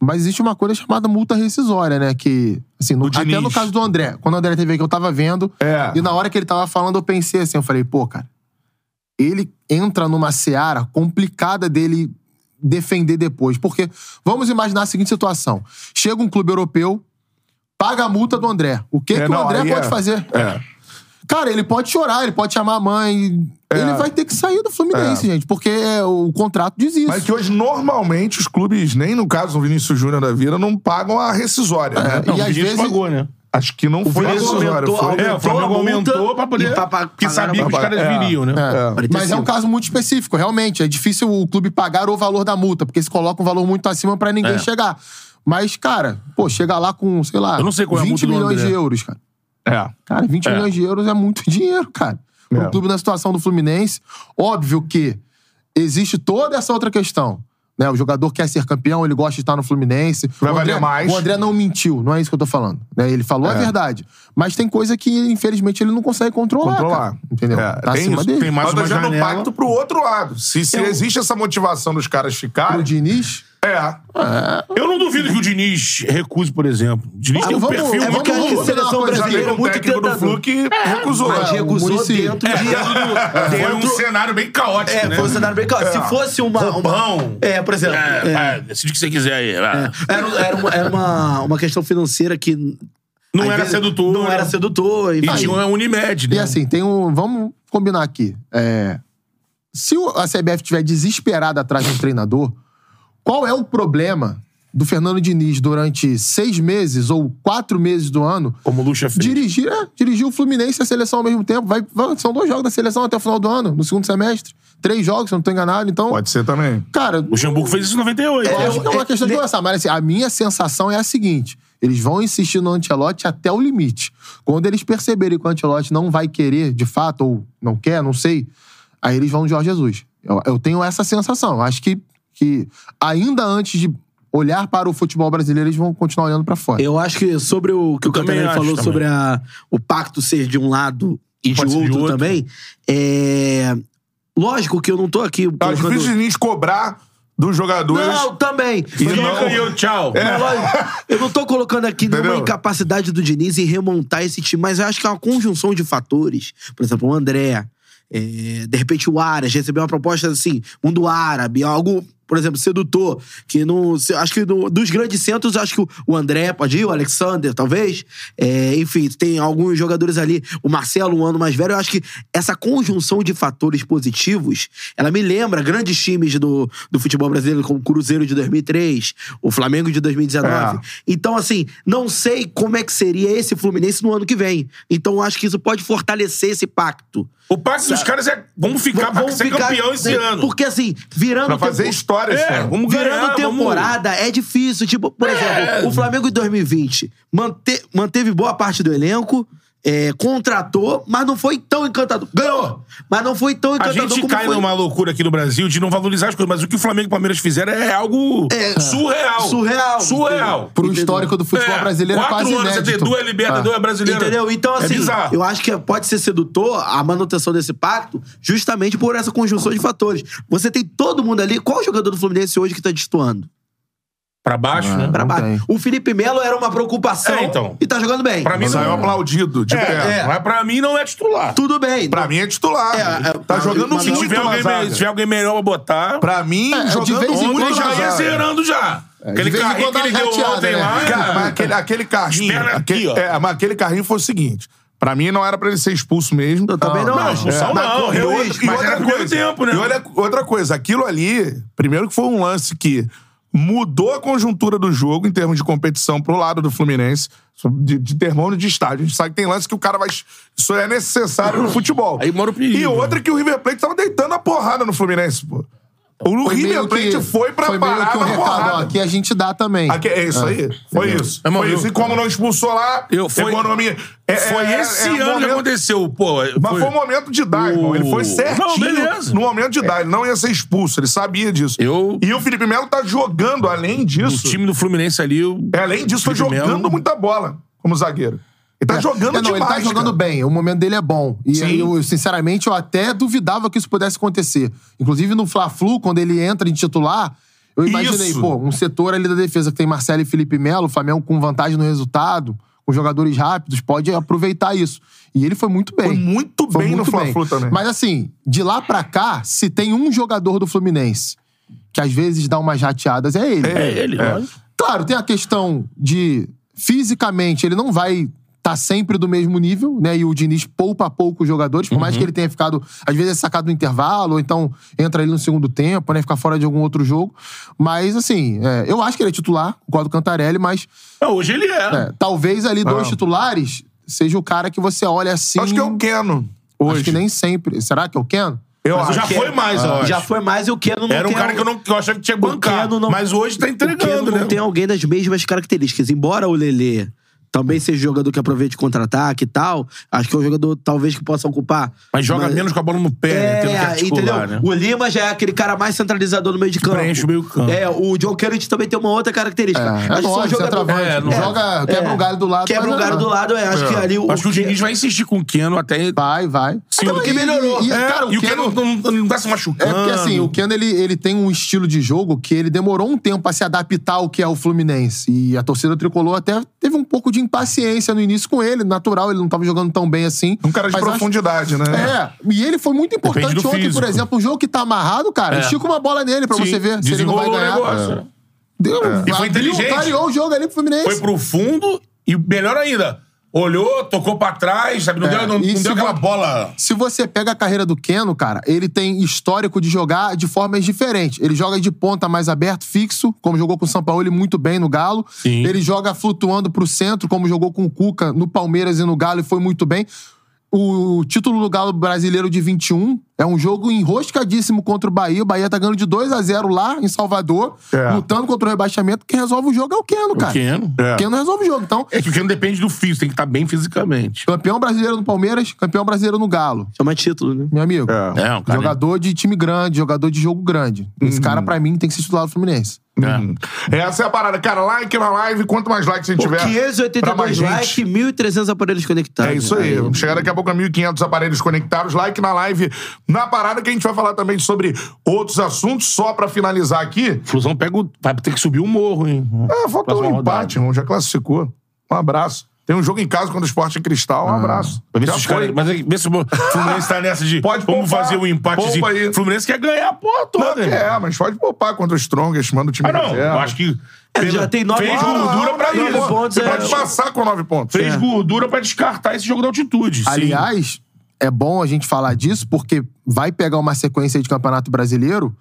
Speaker 4: Mas existe uma coisa chamada multa rescisória, né? Que, assim, no-
Speaker 1: Do
Speaker 4: até
Speaker 1: Diniz.
Speaker 4: no caso do André. Quando o André teve aqui, eu tava vendo.
Speaker 1: É.
Speaker 4: E na hora que ele tava falando, eu pensei assim, eu falei, pô, cara, ele entra numa seara complicada dele defender depois. Porque vamos imaginar a seguinte situação. Chega um clube europeu, paga a multa do André. O que,
Speaker 1: É,
Speaker 4: que
Speaker 1: não,
Speaker 4: o André
Speaker 1: aí
Speaker 4: pode
Speaker 1: é.
Speaker 4: fazer?
Speaker 1: É.
Speaker 4: Cara, ele pode chorar, ele pode chamar a mãe. Ele vai ter que sair do Fluminense, gente, porque é, o contrato diz isso.
Speaker 1: Mas que hoje, normalmente, os clubes, nem no caso do Vinícius Júnior da vida, não pagam a rescisória, né?
Speaker 4: e
Speaker 2: Não, o
Speaker 4: às
Speaker 2: Vinícius
Speaker 4: vezes-
Speaker 2: pagou, né?
Speaker 1: Acho que não foi
Speaker 3: Flamengo
Speaker 1: rescisória.
Speaker 3: aumentou
Speaker 1: Foi.
Speaker 3: a-
Speaker 2: É, o Flamengo
Speaker 3: a multa
Speaker 2: aumentou pra poder.
Speaker 3: e pra- pra-
Speaker 2: que sabia que os
Speaker 1: pagaram a
Speaker 2: caras
Speaker 1: multa.
Speaker 2: viriam, né?
Speaker 4: É.
Speaker 3: É.
Speaker 4: Mas é um caso muito específico, realmente. É difícil o clube pagar o valor da multa, porque se coloca um valor muito acima pra ninguém
Speaker 2: É.
Speaker 4: chegar. Mas, cara, pô, chega lá com, sei lá,
Speaker 2: Eu não sei qual é a multa
Speaker 4: 20
Speaker 2: do
Speaker 4: milhões
Speaker 2: André.
Speaker 4: de euros, cara.
Speaker 1: É.
Speaker 4: Cara, 20
Speaker 2: É.
Speaker 4: milhões de euros é muito dinheiro, cara. Para
Speaker 1: É.
Speaker 4: um clube na situação do Fluminense, óbvio que existe toda essa outra questão. Né? O jogador quer ser campeão, ele gosta de estar no Fluminense.
Speaker 1: Vai
Speaker 4: o André,
Speaker 1: valer mais. É.
Speaker 4: O André não mentiu, não é isso que eu tô falando. né? Ele falou a verdade. Mas tem coisa que, infelizmente, ele não consegue controlar.
Speaker 1: Controlar.
Speaker 4: cara. entendeu?
Speaker 1: É,
Speaker 4: tá
Speaker 1: tem
Speaker 4: acima
Speaker 1: isso,
Speaker 4: dele.
Speaker 2: tem mais
Speaker 1: Mas eu
Speaker 2: uma
Speaker 1: já no
Speaker 2: janela.
Speaker 1: pacto pro outro lado. Se, se existe essa motivação dos caras
Speaker 4: O
Speaker 1: ficarem.
Speaker 4: Diniz.
Speaker 1: É.
Speaker 2: Eu não duvido que o Diniz recuse, por exemplo. O Diniz
Speaker 4: Ah,
Speaker 2: tem um
Speaker 4: vamos-
Speaker 2: perfil
Speaker 4: é
Speaker 2: muito
Speaker 4: porque a
Speaker 2: bom.
Speaker 4: gente-
Speaker 3: seleção
Speaker 4: Mas
Speaker 1: Já teve
Speaker 3: brasileira é
Speaker 1: um
Speaker 3: muito
Speaker 1: técnico do Flu
Speaker 3: tentador.
Speaker 1: que recusou.
Speaker 3: Mas
Speaker 4: É, o
Speaker 3: recusou
Speaker 4: Muricy.
Speaker 3: dentro de...
Speaker 2: Foi um
Speaker 3: dentro-
Speaker 2: cenário bem caótico,
Speaker 3: É,
Speaker 2: né?
Speaker 3: foi um cenário bem claro. Se fosse uma...
Speaker 2: Roupão.
Speaker 3: uma é, por exemplo...
Speaker 2: É,
Speaker 3: é.
Speaker 2: vai, decide o que você quiser aí. vai.
Speaker 3: Era, era, uma, era uma, uma questão financeira que.
Speaker 2: Não
Speaker 3: às
Speaker 2: era sedutora.
Speaker 3: Não era sedutor.
Speaker 2: E
Speaker 3: enfim.
Speaker 2: tinha uma Unimed,
Speaker 1: É.
Speaker 2: né?
Speaker 4: E assim, tem um. Vamos combinar aqui. É, se o- a CBF estiver desesperada atrás de um treinador, qual é o problema do Fernando Diniz durante seis meses ou quatro meses do ano
Speaker 2: Como o Lucha fez.
Speaker 4: dirigir, é, dirigir o Fluminense e a seleção ao mesmo tempo? Vai, vai- são dois jogos da seleção até o final do ano, no segundo semestre. Três jogos, se eu não estou enganado. Então,
Speaker 1: Pode ser também.
Speaker 4: cara,
Speaker 2: O Luxemburgo fez isso em 98.
Speaker 4: eu
Speaker 2: né?
Speaker 4: acho que é uma
Speaker 3: é,
Speaker 4: questão de
Speaker 3: ne-
Speaker 4: conversar, mas assim, a minha sensação é a seguinte: eles vão insistir no Antelote até o limite. Quando eles perceberem que o Antelote não vai querer, de fato, ou não quer, não sei, aí eles vão no Jorge Jesus. Eu, eu tenho essa sensação. Eu Acho que, que ainda antes de olhar para o futebol brasileiro, eles vão continuar olhando para fora.
Speaker 3: Eu acho que sobre o que o
Speaker 2: também
Speaker 3: Cantarelli
Speaker 2: acho
Speaker 3: falou
Speaker 2: também.
Speaker 3: sobre a- o pacto ser de um lado e de
Speaker 2: Pode ser
Speaker 3: outro,
Speaker 2: de outro.
Speaker 3: também, é. Lógico que eu não tô aqui.
Speaker 1: Tá
Speaker 3: colocando-
Speaker 1: difícil o Diniz cobrar dos jogadores.
Speaker 3: Não, também.
Speaker 1: E
Speaker 3: Mas
Speaker 1: não-
Speaker 3: lógico-
Speaker 2: Fica e eu, tchau.
Speaker 3: mas lógico, Eu não tô colocando aqui nenhuma
Speaker 1: É. Entendeu?
Speaker 3: incapacidade do Diniz em remontar esse time, mas eu acho que é uma conjunção de fatores. Por exemplo, o André, é, de repente o Aras recebeu uma proposta assim, mundo árabe, algo, por exemplo, sedutor, que não. se- Acho que do- dos grandes centros, acho que o- o André pode ir, o Alexander, talvez. É, enfim, tem alguns jogadores ali, o Marcelo, um ano mais velho. Eu acho que essa conjunção de fatores positivos, ela me lembra grandes times do, do futebol brasileiro, como o Cruzeiro de 2003, o Flamengo de 2019.
Speaker 1: É.
Speaker 3: Então, assim, não sei como é que seria esse Fluminense no ano que vem. Então, eu acho que isso pode fortalecer esse pacto.
Speaker 2: O pacto dos caras é. Vamos ficar pra ser campeão esse ano.
Speaker 3: Porque, assim, virando.
Speaker 1: Pra fazer
Speaker 3: tempo-
Speaker 1: história,
Speaker 2: É,
Speaker 1: cara.
Speaker 2: vamos ganhar,
Speaker 3: Virando
Speaker 2: vamos-
Speaker 3: temporada é difícil. Tipo, por exemplo, o Flamengo em 2020 mante- manteve boa parte do elenco. é, contratou, mas não foi tão encantador. Ganhou! Mas não foi tão
Speaker 2: A
Speaker 3: encantador
Speaker 2: gente
Speaker 3: como
Speaker 2: cai
Speaker 3: foi.
Speaker 2: numa loucura aqui no Brasil de não valorizar as coisas, mas o que o Flamengo e o Palmeiras fizeram é algo surreal.
Speaker 3: Surreal.
Speaker 2: Surreal.
Speaker 4: Pro
Speaker 3: Entendeu?
Speaker 4: histórico do futebol
Speaker 2: É,
Speaker 4: brasileiro é
Speaker 2: quatro
Speaker 4: quase
Speaker 2: anos,
Speaker 4: inédito.
Speaker 2: Você tem duas Libertadores brasileiras.
Speaker 3: Entendeu? Então,
Speaker 2: É
Speaker 3: assim,
Speaker 2: bizarro.
Speaker 3: eu acho que pode ser sedutor a manutenção desse pacto justamente por essa conjunção de fatores. Você tem todo mundo ali. Qual jogador do Fluminense hoje que tá destoando?
Speaker 2: Pra baixo, né?
Speaker 3: Pra
Speaker 4: Não
Speaker 3: baixo.
Speaker 4: tem.
Speaker 3: O Felipe Melo era uma preocupação
Speaker 2: É, então.
Speaker 3: e tá jogando bem.
Speaker 2: Pra mim,
Speaker 1: Saiu
Speaker 2: não é.
Speaker 1: um aplaudido, de
Speaker 2: É,
Speaker 1: pé.
Speaker 2: é. Mas pra mim não é titular.
Speaker 3: Tudo bem.
Speaker 1: Pra mim é titular.
Speaker 3: É, é,
Speaker 1: tá
Speaker 3: mas-
Speaker 1: jogando
Speaker 3: mas-
Speaker 2: Se
Speaker 1: muito
Speaker 2: tiver, alguém,
Speaker 1: na
Speaker 2: me-
Speaker 1: zaga.
Speaker 2: se tiver alguém melhor pra botar.
Speaker 1: Pra mim,
Speaker 4: É, de
Speaker 1: jogando
Speaker 4: vez em
Speaker 1: muito
Speaker 2: Ontem
Speaker 4: quando
Speaker 1: na
Speaker 2: já ia
Speaker 1: zaga.
Speaker 2: zerando já. Aquele
Speaker 4: vez em
Speaker 2: carrinho que
Speaker 4: quando
Speaker 2: ele
Speaker 4: dá
Speaker 2: deu
Speaker 4: uma
Speaker 2: ontem
Speaker 4: rateada,
Speaker 2: lá.
Speaker 4: né?
Speaker 1: Cara, mas aquele, aquele carrinho.
Speaker 2: Espera aqui,
Speaker 1: aquele,
Speaker 2: ó.
Speaker 1: é, mas aquele carrinho foi o seguinte. Pra mim não era pra ele ser expulso mesmo.
Speaker 3: Eu também não.
Speaker 2: Não,
Speaker 3: acho.
Speaker 2: expulsão
Speaker 3: Mas
Speaker 2: não, é
Speaker 3: com-
Speaker 1: E
Speaker 2: eu-
Speaker 1: outra-
Speaker 2: mas
Speaker 1: e
Speaker 2: era
Speaker 1: outra
Speaker 2: primeiro
Speaker 1: coisa,
Speaker 2: tempo, né?
Speaker 1: E olha, outra coisa, aquilo ali, primeiro que foi um lance que mudou a conjuntura do jogo em termos de competição pro lado do Fluminense, de, de termômetro de estádio. A gente sabe que tem lance que o cara vai. Isso é necessário no futebol.
Speaker 2: Aí mora o perigo, né?
Speaker 1: E outra que o River Plate tava deitando a porrada no Fluminense, pô. O
Speaker 4: Então, Foi meio
Speaker 1: River Plate
Speaker 4: que-
Speaker 1: foi pra
Speaker 4: foi meio
Speaker 1: parar
Speaker 4: que um
Speaker 1: na
Speaker 4: recado, ó,
Speaker 1: porrada.
Speaker 4: que a gente dá também. Ah.
Speaker 1: Aqui, é isso aí. Foi isso.
Speaker 2: Irmão,
Speaker 1: foi
Speaker 2: eu-
Speaker 1: isso. E como não expulsou lá,
Speaker 2: Eu- foi-
Speaker 1: economia. É-
Speaker 2: Foi
Speaker 1: é- é-
Speaker 2: esse
Speaker 1: é um
Speaker 2: ano que
Speaker 1: momento-
Speaker 2: aconteceu, pô.
Speaker 1: mas foi, um momento de dar, irmão. Ele foi
Speaker 2: O- Não,
Speaker 1: certinho
Speaker 2: beleza.
Speaker 1: no momento de dar. Ele não ia ser expulso, ele sabia disso.
Speaker 2: Eu-
Speaker 1: E o Felipe Melo tá jogando, além
Speaker 2: O
Speaker 1: disso.
Speaker 2: time do Fluminense ali. o-
Speaker 1: É, além disso, tá
Speaker 2: Felipe
Speaker 1: jogando
Speaker 2: Melo-
Speaker 1: muita bola como zagueiro. Ele tá
Speaker 4: É.
Speaker 1: jogando
Speaker 4: É, não,
Speaker 1: demais,
Speaker 4: Ele tá jogando
Speaker 1: cara.
Speaker 4: bem, o momento dele é bom. E
Speaker 1: Sim.
Speaker 4: eu, sinceramente, eu até duvidava que isso pudesse acontecer. Inclusive no Fla-Flu, quando ele entra em titular, eu imaginei,
Speaker 1: Isso.
Speaker 4: pô, um setor ali da defesa que tem Marcelo e Felipe Melo, o Flamengo com vantagem no resultado, com jogadores rápidos, pode aproveitar isso. E ele foi muito bem.
Speaker 1: Foi muito
Speaker 4: Foi
Speaker 1: bem no
Speaker 4: muito
Speaker 1: Fla-Flu também.
Speaker 4: Mas assim, de lá pra cá, se tem um jogador do Fluminense que às vezes dá umas jateadas, é ele.
Speaker 2: É ele,
Speaker 1: É.
Speaker 2: lógico.
Speaker 4: Claro, tem a questão de fisicamente ele não vai estar sempre do mesmo nível, né? E o Diniz poupa a pouco os jogadores, por mais
Speaker 2: Uhum.
Speaker 4: que ele tenha ficado, às vezes, é sacado no intervalo, ou então entra ele no segundo tempo, né? Ficar fora de algum outro jogo. Mas, assim, é, eu acho que ele é titular, concordo com o Cantarelli, mas
Speaker 2: Não, hoje ele é.
Speaker 4: é, talvez ali dois
Speaker 1: Ah.
Speaker 4: titulares seja o cara que você olha assim.
Speaker 1: Acho que é o Keno.
Speaker 4: Acho
Speaker 1: hoje.
Speaker 4: que nem sempre. Será que é o Ken?
Speaker 1: Eu
Speaker 2: Mas
Speaker 1: acho.
Speaker 2: já
Speaker 3: que-
Speaker 2: foi mais, eu acho.
Speaker 3: Já foi mais e o Keno não
Speaker 2: Era um
Speaker 3: tem
Speaker 2: cara
Speaker 3: al-
Speaker 2: que eu, não, que eu achava que tinha bancado.
Speaker 3: Keno não-
Speaker 2: Mas hoje tá
Speaker 3: o Keno
Speaker 2: entregando, né?
Speaker 3: não tem alguém das mesmas características. Embora o Lelê também seja jogador que aproveite contra-ataque e tal, acho que é um jogador talvez que possa ocupar.
Speaker 2: Mas joga menos com a bola no pé, né? Tendo que
Speaker 3: É,
Speaker 2: articular,
Speaker 3: entendeu?
Speaker 2: né?
Speaker 3: O Lima já é aquele cara mais centralizador no meio de campo.
Speaker 2: Preenche o meio campo.
Speaker 3: É, o John Kennedy também tem uma outra característica.
Speaker 4: É,
Speaker 3: Acho que
Speaker 4: é
Speaker 3: são
Speaker 4: lógico,
Speaker 3: jogadores-
Speaker 4: centroavante.
Speaker 2: É, não-
Speaker 4: Joga, quebra
Speaker 3: É.
Speaker 4: um galho do lado.
Speaker 3: Quebra
Speaker 4: mas
Speaker 3: o
Speaker 4: não-
Speaker 3: cara do lado, é, acho que ali o.
Speaker 2: Acho que o Diniz vai insistir com o Keno até.
Speaker 4: Vai, vai.
Speaker 2: Sim,
Speaker 4: Então,
Speaker 2: porque
Speaker 4: Tá. e-
Speaker 2: melhorou.
Speaker 4: E,
Speaker 2: É,
Speaker 4: cara, o
Speaker 2: e o
Speaker 4: Keno-
Speaker 2: Keno não, não tá se
Speaker 4: É
Speaker 2: machucando.
Speaker 4: porque assim, o Keno ele, ele tem um estilo de jogo que ele demorou um tempo a se adaptar ao que é o Fluminense. E a torcida tricolor até teve um pouco de impaciência no início com ele, natural, ele não tava jogando tão bem assim.
Speaker 1: Um cara de
Speaker 4: Mas acho-
Speaker 1: profundidade, né?
Speaker 4: É, e ele foi muito importante
Speaker 2: do
Speaker 4: ontem,
Speaker 2: físico.
Speaker 4: por exemplo, um jogo que tá amarrado, cara,
Speaker 2: É.
Speaker 4: estica uma bola nele pra
Speaker 2: Sim,
Speaker 4: você ver se ele não
Speaker 2: desenrolou
Speaker 4: vai
Speaker 2: o
Speaker 4: ganhar. É.
Speaker 2: negócio. É.
Speaker 4: Deu,
Speaker 2: E foi
Speaker 4: abriu,
Speaker 2: inteligente.
Speaker 4: clareou o jogo ali pro Fluminense.
Speaker 2: Foi pro fundo e melhor ainda. Olhou, tocou pra trás, sabe? Não
Speaker 4: É,
Speaker 2: deu, não,
Speaker 4: e
Speaker 2: não
Speaker 4: se
Speaker 2: deu aquela
Speaker 4: vo-
Speaker 2: bola.
Speaker 4: Se você pega a carreira do Keno, cara, ele tem histórico de jogar de formas diferentes. Ele joga de ponta mais aberto, fixo, como jogou com o São Paulo ele muito bem no Galo.
Speaker 2: Sim.
Speaker 4: Ele joga flutuando pro centro, como jogou com o Cuca no Palmeiras e no Galo e foi muito bem. O título do Galo Brasileiro de 21 é um jogo enroscadíssimo contra o Bahia. O Bahia tá ganhando de 2 a 0 lá em Salvador,
Speaker 1: É.
Speaker 4: lutando contra o rebaixamento. Quem resolve o jogo é o Keno, cara.
Speaker 2: Keno.
Speaker 1: É.
Speaker 4: Keno resolve o jogo. Então,
Speaker 2: É que o Keno depende do físico, tem que estar bem fisicamente.
Speaker 4: campeão brasileiro no Palmeiras, campeão brasileiro no Galo.
Speaker 3: Chama título, né?
Speaker 4: Meu amigo.
Speaker 1: É.
Speaker 2: É, Uhum. um cara.
Speaker 4: Jogador de time grande, jogador de jogo grande. Esse cara, pra mim, tem que ser titular do Fluminense.
Speaker 1: Hum. Essa é a parada. Cara, like na live. Quanto mais likes a gente
Speaker 3: Pô,
Speaker 1: tiver. pra
Speaker 3: 582
Speaker 1: mais gente.
Speaker 3: likes, 1.300 aparelhos conectados.
Speaker 2: Tá
Speaker 1: É isso aí. Vamos chegar daqui a pouco a 1.500 aparelhos conectados. Like na live, na parada, que a gente vai falar também sobre outros assuntos. Só pra finalizar aqui,
Speaker 2: Flusão pega o... vai ter que subir o morro, hein?
Speaker 1: é, faltou um
Speaker 2: Próxima rodada.
Speaker 1: empate, irmão. Já classificou. Um abraço. Tem um jogo em casa contra o Esporte Cristal. Um abraço.
Speaker 2: Ah, Pra ver
Speaker 1: Já
Speaker 2: se os
Speaker 1: foi.
Speaker 2: caras. Mas é que- vê se o Fluminense tá nessa de.
Speaker 1: Pode
Speaker 2: vamos
Speaker 1: poupar.
Speaker 2: fazer um empate.
Speaker 1: Poupa aí.
Speaker 2: O Fluminense quer ganhar a porra
Speaker 1: Não,
Speaker 2: toda. irmão.
Speaker 1: é, mas pode poupar contra o Strongest, manda o time
Speaker 2: Ah, não.
Speaker 1: reserva.
Speaker 2: Eu acho que.
Speaker 3: É, já tem nove
Speaker 2: Fez
Speaker 1: Ah,
Speaker 3: pontos.
Speaker 2: gordura pra
Speaker 1: não,
Speaker 2: isso.
Speaker 1: não,
Speaker 3: pontos,
Speaker 1: Você
Speaker 3: é.
Speaker 1: pode passar com nove pontos. É.
Speaker 2: Fez gordura pra descartar esse jogo da altitude. sim.
Speaker 4: Aliás, é bom a gente falar disso, porque vai pegar uma sequência de Campeonato Brasileiro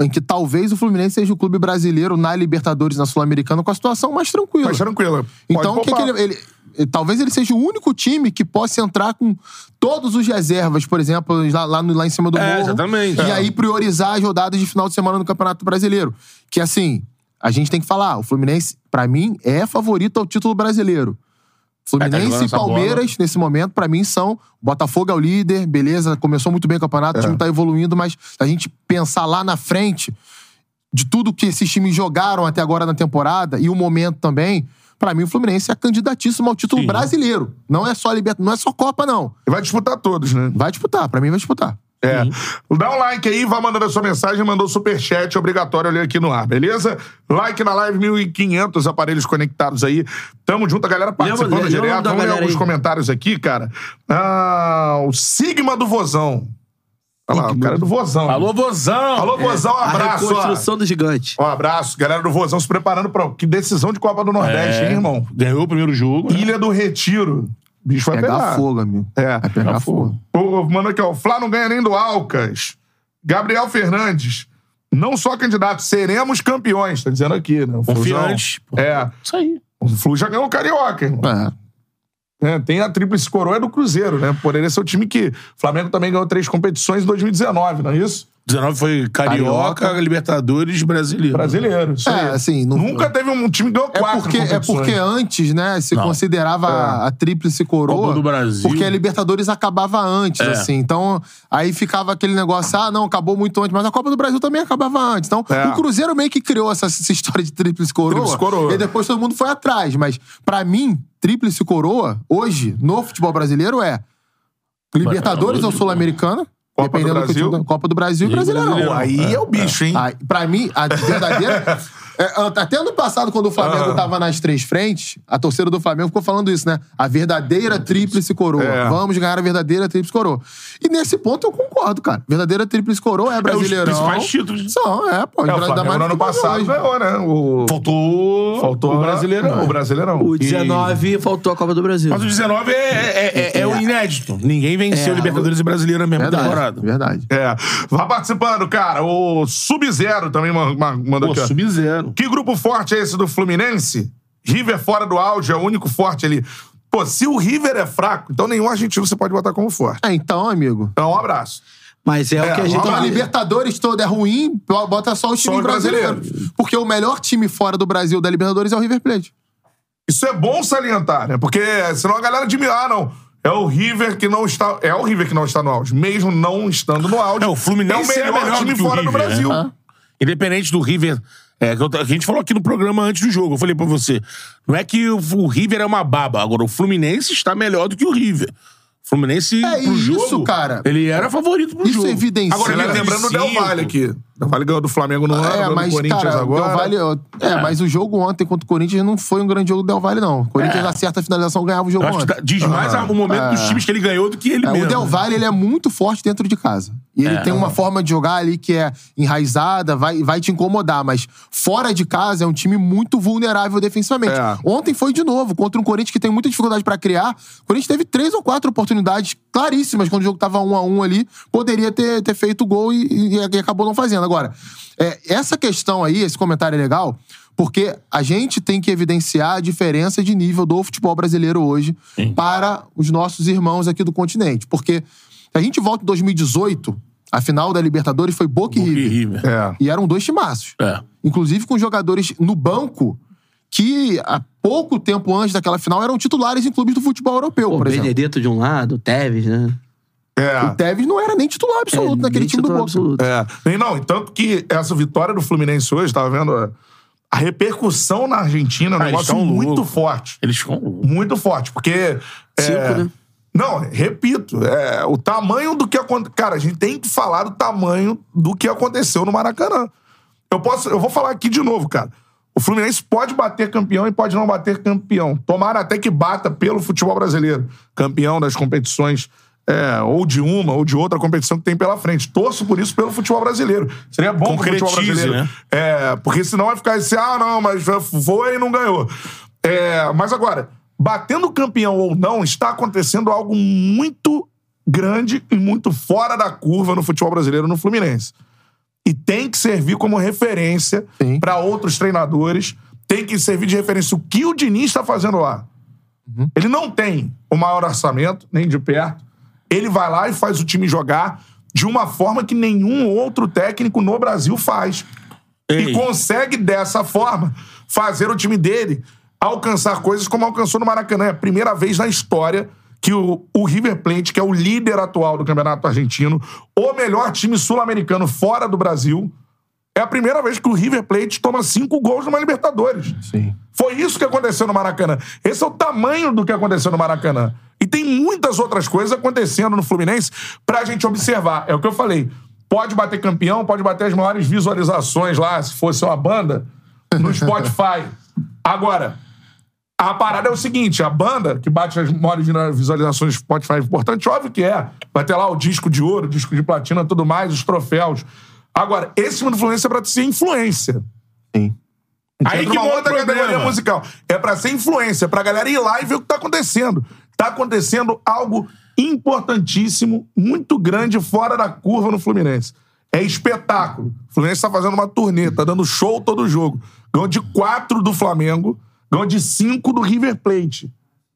Speaker 4: em que talvez o Fluminense seja o clube brasileiro na Libertadores, na Sul-Americana, com a situação mais tranquila.
Speaker 1: Mas tranquilo.
Speaker 4: então, o
Speaker 1: pode
Speaker 4: que, que
Speaker 1: poupar.
Speaker 4: ele, ele- Talvez ele seja o único time que possa entrar com todos os reservas, por exemplo, lá, lá no- lá em cima do
Speaker 2: É,
Speaker 4: morro.
Speaker 2: exatamente.
Speaker 4: E
Speaker 2: É.
Speaker 4: aí priorizar as rodadas de final de semana no Campeonato Brasileiro. Que assim, a gente tem que falar, o Fluminense, pra mim, é favorito ao título
Speaker 2: É,
Speaker 4: brasileiro.
Speaker 2: tá
Speaker 4: Fluminense
Speaker 2: jogando
Speaker 4: e
Speaker 2: essa
Speaker 4: Palmeiras, nesse momento, pra mim, são. Botafogo é o líder, beleza, começou muito bem o campeonato, o time tá evoluindo, mas a gente pensar lá na frente de tudo que esses times jogaram até agora na temporada e o momento também. Pra mim, o Fluminense é candidatíssimo ao título
Speaker 2: Sim.
Speaker 4: brasileiro. Não é só a Libertadores, não é só Copa, não.
Speaker 1: E vai disputar todos, né?
Speaker 4: Vai disputar, pra mim vai disputar.
Speaker 1: É. Dá um like aí, vai mandando a sua mensagem, mandou superchat, é obrigatório eu ler aqui no ar, beleza? Like na live, 1.500 aparelhos conectados aí. Tamo junto, a galera participando
Speaker 3: Lembra- lembra o
Speaker 1: direto.
Speaker 3: nome da
Speaker 1: Vamos ler
Speaker 3: galera
Speaker 1: alguns
Speaker 3: aí?
Speaker 1: comentários aqui, cara. Ah, o Sigma do Vozão. Olha lá, o cara é do Vozão.
Speaker 2: Alô, vozão!
Speaker 1: Alô Vozão, um
Speaker 3: É, A
Speaker 1: abraço.
Speaker 3: reconstrução do gigante.
Speaker 1: ó. Um abraço, galera do Vozão se preparando pra que decisão de Copa do Nordeste,
Speaker 2: É,
Speaker 1: hein, irmão?
Speaker 2: Ganhou o primeiro jogo. né?
Speaker 1: Ilha do Retiro. O bicho vai
Speaker 4: Pegar
Speaker 1: pegar.
Speaker 4: fogo, amigo.
Speaker 1: É.
Speaker 4: Vai pegar
Speaker 2: Pegar
Speaker 4: fogo.
Speaker 2: fogo.
Speaker 1: O, mano, aqui, ó. O Flá não ganha nem do Alcas. Gabriel Fernandes. Não só candidato, seremos campeões. Tá dizendo aqui, né? O Fluzão.
Speaker 2: Confiante, pô.
Speaker 1: É.
Speaker 2: Isso aí.
Speaker 1: O Flu já ganhou o Carioca, irmão.
Speaker 4: É.
Speaker 1: É, tem a tríplice coroa do Cruzeiro, né? Poderia ser o time que... O Flamengo também ganhou três competições em 2019, não é isso?
Speaker 2: 19 foi Carioca,
Speaker 4: Carioca.
Speaker 2: Libertadores Brasileiro.
Speaker 1: Brasileiro, isso
Speaker 4: É,
Speaker 1: aí.
Speaker 4: assim, não-
Speaker 1: Nunca teve um time que ganhou
Speaker 4: É
Speaker 1: quatro
Speaker 4: porque, é
Speaker 1: competições.
Speaker 4: porque antes, né, se
Speaker 2: Não.
Speaker 4: considerava a- a tríplice coroa.
Speaker 2: Copa do Brasil.
Speaker 4: Porque a
Speaker 1: é
Speaker 4: Libertadores acabava antes,
Speaker 2: É.
Speaker 4: assim. Então, aí ficava aquele negócio, ah, não, acabou muito antes. Mas a Copa do Brasil também acabava antes. Então,
Speaker 1: É.
Speaker 4: o Cruzeiro meio que criou essa, essa história de tríplice coroa.
Speaker 1: Tríplice coroa.
Speaker 4: E depois todo mundo foi atrás. Mas, pra mim, tríplice coroa, hoje, no futebol brasileiro, é Libertadores ou Sul-Americana.
Speaker 1: é Copa do
Speaker 4: dependendo que
Speaker 1: Brasil.
Speaker 4: time- Copa do Brasil e
Speaker 2: E
Speaker 4: Brasileirão.
Speaker 2: Brasileirão.
Speaker 1: Aí é o bicho, hein?
Speaker 4: Ah, pra mim, a verdadeira. É, an- até ano passado, quando o Flamengo
Speaker 1: Ah.
Speaker 4: tava nas três frentes, a torcida do Flamengo ficou falando isso, né? A verdadeira tríplice coroa.
Speaker 1: É.
Speaker 4: Vamos ganhar a verdadeira tríplice coroa. E nesse ponto eu concordo, cara. Verdadeira tríplice coroa é brasileirão.
Speaker 2: principais títulos.
Speaker 4: São, é,
Speaker 1: É, o
Speaker 4: pô.
Speaker 1: Flamengo
Speaker 4: Ainda mais
Speaker 1: no ano
Speaker 4: que ganhou
Speaker 1: passado
Speaker 4: hoje.
Speaker 1: ganhou, né? O...
Speaker 2: Faltou,
Speaker 1: Faltou
Speaker 2: o Brasileirão.
Speaker 1: O Brasileirão.
Speaker 3: O 19 faltou a Copa do Brasil.
Speaker 2: Mas o 19 é, é, é- é o inédito. Ninguém venceu
Speaker 3: É,
Speaker 2: Libertadores e Brasileiro na mesma
Speaker 4: Verdade.
Speaker 2: temporada.
Speaker 4: Verdade.
Speaker 1: É. Vá participando, cara. O Sub-Zero também ma- ma- mandou
Speaker 2: Pô,
Speaker 1: aqui. ó.
Speaker 2: sub-zero.
Speaker 1: Que grupo forte é esse do Fluminense? River fora do auge, é o único forte ali. Pô, se o River é fraco, então nenhum argentino você pode botar como forte.
Speaker 4: É, então, amigo.
Speaker 1: Então, um abraço.
Speaker 3: Mas é,
Speaker 1: É,
Speaker 3: o que a gente.
Speaker 4: Então a
Speaker 1: Olha.
Speaker 4: Libertadores toda é ruim, bota só os
Speaker 1: Só
Speaker 4: times
Speaker 1: os brasileiros.
Speaker 4: brasileiros. Porque o melhor time fora do Brasil da Libertadores é o River Plate.
Speaker 1: Isso é bom salientar, né? Porque senão a galera de ah, não. É o River que não está. É o River que não está no auge. Mesmo não estando no auge.
Speaker 2: É, o Fluminense é melhor
Speaker 1: time
Speaker 2: do que o
Speaker 1: fora do
Speaker 2: River, né?
Speaker 1: Brasil.
Speaker 4: Ah.
Speaker 2: Independente do River. é, que eu- que a gente falou aqui no programa antes do jogo. Eu falei pra você. Não é que o, o River é uma baba. Agora, o Fluminense está melhor do que o River. O Fluminense.
Speaker 4: É
Speaker 2: pro
Speaker 4: isso,
Speaker 2: jogo,
Speaker 4: cara.
Speaker 2: Ele era favorito pro
Speaker 4: Isso
Speaker 2: jogo.
Speaker 4: evidencia.
Speaker 1: Agora,
Speaker 2: Agora,
Speaker 4: Sim,
Speaker 1: lembrando o Del Valle aqui. Del Valle ganhou do Flamengo no ano,
Speaker 4: É,
Speaker 1: ganhou do
Speaker 4: mas,
Speaker 1: Corinthians
Speaker 4: cara,
Speaker 1: agora.
Speaker 4: Del Valle, ó, é, mas o jogo ontem contra o Corinthians não foi um grande jogo do Del Valle, não. O Corinthians acerta a finalização, ganhava o jogo
Speaker 2: Eu acho que tá
Speaker 4: ontem.
Speaker 2: dá- diz mais o momento dos times que ele ganhou do que ele
Speaker 4: Ah, É,
Speaker 2: mesmo.
Speaker 4: o Del Valle, ele é muito forte dentro de casa. E ele
Speaker 2: né? É.
Speaker 4: tem uma forma de jogar ali que é enraizada, vai, vai te incomodar, mas fora de casa é um time muito vulnerável defensivamente.
Speaker 1: É.
Speaker 4: Ontem foi de novo, contra um Corinthians que tem muita dificuldade pra criar. O Corinthians teve três ou quatro oportunidades claríssimas quando o jogo tava um a um ali. Poderia ter, ter feito gol e, e- e acabou não fazendo. Agora, é, essa questão aí, esse comentário é legal, porque a gente tem que evidenciar a diferença de nível do futebol brasileiro hoje para os nossos irmãos aqui do continente. Porque a gente volta em 2018, a final da Libertadores foi Boca, e
Speaker 2: E
Speaker 4: River.
Speaker 2: River.
Speaker 1: É.
Speaker 4: E eram dois timaços
Speaker 2: É.
Speaker 4: inclusive com jogadores no banco que há pouco tempo antes daquela final eram titulares em clubes do futebol europeu,
Speaker 3: Pô,
Speaker 4: por exemplo.
Speaker 3: Benedetto de um lado, Tevez, né?
Speaker 1: É.
Speaker 4: O Tevez não era nem titular absoluto
Speaker 3: É,
Speaker 4: naquele time do
Speaker 3: titular
Speaker 4: Boca.
Speaker 3: absoluto.
Speaker 1: É. E não, e tanto que essa vitória do Fluminense hoje, tava vendo a- a repercussão na Argentina, é um
Speaker 2: Ah, eles
Speaker 1: negócio
Speaker 2: tão
Speaker 1: muito
Speaker 2: loucos.
Speaker 1: forte.
Speaker 2: Eles ficam.
Speaker 1: Muito forte, porque. é,
Speaker 3: Cinco, né?
Speaker 1: Não, repito, é, o tamanho do que aconteceu. Cara, a gente tem que falar do tamanho do que aconteceu no Maracanã. Eu posso, eu vou falar aqui de novo, cara. O Fluminense pode bater campeão e pode não bater campeão. Tomara até que bata pelo futebol brasileiro, campeão das competições, é, ou de uma ou de outra competição que tem pela frente. Torço por isso pelo futebol brasileiro. Seria bom pro futebol
Speaker 2: Concretize,
Speaker 1: brasileiro.
Speaker 2: né?
Speaker 1: É, porque senão vai ficar esse, ah, não, mas foi e não ganhou. É, mas agora, batendo campeão ou não, está acontecendo algo muito grande e muito fora da curva no futebol brasileiro no Fluminense. E tem que servir como referência
Speaker 4: Sim.
Speaker 1: para outros treinadores, tem que servir de referência o que o Diniz está fazendo lá. Ele não tem o maior orçamento, nem de perto. Ele vai lá e faz o time jogar de uma forma que nenhum outro técnico no Brasil faz.
Speaker 2: Ei.
Speaker 1: E consegue, dessa forma, fazer o time dele alcançar coisas como alcançou no Maracanã. É a primeira vez na história que o, o River Plate, que é o líder atual do Campeonato Argentino, o melhor time sul-americano fora do Brasil, é a primeira vez que o River Plate toma cinco gols numa Libertadores.
Speaker 4: Sim.
Speaker 1: Foi isso que aconteceu no Maracanã. Esse é o tamanho do que aconteceu no Maracanã. E tem muitas outras coisas acontecendo no Fluminense pra gente observar. É o que eu falei. Pode bater campeão, pode bater as maiores visualizações lá, se fosse uma banda, no Spotify. Agora, a parada é o seguinte: a banda que bate as maiores visualizações do Spotify é importante, óbvio que é. Vai ter lá o disco de ouro, o disco de platina, tudo mais, os troféus. Agora, esse time do Fluminense é pra ser influência.
Speaker 4: Sim.
Speaker 1: Aí que
Speaker 2: mora o
Speaker 1: monta a
Speaker 2: problema.
Speaker 1: categoria musical. É pra ser influência, pra galera ir lá e ver o que tá acontecendo. Tá acontecendo algo importantíssimo, muito grande, fora da curva no Fluminense. É espetáculo. O Fluminense tá fazendo uma turnê, tá dando show todo jogo. Ganhou de quatro do Flamengo, ganhou de cinco do River Plate.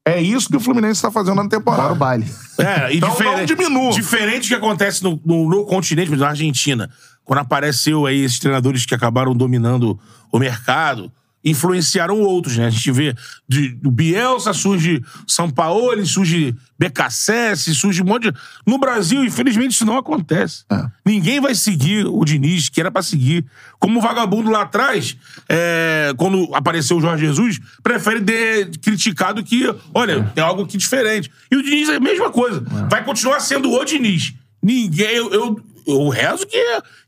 Speaker 1: É isso que o Fluminense tá fazendo na
Speaker 4: Para o
Speaker 1: temporada.
Speaker 4: baile.
Speaker 2: É, e
Speaker 1: Então
Speaker 2: diferente,
Speaker 1: não diminua.
Speaker 2: Diferente do que acontece no, no, no continente, mas na Argentina, quando apareceu aí esses treinadores que acabaram dominando o mercado, influenciaram outros, né? A gente vê de, do Bielsa surge São Paulo, surge BKSS, surge um monte de... No Brasil, infelizmente, isso não acontece.
Speaker 4: É.
Speaker 2: Ninguém vai seguir o Diniz, que era pra seguir. Como o vagabundo lá atrás, é, quando apareceu o Jorge Jesus, prefere de, criticar do que,
Speaker 4: É.
Speaker 2: olha, tem algo aqui diferente. E o Diniz é a mesma coisa. Vai continuar sendo o Diniz. Ninguém. Eu, eu, eu rezo que,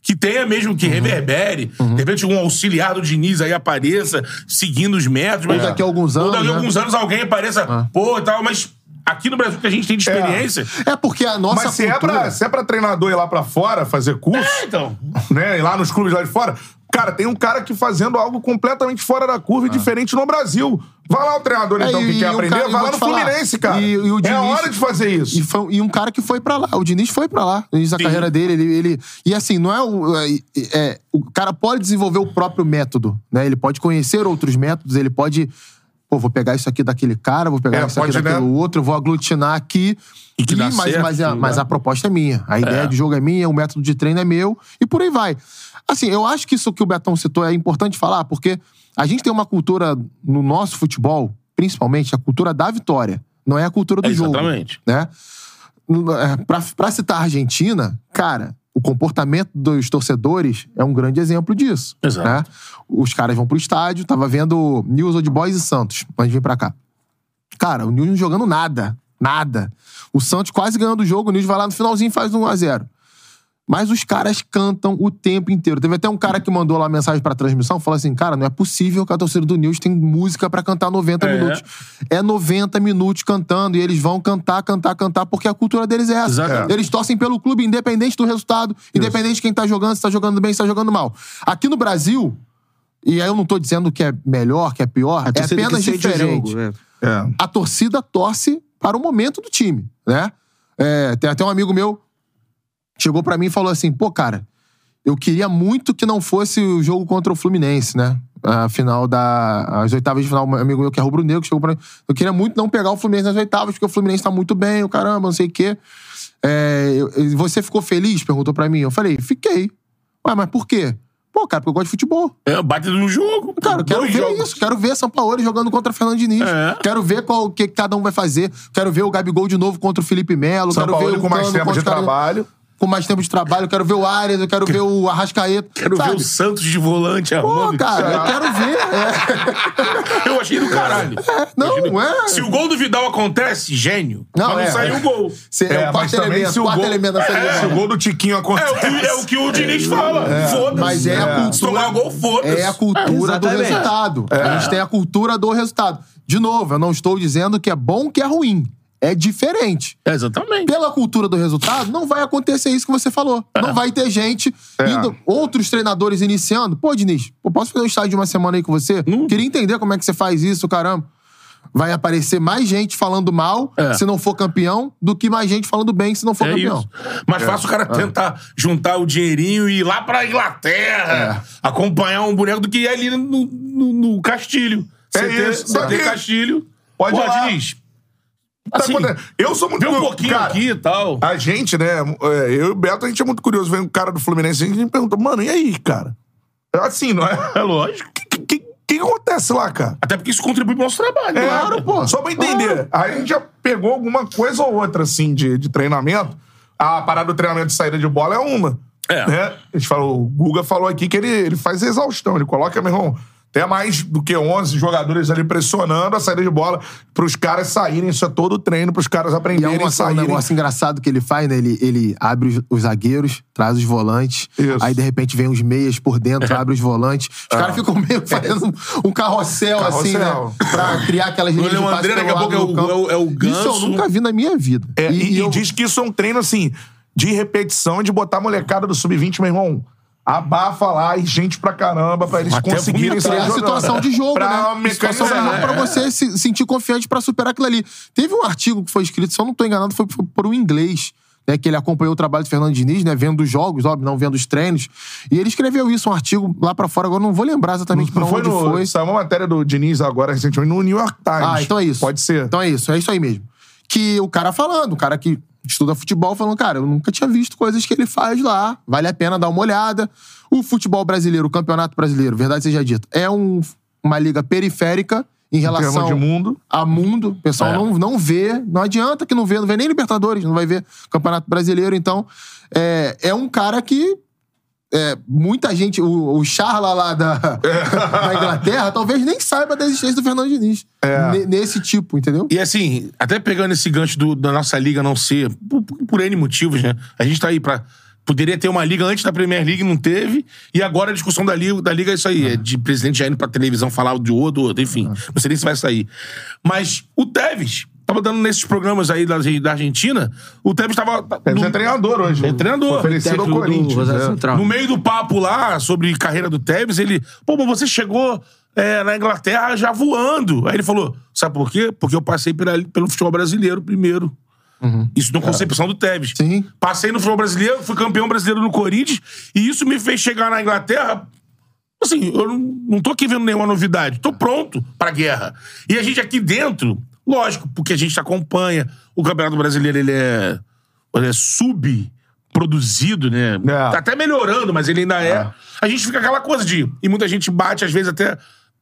Speaker 2: que tenha mesmo,
Speaker 4: Uhum.
Speaker 2: que reverbere. De repente, um auxiliar do Diniz aí apareça, seguindo os métodos. Mas
Speaker 4: daqui a alguns
Speaker 2: Ou daqui
Speaker 4: anos,
Speaker 2: a
Speaker 4: né?
Speaker 2: alguns anos alguém apareça, pô, e tal, mas. Aqui no Brasil que a gente tem de experiência.
Speaker 4: É porque a nossa
Speaker 1: Mas se é,
Speaker 4: cultura...
Speaker 1: pra, se é pra treinador ir lá pra fora fazer curso,
Speaker 2: É, então.
Speaker 1: né? E lá nos clubes lá de fora. Cara, tem um cara que fazendo algo completamente fora da curva e diferente no Brasil. Vai lá o treinador,
Speaker 4: É,
Speaker 1: então,
Speaker 4: e-
Speaker 1: que
Speaker 4: e
Speaker 1: quer
Speaker 4: um
Speaker 1: aprender,
Speaker 4: cara- eu
Speaker 1: vai
Speaker 4: vou
Speaker 1: lá
Speaker 4: te
Speaker 1: no
Speaker 4: falar.
Speaker 1: Fluminense, cara.
Speaker 4: E- e o
Speaker 1: é
Speaker 4: Diniz-
Speaker 1: a hora de fazer isso.
Speaker 4: E, foi- e um cara que foi pra lá. O Diniz foi pra lá. O Diniz, a
Speaker 2: Sim.
Speaker 4: carreira dele, ele, ele- E assim, não é, o- é, é- O cara pode desenvolver o próprio método, né? Ele pode conhecer outros métodos, ele pode. Pô, vou pegar isso aqui daquele cara, vou pegar
Speaker 1: É,
Speaker 4: isso aqui
Speaker 1: pode, né?
Speaker 4: daquele outro, vou aglutinar aqui.
Speaker 2: E que dá
Speaker 4: mas, mas
Speaker 2: certo,
Speaker 4: a,
Speaker 2: né?
Speaker 4: mas a proposta é minha. A ideia de jogo é minha, o método de treino é meu, e por aí vai. Assim, eu acho que isso que o Betão citou é importante falar, porque a gente tem uma cultura no nosso futebol, principalmente, a cultura da vitória. Não é a cultura do
Speaker 2: É,
Speaker 4: jogo
Speaker 2: exatamente.
Speaker 4: né? É, Pra pra citar a Argentina, cara, o comportamento dos torcedores é um grande exemplo disso.
Speaker 2: Exato.
Speaker 4: né? Os caras vão pro estádio, tava vendo News Old Boys e Santos, antes de vir pra cá. Cara, o News não jogando nada. Nada. O Santos quase ganhando o jogo, o News vai lá no finalzinho e faz 1x0. Mas os caras cantam o tempo inteiro. Teve até um cara que mandou lá mensagem pra transmissão, falou assim: cara, não é possível que a torcida do News tem música pra cantar 90
Speaker 2: É.
Speaker 4: minutos. É 90 minutos cantando e eles vão cantar, cantar, cantar, porque a cultura deles é essa.
Speaker 2: Exatamente.
Speaker 4: Eles torcem pelo clube, independente do resultado, independente de quem tá jogando, se tá jogando bem, se tá jogando mal. Aqui no Brasil, e aí eu não tô dizendo que é melhor, que é pior, é
Speaker 3: torcida que
Speaker 4: apenas
Speaker 3: sente o
Speaker 4: diferente
Speaker 3: jogo, é.
Speaker 1: É.
Speaker 4: a torcida torce para o momento do time, né? É, tem até um amigo meu chegou pra mim e falou assim: "Pô, cara, eu queria muito que não fosse o jogo contra o Fluminense, né? A final da as oitavas de final, um amigo meu que é rubro-negro chegou pra mim, eu queria muito não pegar o Fluminense nas oitavas, porque o Fluminense tá muito bem, o caramba, não sei o quê. É, eu- eu- você ficou feliz? Perguntou pra mim. Eu falei: "Fiquei". Ué, mas por quê? Pô, cara, porque eu gosto de futebol.
Speaker 2: É, bate no jogo.
Speaker 4: Cara, eu quero
Speaker 2: Dois
Speaker 4: ver
Speaker 2: jogos.
Speaker 4: isso. Quero ver São Paulo jogando contra Fernando Diniz.
Speaker 2: É.
Speaker 4: Quero ver qual o que cada um vai fazer. Quero ver o Gabigol de novo contra o Felipe Melo.
Speaker 1: São
Speaker 4: Quero ver
Speaker 1: Paulo
Speaker 4: o
Speaker 1: com mais
Speaker 4: Cano
Speaker 1: tempo
Speaker 4: contra
Speaker 1: de
Speaker 4: o cara-
Speaker 1: trabalho.
Speaker 4: Com mais tempo de trabalho. Quero ver o Arias. Eu quero ver o Arrascaeta.
Speaker 2: Quero
Speaker 4: sabe?
Speaker 2: ver o Santos de volante
Speaker 4: Pô,
Speaker 2: armando.
Speaker 4: cara, eu quero ver. É.
Speaker 2: Eu achei do caralho.
Speaker 4: Não, é.
Speaker 2: Se o gol do Vidal acontece, gênio.
Speaker 4: Não,
Speaker 2: mas não
Speaker 4: é.
Speaker 2: saiu o gol.
Speaker 4: Cê- é, o quarto elemento. Quarto elemento da
Speaker 1: se o
Speaker 4: seleção.
Speaker 1: gol do Tiquinho
Speaker 2: É o
Speaker 1: acontece.
Speaker 2: que, é o, que o Diniz fala. Foda-se.
Speaker 4: Mas é a cultura-
Speaker 2: Se tomar gol, foda-se.
Speaker 4: É a cultura do
Speaker 3: Exatamente.
Speaker 4: resultado.
Speaker 1: É.
Speaker 4: A gente tem a cultura do resultado. De novo, eu não estou dizendo que é bom que é ruim. É diferente.
Speaker 2: É, Exatamente.
Speaker 4: pela cultura do resultado, não vai acontecer isso que você falou.
Speaker 2: É.
Speaker 4: Não vai ter gente indo, outros treinadores iniciando. Pô, Diniz, eu posso fazer um estágio de uma semana aí com você? Queria entender como é que você faz isso, caramba. Vai aparecer mais gente falando mal
Speaker 2: É.
Speaker 4: se não for campeão do que mais gente falando bem se não for
Speaker 2: É
Speaker 4: campeão. Ah.
Speaker 2: isso. Mas fácil o cara tentar juntar o dinheirinho e ir lá pra
Speaker 4: É.
Speaker 2: Inglaterra, acompanhar um boneco do que ir ali no, no, no Castilho.
Speaker 1: É
Speaker 2: CT,
Speaker 1: isso,
Speaker 2: CT
Speaker 1: daqui.
Speaker 2: Castilho.
Speaker 1: Pode
Speaker 2: Pô,
Speaker 1: ir lá.
Speaker 2: Diniz.
Speaker 1: Tá
Speaker 2: Assim,
Speaker 1: acontecendo. eu sou muito
Speaker 2: Vê um pouquinho
Speaker 1: cara,
Speaker 2: aqui e tal.
Speaker 1: A gente, né? é, Eu e o Beto, a gente é muito curioso. Vem um cara do Fluminense, a gente perguntou, mano, e aí, cara? É Assim, não é?
Speaker 2: É lógico.
Speaker 1: que, que- que que acontece lá, cara?
Speaker 2: Até porque isso contribui pro nosso trabalho.
Speaker 1: É,
Speaker 2: né?
Speaker 1: Só pra entender. Aí a gente já pegou alguma coisa ou outra, assim, de, de treinamento. A parada do treinamento de saída de bola é uma.
Speaker 2: É.
Speaker 1: Né? A gente falou, o Guga falou aqui que ele, ele faz exaustão. Ele coloca, meu irmão, até mais do que 11 jogadores ali pressionando a saída de bola pros caras saírem. Isso é todo o treino pros caras
Speaker 4: E é
Speaker 1: aprenderem
Speaker 4: um,
Speaker 1: e,
Speaker 4: assim, um
Speaker 1: saírem.
Speaker 4: negócio engraçado que ele faz, né? Ele, ele abre os, os zagueiros, traz os volantes.
Speaker 1: Isso.
Speaker 4: Aí, de repente, vem os meias por dentro, abre os volantes. Os caras ficam meio fazendo um- um carrossel, assim,
Speaker 1: Carrossel.
Speaker 4: né? Pra criar aquelas
Speaker 2: O
Speaker 4: linhas de
Speaker 2: Leandro
Speaker 4: passe
Speaker 2: André,
Speaker 4: pelo
Speaker 2: daqui a
Speaker 4: lado
Speaker 2: pouco é
Speaker 4: do
Speaker 2: o,
Speaker 4: campo.
Speaker 2: é o, é o ganso.
Speaker 4: Isso eu nunca vi na minha vida.
Speaker 1: É, e, e
Speaker 4: eu-
Speaker 1: diz que isso é um treino, assim, de repetição, de botar a molecada do sub-20, meu irmão. Abafa lá e gente pra caramba, pra eles
Speaker 2: Até
Speaker 1: conseguirem
Speaker 2: porque
Speaker 1: sair
Speaker 4: criar é a
Speaker 1: jogando.
Speaker 4: situação de jogo,
Speaker 1: pra
Speaker 4: né? Situação de jogo
Speaker 1: mecanizar,
Speaker 4: pra
Speaker 1: é.
Speaker 4: você se sentir confiante pra superar aquilo ali. Teve um artigo que foi escrito, se eu não tô enganado, foi foi por um inglês, né? Que ele acompanhou o trabalho do Fernando Diniz, né? Vendo os jogos, óbvio, não vendo os treinos. E ele escreveu isso, um artigo lá pra fora, agora eu não vou lembrar exatamente pra
Speaker 1: Não foi
Speaker 4: onde
Speaker 1: no,
Speaker 4: foi.
Speaker 1: Saiu uma matéria do Diniz agora recentemente no New York Times.
Speaker 4: Ah, então é isso.
Speaker 1: Pode ser.
Speaker 4: Então é isso, é isso aí mesmo. Que o cara falando, o cara que estuda futebol falando, cara, eu nunca tinha visto coisas que ele faz lá, vale a pena dar uma olhada. O futebol brasileiro, o campeonato brasileiro, verdade seja dita, é um- uma liga periférica Então, em relação
Speaker 1: termos de mundo.
Speaker 4: a mundo. O pessoal
Speaker 2: É.
Speaker 4: não, não vê, não adianta que não vê, não vê nem Libertadores, não vai ver Campeonato Brasileiro. Então, é, é um cara que é, muita gente, o, o charla lá da, da Inglaterra, talvez nem saiba da existência do Fernando Diniz. Ne- nesse tipo, entendeu?
Speaker 2: E assim, até pegando esse gancho do- da nossa liga não ser, por, por- por N motivos, né? A gente tá aí pra. Poderia ter uma liga antes da Premier League, não teve. E agora a discussão da liga, da liga é isso aí.
Speaker 1: Ah.
Speaker 2: É de presidente já indo pra televisão falar de outro, outro, enfim. Não sei nem se vai sair. Mas o Tevez, tava dando nesses programas aí da, da Argentina, o Tevez tava.
Speaker 1: Deve
Speaker 2: no-
Speaker 1: ser é treinador hoje.
Speaker 2: É treinador.
Speaker 1: Oferecido ao
Speaker 3: Técnico do
Speaker 1: Corinthians.
Speaker 3: Rosário
Speaker 1: né?
Speaker 3: Central.
Speaker 2: No meio do papo lá, sobre carreira do Tevez, ele... Pô, mas você chegou é, na Inglaterra já voando. Aí ele falou, sabe por quê? Porque eu passei pela- pelo futebol brasileiro primeiro. Isso na concepção do Tevez.
Speaker 4: Sim.
Speaker 2: Passei no futebol brasileiro, fui campeão brasileiro no Corinthians, e isso me fez chegar na Inglaterra... Assim, eu não, não tô aqui vendo nenhuma novidade. Tô pronto pra guerra. E a gente aqui dentro, lógico, porque a gente acompanha. O Campeonato Brasileiro, ele é, ele é subproduzido, né?
Speaker 1: É.
Speaker 2: Tá até melhorando, mas ele ainda é. A gente fica aquela coisa de. E muita gente bate, às vezes, até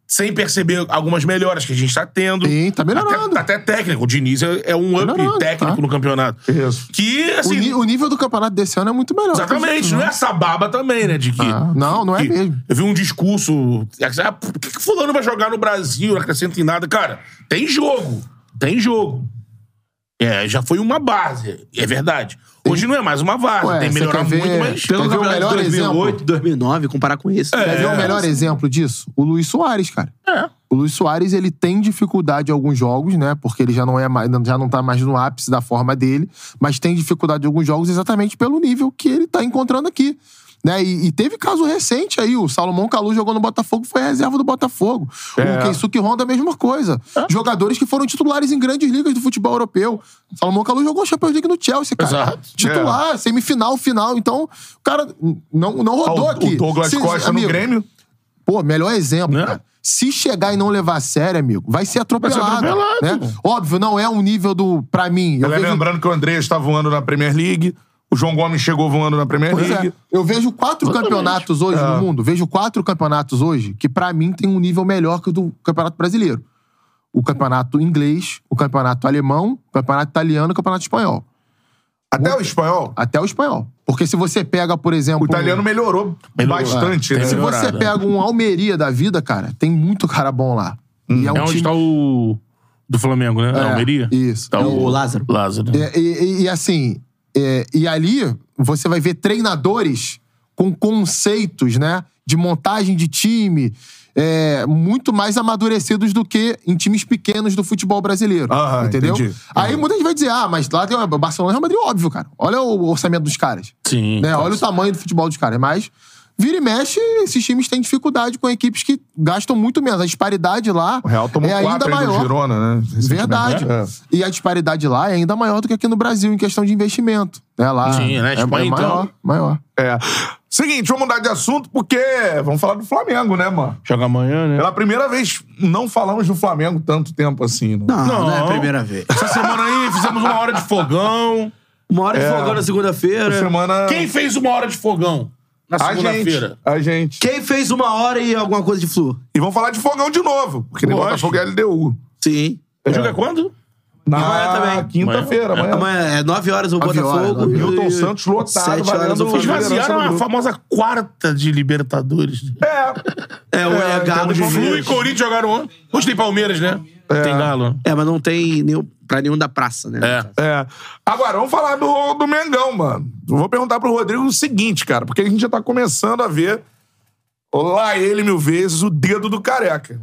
Speaker 2: sem perceber algumas melhoras que a gente tá tendo.
Speaker 4: Sim, tá melhorando.
Speaker 2: Até, até técnico. O Diniz é, é um up
Speaker 4: Melhorando,
Speaker 2: técnico
Speaker 4: tá.
Speaker 2: no campeonato.
Speaker 1: Isso.
Speaker 2: Que,
Speaker 4: O,
Speaker 2: assim.
Speaker 4: ni- o nível do campeonato desse ano é muito melhor.
Speaker 2: Exatamente, não é essa baba também, né? De que.
Speaker 4: Ah, não, não é
Speaker 2: que-
Speaker 4: mesmo.
Speaker 2: Eu vi um discurso. Ah, por que, que fulano vai jogar no Brasil? Não acrescenta em nada. Cara, tem jogo. Tem jogo. É, já foi uma base. É verdade. Hoje não é mais uma base.
Speaker 4: Ué,
Speaker 2: tem
Speaker 4: você quer
Speaker 2: melhorado
Speaker 4: ver-
Speaker 2: muito, mas.
Speaker 4: Quer ver o melhor
Speaker 3: 2008,
Speaker 4: exemplo?
Speaker 3: 2009, comparar com esse.
Speaker 4: Quer ver o melhor exemplo disso? O Luiz Soares, cara.
Speaker 2: É.
Speaker 4: O Luiz Soares, ele tem dificuldade em alguns jogos, né? Porque ele já não, é mais, já não tá mais no ápice da forma dele, mas tem dificuldade em alguns jogos exatamente pelo nível que ele tá encontrando aqui. Né? E, e teve caso recente aí, o Salomão Calu jogou no Botafogo, foi reserva do Botafogo.
Speaker 2: É.
Speaker 4: O Keisuke Honda, a mesma coisa. Jogadores que foram titulares em grandes ligas do futebol europeu. Salomão Calu jogou Champions League no Chelsea, cara.
Speaker 2: Exato. É.
Speaker 4: Titular, semifinal, final. Então, o cara não, não rodou
Speaker 1: Ah, O,
Speaker 4: aqui.
Speaker 1: o Douglas
Speaker 4: Se-
Speaker 1: Costa
Speaker 4: amigo,
Speaker 1: no Grêmio.
Speaker 4: Pô, melhor exemplo,
Speaker 2: Né?
Speaker 4: cara. Se chegar e não levar a sério, amigo, vai ser atropelado.
Speaker 2: atropelado,
Speaker 4: né? Óbvio, não é um nível do. Pra mim. Eu
Speaker 1: Ela-
Speaker 4: vejo,
Speaker 1: Lembrando que o André está voando na Premier League. O João Gomes chegou voando na Premier
Speaker 4: Pois é,
Speaker 1: League.
Speaker 4: eu vejo quatro campeonatos hoje
Speaker 1: Ah.
Speaker 4: no mundo. Vejo quatro campeonatos hoje que, pra mim, tem um nível melhor que o do Campeonato Brasileiro: o Campeonato Inglês, o Campeonato Alemão, o Campeonato Italiano e o Campeonato Espanhol.
Speaker 1: Até o espanhol.
Speaker 4: Até o Espanhol. Porque se você pega, por exemplo.
Speaker 1: O italiano melhorou,
Speaker 2: Melhorou,
Speaker 1: bastante.
Speaker 2: é.
Speaker 1: né?
Speaker 2: Tem
Speaker 4: Se você
Speaker 2: melhorado, né?
Speaker 4: pega um Almeria da vida, cara, tem muito cara bom lá. E
Speaker 1: Hum.
Speaker 4: é um
Speaker 2: É onde
Speaker 4: time-
Speaker 2: está o. Do Flamengo, né?
Speaker 4: É,
Speaker 2: Na Almeria?
Speaker 4: isso.
Speaker 2: Tá
Speaker 3: O Lázaro.
Speaker 2: Lázaro. né?
Speaker 4: É, e, e- e assim, é, e ali você vai ver treinadores com conceitos, né? De montagem de time, é, muito mais amadurecidos do que em times pequenos do futebol brasileiro.
Speaker 1: Aham,
Speaker 4: entendeu?
Speaker 1: entendi.
Speaker 4: Aí muita gente vai dizer, ah, mas lá tem o Barcelona e Real Madrid, óbvio, cara. Olha o orçamento dos caras.
Speaker 2: Sim.
Speaker 4: né? Olha o tamanho do futebol dos caras. Mas vira e mexe, esses times têm dificuldade com equipes que gastam muito menos. A disparidade lá
Speaker 1: O Real tomou
Speaker 4: é ainda
Speaker 1: quatro aí do
Speaker 4: maior.
Speaker 1: Girona, né?
Speaker 2: tipo
Speaker 1: recentemente.
Speaker 4: Verdade.
Speaker 1: É.
Speaker 4: E a disparidade lá é ainda maior do que aqui no Brasil em questão de investimento. É lá.
Speaker 2: Sim, né?
Speaker 4: É,
Speaker 2: Espanha,
Speaker 4: é maior,
Speaker 2: então.
Speaker 4: maior.
Speaker 1: É. Seguinte, vamos mudar de assunto porque vamos falar do Flamengo, né, mano?
Speaker 2: Joga amanhã, né?
Speaker 1: Pela primeira vez, não falamos do Flamengo tanto tempo assim. Não.
Speaker 3: Não, não, é
Speaker 2: Não.
Speaker 3: a primeira vez.
Speaker 2: Essa semana aí fizemos uma hora de fogão.
Speaker 3: Uma hora de fogão na segunda-feira.
Speaker 1: Semana.
Speaker 2: Quem fez uma hora de fogão? Na
Speaker 1: A gente.
Speaker 2: é segunda-feira.
Speaker 1: A gente.
Speaker 3: Quem fez uma hora e alguma coisa de flor?
Speaker 1: E vamos falar de fogão de novo. Porque nem
Speaker 2: Lógico.
Speaker 1: Botafogo é LDU.
Speaker 3: Sim.
Speaker 2: O jogo é quando?
Speaker 1: Na
Speaker 3: amanhã também.
Speaker 1: quinta-feira,
Speaker 2: Amanhã.
Speaker 1: amanhã.
Speaker 3: Amanhã é 9 horas o
Speaker 4: Nove horas,
Speaker 3: Botafogo.
Speaker 4: nove
Speaker 1: Milton
Speaker 3: e-
Speaker 1: Santos lotado,
Speaker 3: sete horas
Speaker 1: valendo
Speaker 3: o Flamengo.
Speaker 1: Esvaziar.
Speaker 2: Esvaziaram
Speaker 1: Liderança
Speaker 2: a
Speaker 1: do
Speaker 2: é famosa quarta de Libertadores. né?
Speaker 1: É.
Speaker 3: É, o
Speaker 1: É,
Speaker 3: é,
Speaker 1: em
Speaker 3: Galo
Speaker 1: termos de
Speaker 3: e Palmeiras.
Speaker 2: Flu e Corinthians jogaram ontem. Hoje tem Palmeiras, né? Tem Galo.
Speaker 3: É, mas não tem nenhum, pra nenhum da praça, né?
Speaker 2: É.
Speaker 1: É. Agora, vamos falar do, do Mengão, mano. Eu vou perguntar pro Rodrigo o seguinte, cara, porque a gente já tá começando a ver lá ele mil vezes o dedo do careca.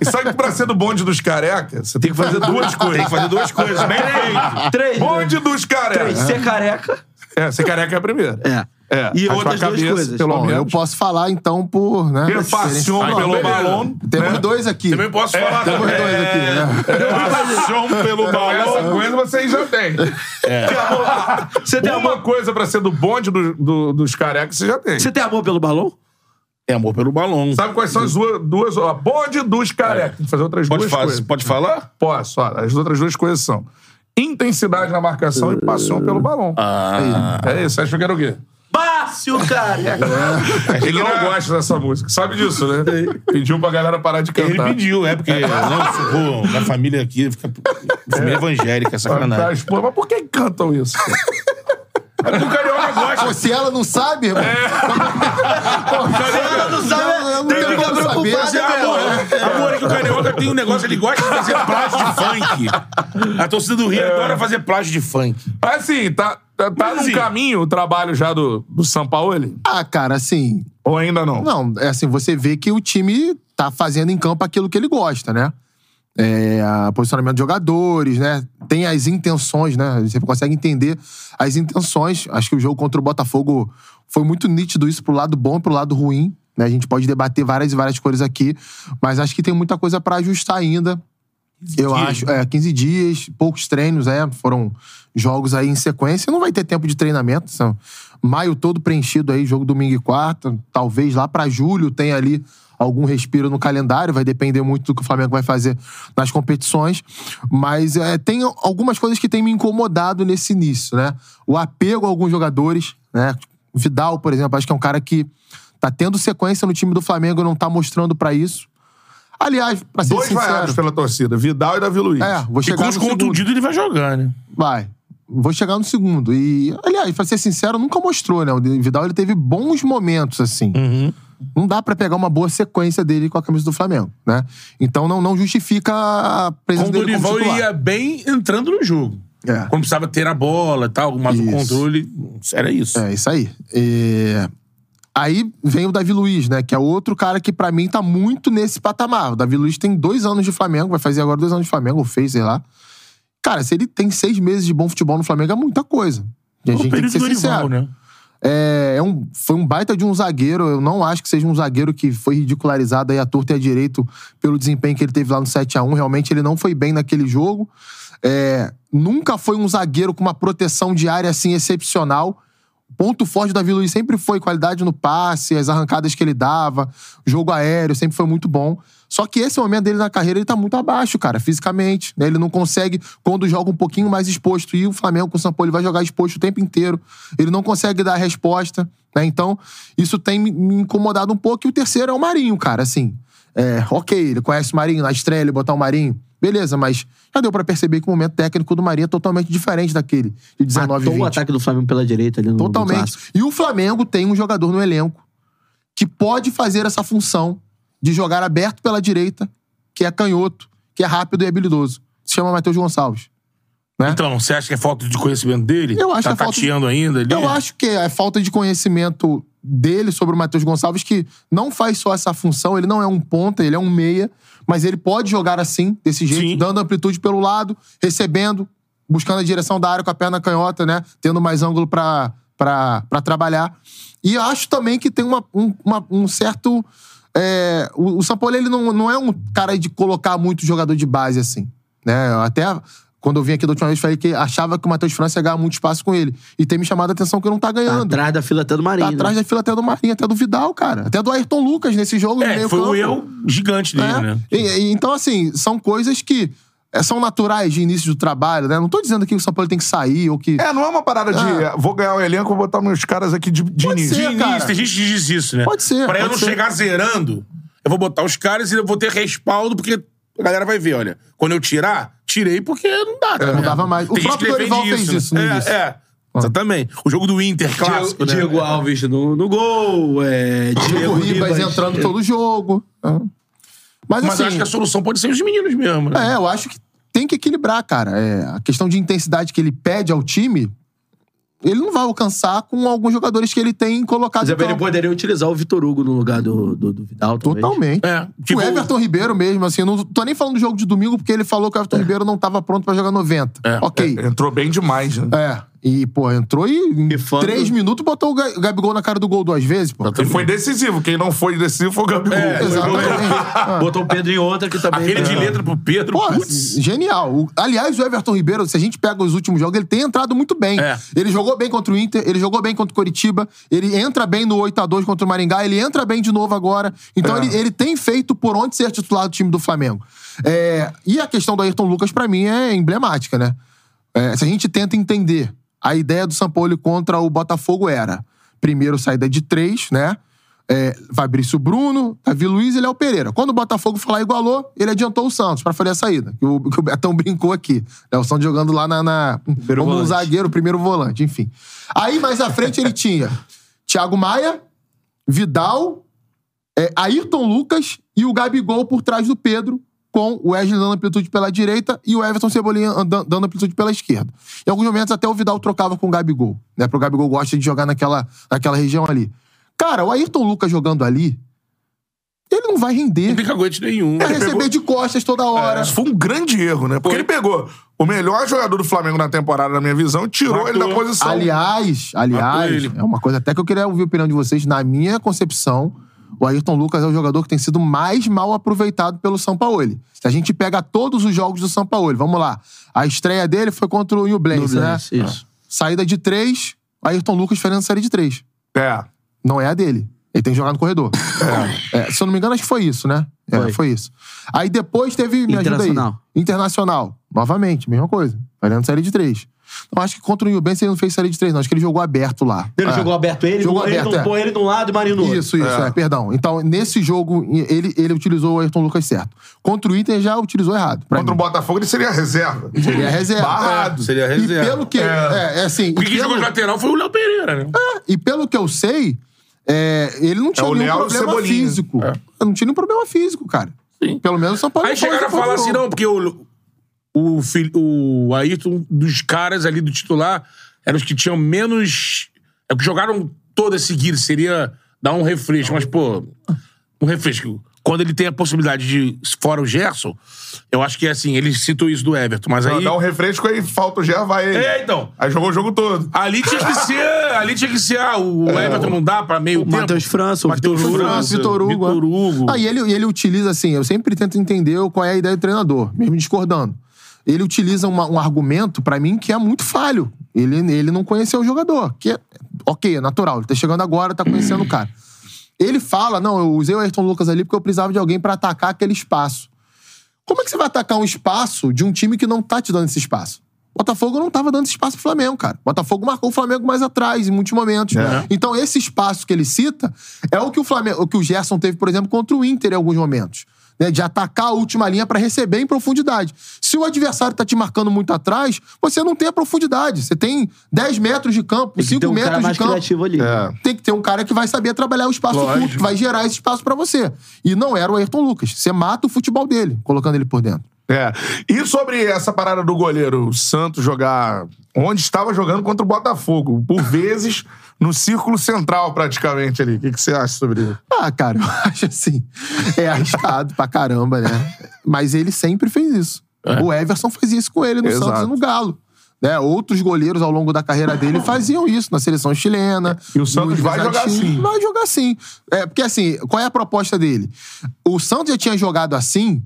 Speaker 1: E sabe que pra ser do bonde dos carecas, você tem que fazer duas coisas. Tem que fazer duas coisas, bem feito.
Speaker 3: Três.
Speaker 1: Bonde dos
Speaker 3: Três.
Speaker 1: carecas.
Speaker 3: Ser careca.
Speaker 1: É, ser careca é a primeira.
Speaker 3: É.
Speaker 1: É,
Speaker 3: E
Speaker 1: mas
Speaker 3: outras
Speaker 1: pra
Speaker 3: duas
Speaker 1: cabeça,
Speaker 3: coisas.
Speaker 1: Pelo
Speaker 4: Bom, eu
Speaker 1: menos.
Speaker 4: posso falar então por. Né,
Speaker 1: Eu
Speaker 4: diferença.
Speaker 1: passion pelo
Speaker 2: beleza.
Speaker 1: balão.
Speaker 4: Temos
Speaker 1: né? É.
Speaker 4: dois aqui.
Speaker 2: Também posso falar
Speaker 4: Temos
Speaker 2: também.
Speaker 4: dois aqui. né?
Speaker 2: então é. Paixão pelo
Speaker 1: Então, essa
Speaker 2: balão.
Speaker 1: coisa vocês já têm. Que amor- Você tem uma coisa pra ser do bonde do- do- dos carecas, você já tem.
Speaker 3: Você tem amor pelo balão?
Speaker 2: É amor pelo balão.
Speaker 1: Sabe quais são as duas... duas ó, bonde dos carecas. Tem que fazer outras
Speaker 2: É. Pode,
Speaker 1: duas
Speaker 2: fa-
Speaker 1: coisas.
Speaker 2: pode falar?
Speaker 1: Posso, ó, as outras duas coisas são intensidade na marcação e passion pelo balão.
Speaker 2: Ah.
Speaker 1: É isso, acho que era o quê? É.
Speaker 3: Bácio, careca.
Speaker 1: Ele não gosta dessa música, sabe disso, né? Pediu pra galera parar de
Speaker 2: Ele
Speaker 1: cantar.
Speaker 2: pediu, é, É. porque não ficou na família aqui, fica família evangélica,
Speaker 1: Tá,
Speaker 2: sacanagem.
Speaker 1: expor, mas por que cantam isso? cara?
Speaker 2: né? É porque o carioca gosta.
Speaker 4: Pô, se ela não sabe, irmão.
Speaker 1: É.
Speaker 3: Ela não sabe,
Speaker 4: eu não
Speaker 3: tem que
Speaker 4: tenho
Speaker 3: ficar
Speaker 4: como saber. né,
Speaker 3: preocupada
Speaker 2: Mas é amor. Amor, é que o carioca tem um negócio, ele gosta de fazer plágio de funk. A torcida do Rio adora fazer plágio de funk.
Speaker 1: Assim, tá, tá, tá
Speaker 2: Mas,
Speaker 1: no
Speaker 2: assim,
Speaker 1: caminho o trabalho já do, do Sampaoli?
Speaker 4: Ah, cara, assim.
Speaker 1: Ou ainda não?
Speaker 4: Não, é assim, você vê que o time tá fazendo em campo aquilo que ele gosta, né? É, a- posicionamento de jogadores, né? Tem as intenções, né? Você consegue entender as intenções. Acho que o jogo contra o Botafogo foi muito nítido isso pro lado bom e pro lado ruim. Né? A gente pode debater várias e várias coisas aqui, mas acho que tem muita coisa pra ajustar ainda. Eu
Speaker 2: dias.
Speaker 4: acho, é, 15 dias, poucos treinos, é, foram jogos aí em sequência, não vai ter tempo de treinamento, são maio todo preenchido aí, jogo domingo e quarta, talvez lá pra julho tenha ali algum respiro no calendário, vai depender muito do que o Flamengo vai fazer nas competições, mas é, tem algumas coisas que têm me incomodado nesse início, né? O apego a alguns jogadores, né? Vidal, por exemplo, acho que é um cara que tá tendo sequência no time do Flamengo e não tá mostrando pra isso. Aliás, pra ser
Speaker 1: Dois vaiados
Speaker 4: sincero,
Speaker 1: pela torcida, Vidal e Davi Luiz.
Speaker 4: é, vou
Speaker 2: E
Speaker 4: chegar
Speaker 2: com os
Speaker 4: no segundo.
Speaker 2: contundidos ele vai jogar, né?
Speaker 4: Vai. Vou chegar no segundo. E, aliás, pra ser sincero, nunca mostrou, né? O Vidal ele teve bons momentos, assim.
Speaker 2: Uhum.
Speaker 4: Não dá pra pegar uma boa sequência dele com a camisa do Flamengo, né? Então não, não justifica a
Speaker 2: Com
Speaker 4: presença
Speaker 2: o
Speaker 4: um dele como
Speaker 2: Dorival ele
Speaker 4: titular.
Speaker 2: ia bem entrando no jogo.
Speaker 4: É.
Speaker 2: Quando precisava ter a bola e tal, mas o
Speaker 4: Isso.
Speaker 2: controle era isso.
Speaker 4: É, isso aí. É, Aí vem o Davi Luiz, né? Que é outro cara que, pra mim, tá muito nesse patamar. O Davi Luiz tem dois anos de Flamengo, vai fazer agora dois anos de Flamengo, ou fez, sei lá. Cara, se ele tem seis meses de bom futebol no Flamengo, é muita coisa. E a
Speaker 2: o
Speaker 4: gente tem que
Speaker 2: É um período
Speaker 4: ser
Speaker 2: do Dorival,
Speaker 4: sincero.
Speaker 2: né?
Speaker 4: É, é um, foi um baita de um zagueiro. Eu não acho que seja um zagueiro que foi ridicularizado aí à torta e à direito pelo desempenho que ele teve lá no 7 a 1 Realmente ele não foi bem naquele jogo. É, nunca foi um zagueiro com uma proteção de área assim excepcional. O ponto forte do Davi Luiz sempre foi qualidade no passe, as arrancadas que ele dava, jogo aéreo, sempre foi muito bom. Só que esse momento dele na carreira, ele tá muito abaixo, cara, fisicamente. né? Ele não consegue, quando joga um pouquinho mais exposto, e o Flamengo com o São Paulo ele vai jogar exposto o tempo inteiro. Ele não consegue dar a resposta, né? Então, isso tem me- me incomodado um pouco. E o terceiro é o Marinho, cara, assim. É, ok, ele conhece o Marinho, na estreia ele botar o Marinho. Beleza, mas já deu pra perceber que o momento técnico do Marinho é totalmente diferente daquele de 19 e
Speaker 3: Matou o
Speaker 4: 20.
Speaker 3: ataque do Flamengo pela direita ali no no
Speaker 4: Totalmente.
Speaker 3: tá clássico.
Speaker 4: E o Flamengo tem um jogador no elenco que pode fazer essa função de jogar aberto pela direita, que é canhoto, que é rápido e habilidoso. Se chama Matheus Gonçalves.
Speaker 2: Então, você acha que é falta de conhecimento dele?
Speaker 4: né? Eu acho
Speaker 2: tá
Speaker 4: que é falta de-
Speaker 2: tateando ainda ali?
Speaker 4: Eu acho que é falta de conhecimento dele sobre o Matheus Gonçalves, que não faz só essa função, ele não é um ponta, ele é um meia, mas ele pode jogar assim, desse jeito,
Speaker 2: Sim.
Speaker 4: dando amplitude pelo lado, recebendo, buscando a direção da área com a perna canhota, né? Tendo mais ângulo pra, pra, pra trabalhar. E eu acho também que tem uma, um, uma- um certo. é, o, o Sampaoli, ele não, não é um cara de colocar muito jogador de base assim. Né? Eu Até quando eu vim aqui da última vez, falei que achava que o Matheus França ia ganhar muito espaço com ele. E tem me chamado a atenção que ele não tá
Speaker 3: Tá
Speaker 4: ganhando.
Speaker 3: atrás da fila até do
Speaker 4: Tá
Speaker 3: Marinho.
Speaker 4: atrás
Speaker 3: né?
Speaker 4: da fila até do Marinho, até do Vidal, cara. Até do Ayrton Lucas nesse jogo. no
Speaker 2: É,
Speaker 4: meio
Speaker 2: foi
Speaker 4: campo.
Speaker 2: um erro gigante dele,
Speaker 4: É.
Speaker 2: né?
Speaker 4: E- e- então, assim, são coisas que é, são naturais de início do trabalho, né? Não tô dizendo aqui que o São Paulo tem que sair ou que.
Speaker 1: É, não é uma parada de
Speaker 4: Ah.
Speaker 1: "Ah, vou ganhar o elenco, vou botar meus caras aqui de, de
Speaker 4: Pode
Speaker 1: início.
Speaker 4: ser,
Speaker 2: De
Speaker 4: cara.
Speaker 2: início, tem gente que diz isso, né?
Speaker 4: Pode ser,
Speaker 2: Pra eu
Speaker 4: pode
Speaker 2: não
Speaker 4: ser.
Speaker 2: chegar zerando, eu vou botar os caras e eu vou ter respaldo, porque a galera vai ver, olha. Quando eu tirar, tirei porque não dá. tá
Speaker 4: É. não
Speaker 2: vendo?
Speaker 4: dava mais. O
Speaker 2: Tem gente
Speaker 4: próprio
Speaker 2: que defende
Speaker 4: Dorival fez isso no
Speaker 2: né?
Speaker 4: início.
Speaker 2: É, é. Exatamente. O jogo do Inter, clássico, né?
Speaker 3: Diego Alves no, no gol, é, Diego
Speaker 4: O Ribas entrando todo jogo. né? Mas,
Speaker 2: Mas
Speaker 4: assim,
Speaker 2: eu acho que a solução pode ser os meninos mesmo, né?
Speaker 4: É, eu acho que tem que equilibrar, cara. É, a questão de intensidade que ele pede ao time, ele não vai alcançar com alguns jogadores que ele tem colocado
Speaker 3: Mas
Speaker 2: é
Speaker 4: em
Speaker 3: ele
Speaker 4: campo.
Speaker 3: poderia utilizar o Vitor Hugo no lugar do, do, do Vidal. talvez.
Speaker 4: Totalmente.
Speaker 2: É, tipo-
Speaker 4: o Everton Ribeiro mesmo, assim, eu não tô nem falando do jogo de domingo porque ele falou que o Everton Ribeiro não tava pronto pra jogar 90.
Speaker 2: É,
Speaker 4: ok.
Speaker 1: Entrou bem demais, né?
Speaker 4: É. E, pô, entrou e em
Speaker 3: Pifando.
Speaker 4: três minutos botou o Ga- Gabigol na cara do gol duas vezes, pô.
Speaker 1: E foi decisivo. Quem não foi decisivo foi o Gabigol.
Speaker 2: é,
Speaker 4: É, Exatamente.
Speaker 3: Botou o Pedro em outra que também.
Speaker 2: Aquele de letra pro Pedro,
Speaker 4: Pô,
Speaker 2: putz.
Speaker 4: genial. O- aliás, o Everton Ribeiro, se a gente pega os últimos jogos, ele tem entrado muito bem.
Speaker 2: É.
Speaker 4: Ele jogou bem contra o Inter, ele jogou bem contra o Coritiba, ele entra bem no 8x2 contra o Maringá, ele entra bem de novo agora. Então ele, ele tem feito por onde ser titular do time do Flamengo. É, e a questão do Ayrton Lucas, pra mim, é emblemática, né? É, se a gente tenta entender, a ideia do Sampaoli contra o Botafogo era: primeiro saída de três, né? É, Fabrício Bruno, Davi Luiz e Léo Pereira. Quando o Botafogo falar igualou, ele adiantou o Santos pra fazer a saída. Que o, que o Betão brincou aqui. Né? O Santos jogando lá na. na como um
Speaker 3: volante.
Speaker 4: zagueiro, primeiro volante, enfim. Aí mais à frente ele tinha Thiago Maia, Vidal, é, Ayrton Lucas e o Gabigol por trás do Pedro, com o Wesley dando amplitude pela direita e o Everton Cebolinha andan- dando amplitude pela esquerda. Em alguns momentos até o Vidal trocava com o Gabigol, né? Pro Gabigol gosta de jogar naquela, naquela região ali. Cara, o Ayrton Lucas jogando ali, ele não vai
Speaker 2: Não
Speaker 4: render.
Speaker 2: tem caguete nenhum.
Speaker 4: Vai receber de costas toda hora.
Speaker 2: É.
Speaker 1: Isso É foi um grande erro, né? Porque
Speaker 2: Foi.
Speaker 1: ele pegou o melhor jogador do Flamengo na temporada, na minha visão, e tirou
Speaker 2: Matou.
Speaker 1: ele da posição.
Speaker 4: Aliás, aliás,
Speaker 2: Matou ele.
Speaker 4: é uma coisa até que eu queria ouvir a opinião de vocês. Na minha concepção, o Ayrton Lucas é o jogador que tem sido mais mal aproveitado pelo Sampaoli. Se a gente pega todos os jogos do Sampaoli, vamos lá. A estreia dele foi contra o Nublense, né?
Speaker 3: Nublense, isso.
Speaker 4: Saída de três, o Ayrton Lucas fazendo saída de três.
Speaker 1: É.
Speaker 4: Não é a dele. Ele tem que jogar no corredor. É, se eu não me engano, acho que foi isso, né? É,
Speaker 3: Foi.
Speaker 4: foi. isso. Aí depois teve. Me
Speaker 3: Internacional.
Speaker 4: Ajuda aí. Internacional. Novamente, mesma coisa. Fazendo série de três. Então acho que contra o Newbens ele não fez série de três, não. Acho que ele jogou aberto lá.
Speaker 3: Ele
Speaker 4: É.
Speaker 3: jogou aberto ele,
Speaker 4: Jogou
Speaker 3: ele
Speaker 4: aberto,
Speaker 3: não
Speaker 4: é.
Speaker 3: põe ele de um lado e o Marinho no outro.
Speaker 4: Isso, isso, é. perdão. Então, nesse jogo, ele, ele utilizou o Ayrton Lucas certo. Contra o Inter já utilizou errado. Pra
Speaker 1: Contra o
Speaker 4: mim.
Speaker 1: Botafogo, ele seria reserva.
Speaker 4: Ele é reserva.
Speaker 1: Barrado.
Speaker 2: Seria
Speaker 4: E
Speaker 2: reserva.
Speaker 4: pelo que. É, é assim. e
Speaker 2: Porque quem
Speaker 4: pelo-
Speaker 2: jogou de lateral foi o Léo Pereira, né?
Speaker 4: E pelo que eu sei, é, ele não tinha
Speaker 1: o
Speaker 4: nenhum
Speaker 1: Léo e o
Speaker 4: problema
Speaker 1: Cebolinha.
Speaker 4: físico. Não tinha nenhum problema físico, cara.
Speaker 2: Sim.
Speaker 4: Pelo menos o São Paulo
Speaker 2: Aí
Speaker 4: não falou
Speaker 2: chegaram a
Speaker 4: isso pra
Speaker 2: falar assim,
Speaker 4: todo
Speaker 2: não,
Speaker 4: mundo.
Speaker 2: porque o, o, fil- o Ayrton dos caras ali do titular eram os que tinham menos. É que jogaram todas seguidas, seria dar um refresco, mas, pô, um refresco. Quando ele tem a possibilidade de, fora o Gerson, eu acho que é assim, ele citou isso do Everton, mas aí.
Speaker 1: Dá um refresco aí, falta o Gerva aí.
Speaker 2: É, então.
Speaker 1: Aí jogou o jogo todo.
Speaker 2: Ali tinha que ser. Ali tinha que ser. Ah, o
Speaker 4: É.
Speaker 2: Everton não dá pra meio tempo.
Speaker 3: Matheus França, o
Speaker 2: Matheus
Speaker 3: Vitor Hugo.
Speaker 4: França, Vitor Hugo.
Speaker 2: Vitor Hugo.
Speaker 4: Ah, e ele, e ele utiliza, assim, eu sempre tento entender qual é a ideia do treinador, mesmo discordando. Ele utiliza uma- um argumento, pra mim, que é muito falho. Ele, ele não conheceu o jogador, que é, ok, é natural. Ele tá chegando agora, tá conhecendo o cara. Ele fala, não, eu usei o Ayrton Lucas ali porque eu precisava de alguém pra atacar aquele espaço. Como é que você vai atacar um espaço de um time que não tá te dando esse espaço? Botafogo não tava dando esse espaço pro Flamengo, cara. Botafogo marcou o Flamengo mais atrás em muitos momentos.
Speaker 1: É.
Speaker 4: Então esse espaço que ele cita é o que o Flamengo, o que o Gerson teve, por exemplo, contra o Inter em alguns momentos, né, de atacar a última linha pra receber em profundidade. Se o adversário tá te marcando muito atrás, você não tem a profundidade. Você tem 10 metros de campo,
Speaker 3: Tem que ter
Speaker 4: 5
Speaker 3: um cara
Speaker 4: metros
Speaker 3: mais
Speaker 4: de campo
Speaker 3: criativo ali.
Speaker 4: tem que ter um cara que vai saber trabalhar o espaço
Speaker 1: Lógico.
Speaker 4: curto, que vai gerar esse espaço pra você. E não era o Ayrton Lucas. Você mata o futebol dele, colocando ele por dentro.
Speaker 1: É. E sobre essa parada do goleiro, o Santos jogar onde estava jogando contra o Botafogo, por vezes no círculo central praticamente ali. O que, que você acha sobre isso?
Speaker 4: Ah, cara, eu acho assim. É arriscado pra caramba, né? Mas ele sempre fez isso. O Everson fazia isso com ele no
Speaker 1: É. Exato.
Speaker 4: Santos e no Galo. Né? Outros goleiros ao longo da carreira dele faziam isso na seleção chilena.
Speaker 1: E o Santos vai jogar
Speaker 4: Argentinos.
Speaker 1: assim.
Speaker 4: Vai jogar assim. É, porque assim, qual é a proposta dele? O Santos já tinha jogado assim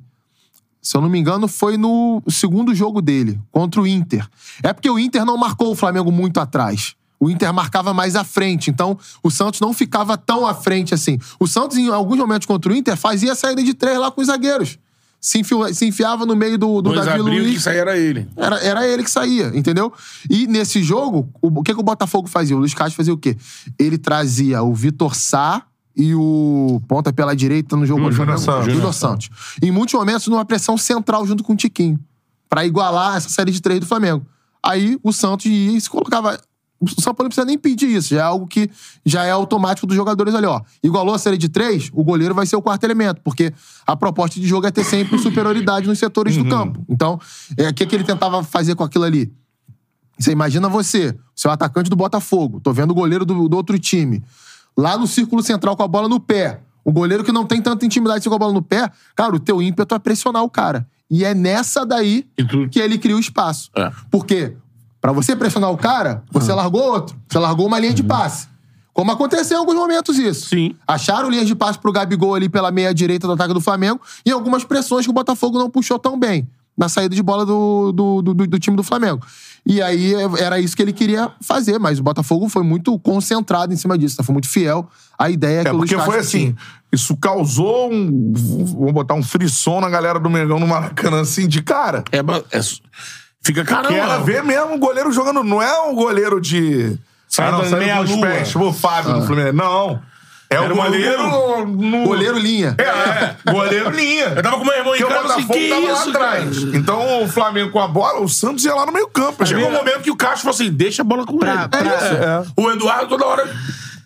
Speaker 4: Se eu não me engano, foi no segundo jogo dele, contra o Inter. É porque o Inter não marcou o Flamengo muito atrás. O Inter marcava mais à frente, então o Santos não ficava tão à frente assim. O Santos, em alguns momentos contra o Inter, fazia a saída de três lá com os zagueiros. se, enfio- se enfiava no meio do, do
Speaker 2: Dois
Speaker 4: Davi
Speaker 2: abril que
Speaker 4: Luiz.
Speaker 2: isso aí era ele.
Speaker 4: Era, era ele que saía, entendeu? E nesse jogo, o, o que, que o Botafogo fazia? O Luiz Castro fazia o quê? Ele trazia o Vitor Sá e o ponta pela direita no jogo
Speaker 1: Hum,
Speaker 4: do
Speaker 1: Júnior
Speaker 4: Flamengo,
Speaker 1: Santos.
Speaker 4: Júnior Santos. Em muitos momentos, numa pressão central junto com o Tiquinho. Pra igualar essa série de três do Flamengo. Aí o Santos ia e se colocava. O São Paulo não precisa nem pedir isso, já é algo que já é automático dos jogadores ali, ó. Igualou a série de três, o goleiro vai ser o quarto elemento, porque a proposta de jogo é ter sempre superioridade nos setores do campo. Então, é, o que, que ele tentava fazer com aquilo ali? Você imagina você, seu atacante do Botafogo, tô vendo o goleiro do, do outro time, lá no círculo central com a bola no pé. O goleiro que não tem tanta intimidade assim com a bola no pé, cara, o teu ímpeto é pressionar o cara. E é nessa daí
Speaker 2: E tu-
Speaker 4: que ele cria o espaço.
Speaker 2: É. Ah.
Speaker 4: Porque pra você pressionar o cara, você largou outro, você largou uma linha
Speaker 2: Uhum.
Speaker 4: de passe. Como aconteceu em alguns momentos isso.
Speaker 2: Sim.
Speaker 4: Acharam linhas de passe pro Gabigol ali pela meia direita do ataque do Flamengo e algumas pressões que o Botafogo não puxou tão bem na saída de bola do, do, do- do- do time do Flamengo. E aí é, era isso que ele queria fazer, mas o Botafogo foi muito concentrado em cima disso, tá? foi muito fiel à ideia que
Speaker 1: É,
Speaker 4: o Luiz
Speaker 1: porque foi
Speaker 4: Castro tinha.
Speaker 1: assim, isso causou um. Vamos botar um frisson na galera do Mengão no Maracanã, assim, de cara.
Speaker 2: É, ba- é su- fica caramba.
Speaker 1: Quero ver mesmo o goleiro jogando. Não é um goleiro de. Ah,
Speaker 2: Saindo
Speaker 1: não, saindo
Speaker 2: meia
Speaker 1: com os
Speaker 2: lua.
Speaker 1: pés, tipo o Fábio
Speaker 3: Ah.
Speaker 1: do Fluminense. Não. É
Speaker 2: Era
Speaker 1: o
Speaker 2: um
Speaker 1: goleiro. No...
Speaker 4: Goleiro linha.
Speaker 1: É, é. Goleiro linha.
Speaker 2: Eu tava com meu irmão em
Speaker 1: Porque o
Speaker 2: casa, assim,
Speaker 1: Botafogo
Speaker 2: que
Speaker 1: tava lá
Speaker 2: isso, cara?
Speaker 1: atrás. Então o Flamengo com a bola, o Santos ia lá no meio campo.
Speaker 2: Chegou
Speaker 1: Chegou
Speaker 2: um momento que o Castro falou assim: deixa a bola com
Speaker 3: Pra-
Speaker 2: ele. É.
Speaker 3: pra- É.
Speaker 2: O Eduardo toda hora.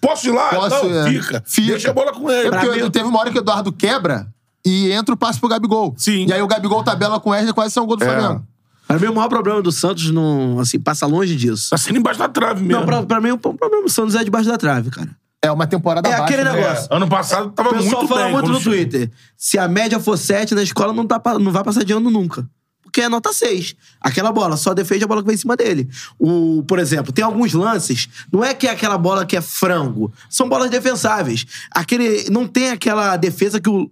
Speaker 2: Posso ir lá?
Speaker 4: Posso,
Speaker 2: não,
Speaker 4: é.
Speaker 2: fica.
Speaker 4: Fica.
Speaker 2: Deixa a bola com ele.
Speaker 4: É porque o Edu- teve uma hora que o Eduardo quebra e entra o passe pro Gabigol.
Speaker 2: Sim. É.
Speaker 4: E aí o Gabigol tabela com o Wesley, quase são gol do Flamengo.
Speaker 3: Pra mim, o maior problema do Santos não, assim, passa longe disso.
Speaker 2: Tá sendo embaixo da trave mesmo.
Speaker 3: Não, pra, pra mim, o problema do Santos é debaixo da trave, cara.
Speaker 4: É uma temporada
Speaker 3: É
Speaker 4: baixa.
Speaker 3: aquele
Speaker 4: né?
Speaker 3: negócio.
Speaker 2: Ano passado tava
Speaker 3: O pessoal
Speaker 2: muito
Speaker 3: fala
Speaker 2: bem.
Speaker 3: muito
Speaker 2: quando
Speaker 3: no
Speaker 2: chegou.
Speaker 3: Twitter. Se a média for 7 na escola, não, tá, pa- não vai passar de ano nunca. Porque é nota 6. Aquela bola, só defende a bola que vem em cima dele. O, por exemplo, tem alguns lances, não é que é aquela bola que é frango. São bolas defensáveis. Aquele, não tem aquela defesa que o.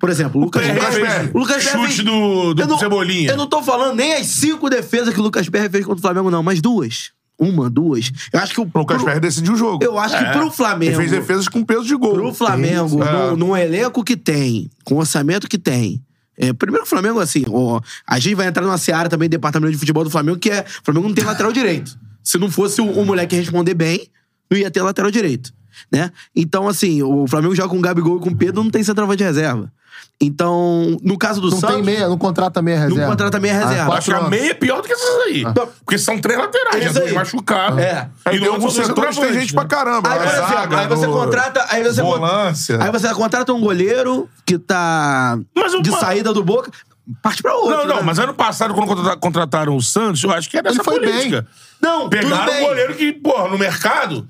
Speaker 3: Por exemplo, o Lucas
Speaker 2: Perre
Speaker 3: Berra.
Speaker 2: fez
Speaker 3: fez- O Lucas Berra
Speaker 2: chute
Speaker 3: fez-
Speaker 2: do- do
Speaker 3: Eu não-
Speaker 2: Cebolinha.
Speaker 3: Eu não tô falando nem as cinco defesas que o Lucas Berra fez contra o Flamengo, não, mas duas. Uma, duas. Eu acho que o.
Speaker 1: O Lucas
Speaker 3: pro-
Speaker 1: Ferreira decidiu o jogo.
Speaker 3: Eu acho
Speaker 2: É.
Speaker 3: que pro Flamengo.
Speaker 1: É. Ele fez defesas com peso de gol.
Speaker 3: Pro Flamengo,
Speaker 1: É.
Speaker 2: Ah.
Speaker 3: num, num elenco que tem, com o orçamento que tem. É, primeiro, o Flamengo, assim, ó, a gente vai entrar numa seara também, departamento de futebol do Flamengo, que é. O Flamengo não tem lateral direito. Se não fosse o, o moleque responder bem, não ia ter lateral direito. Né? Então, assim, o Flamengo joga com o Gabigol e com o Pedro, não tem centroavante de reserva. Então, no caso do
Speaker 4: Não
Speaker 3: Santos.
Speaker 4: tem meia, não contrata meia reserva.
Speaker 3: contrata meia reserva.
Speaker 4: quatro
Speaker 2: Acho que a
Speaker 4: anos.
Speaker 2: meia é pior do que essas aí. Porque são três laterais,
Speaker 3: É
Speaker 2: já
Speaker 3: isso
Speaker 2: dois
Speaker 3: Ah. aí.
Speaker 2: machucados.
Speaker 3: É.
Speaker 1: Aí tem
Speaker 2: E no
Speaker 1: alguns
Speaker 2: outro, né? dois
Speaker 1: setores tem gente
Speaker 2: centroavantes,
Speaker 1: pra caramba.
Speaker 3: Aí,
Speaker 1: na
Speaker 3: por exemplo,
Speaker 1: zaga,
Speaker 3: aí você
Speaker 1: no-
Speaker 3: contrata. Aí você, con-
Speaker 1: Volância.
Speaker 3: aí você contrata um goleiro que tá
Speaker 2: né? Mas o
Speaker 3: de
Speaker 2: Ma-
Speaker 3: saída do boca. Parte pra outro.
Speaker 2: Não, não,
Speaker 3: né?
Speaker 2: mas ano passado, quando contrata- contrataram o Santos, eu acho que era
Speaker 4: Ele
Speaker 2: essa
Speaker 4: foi bem.
Speaker 2: política.
Speaker 3: Não, tudo
Speaker 2: Pegaram um
Speaker 3: bem.
Speaker 2: goleiro que, porra, no mercado,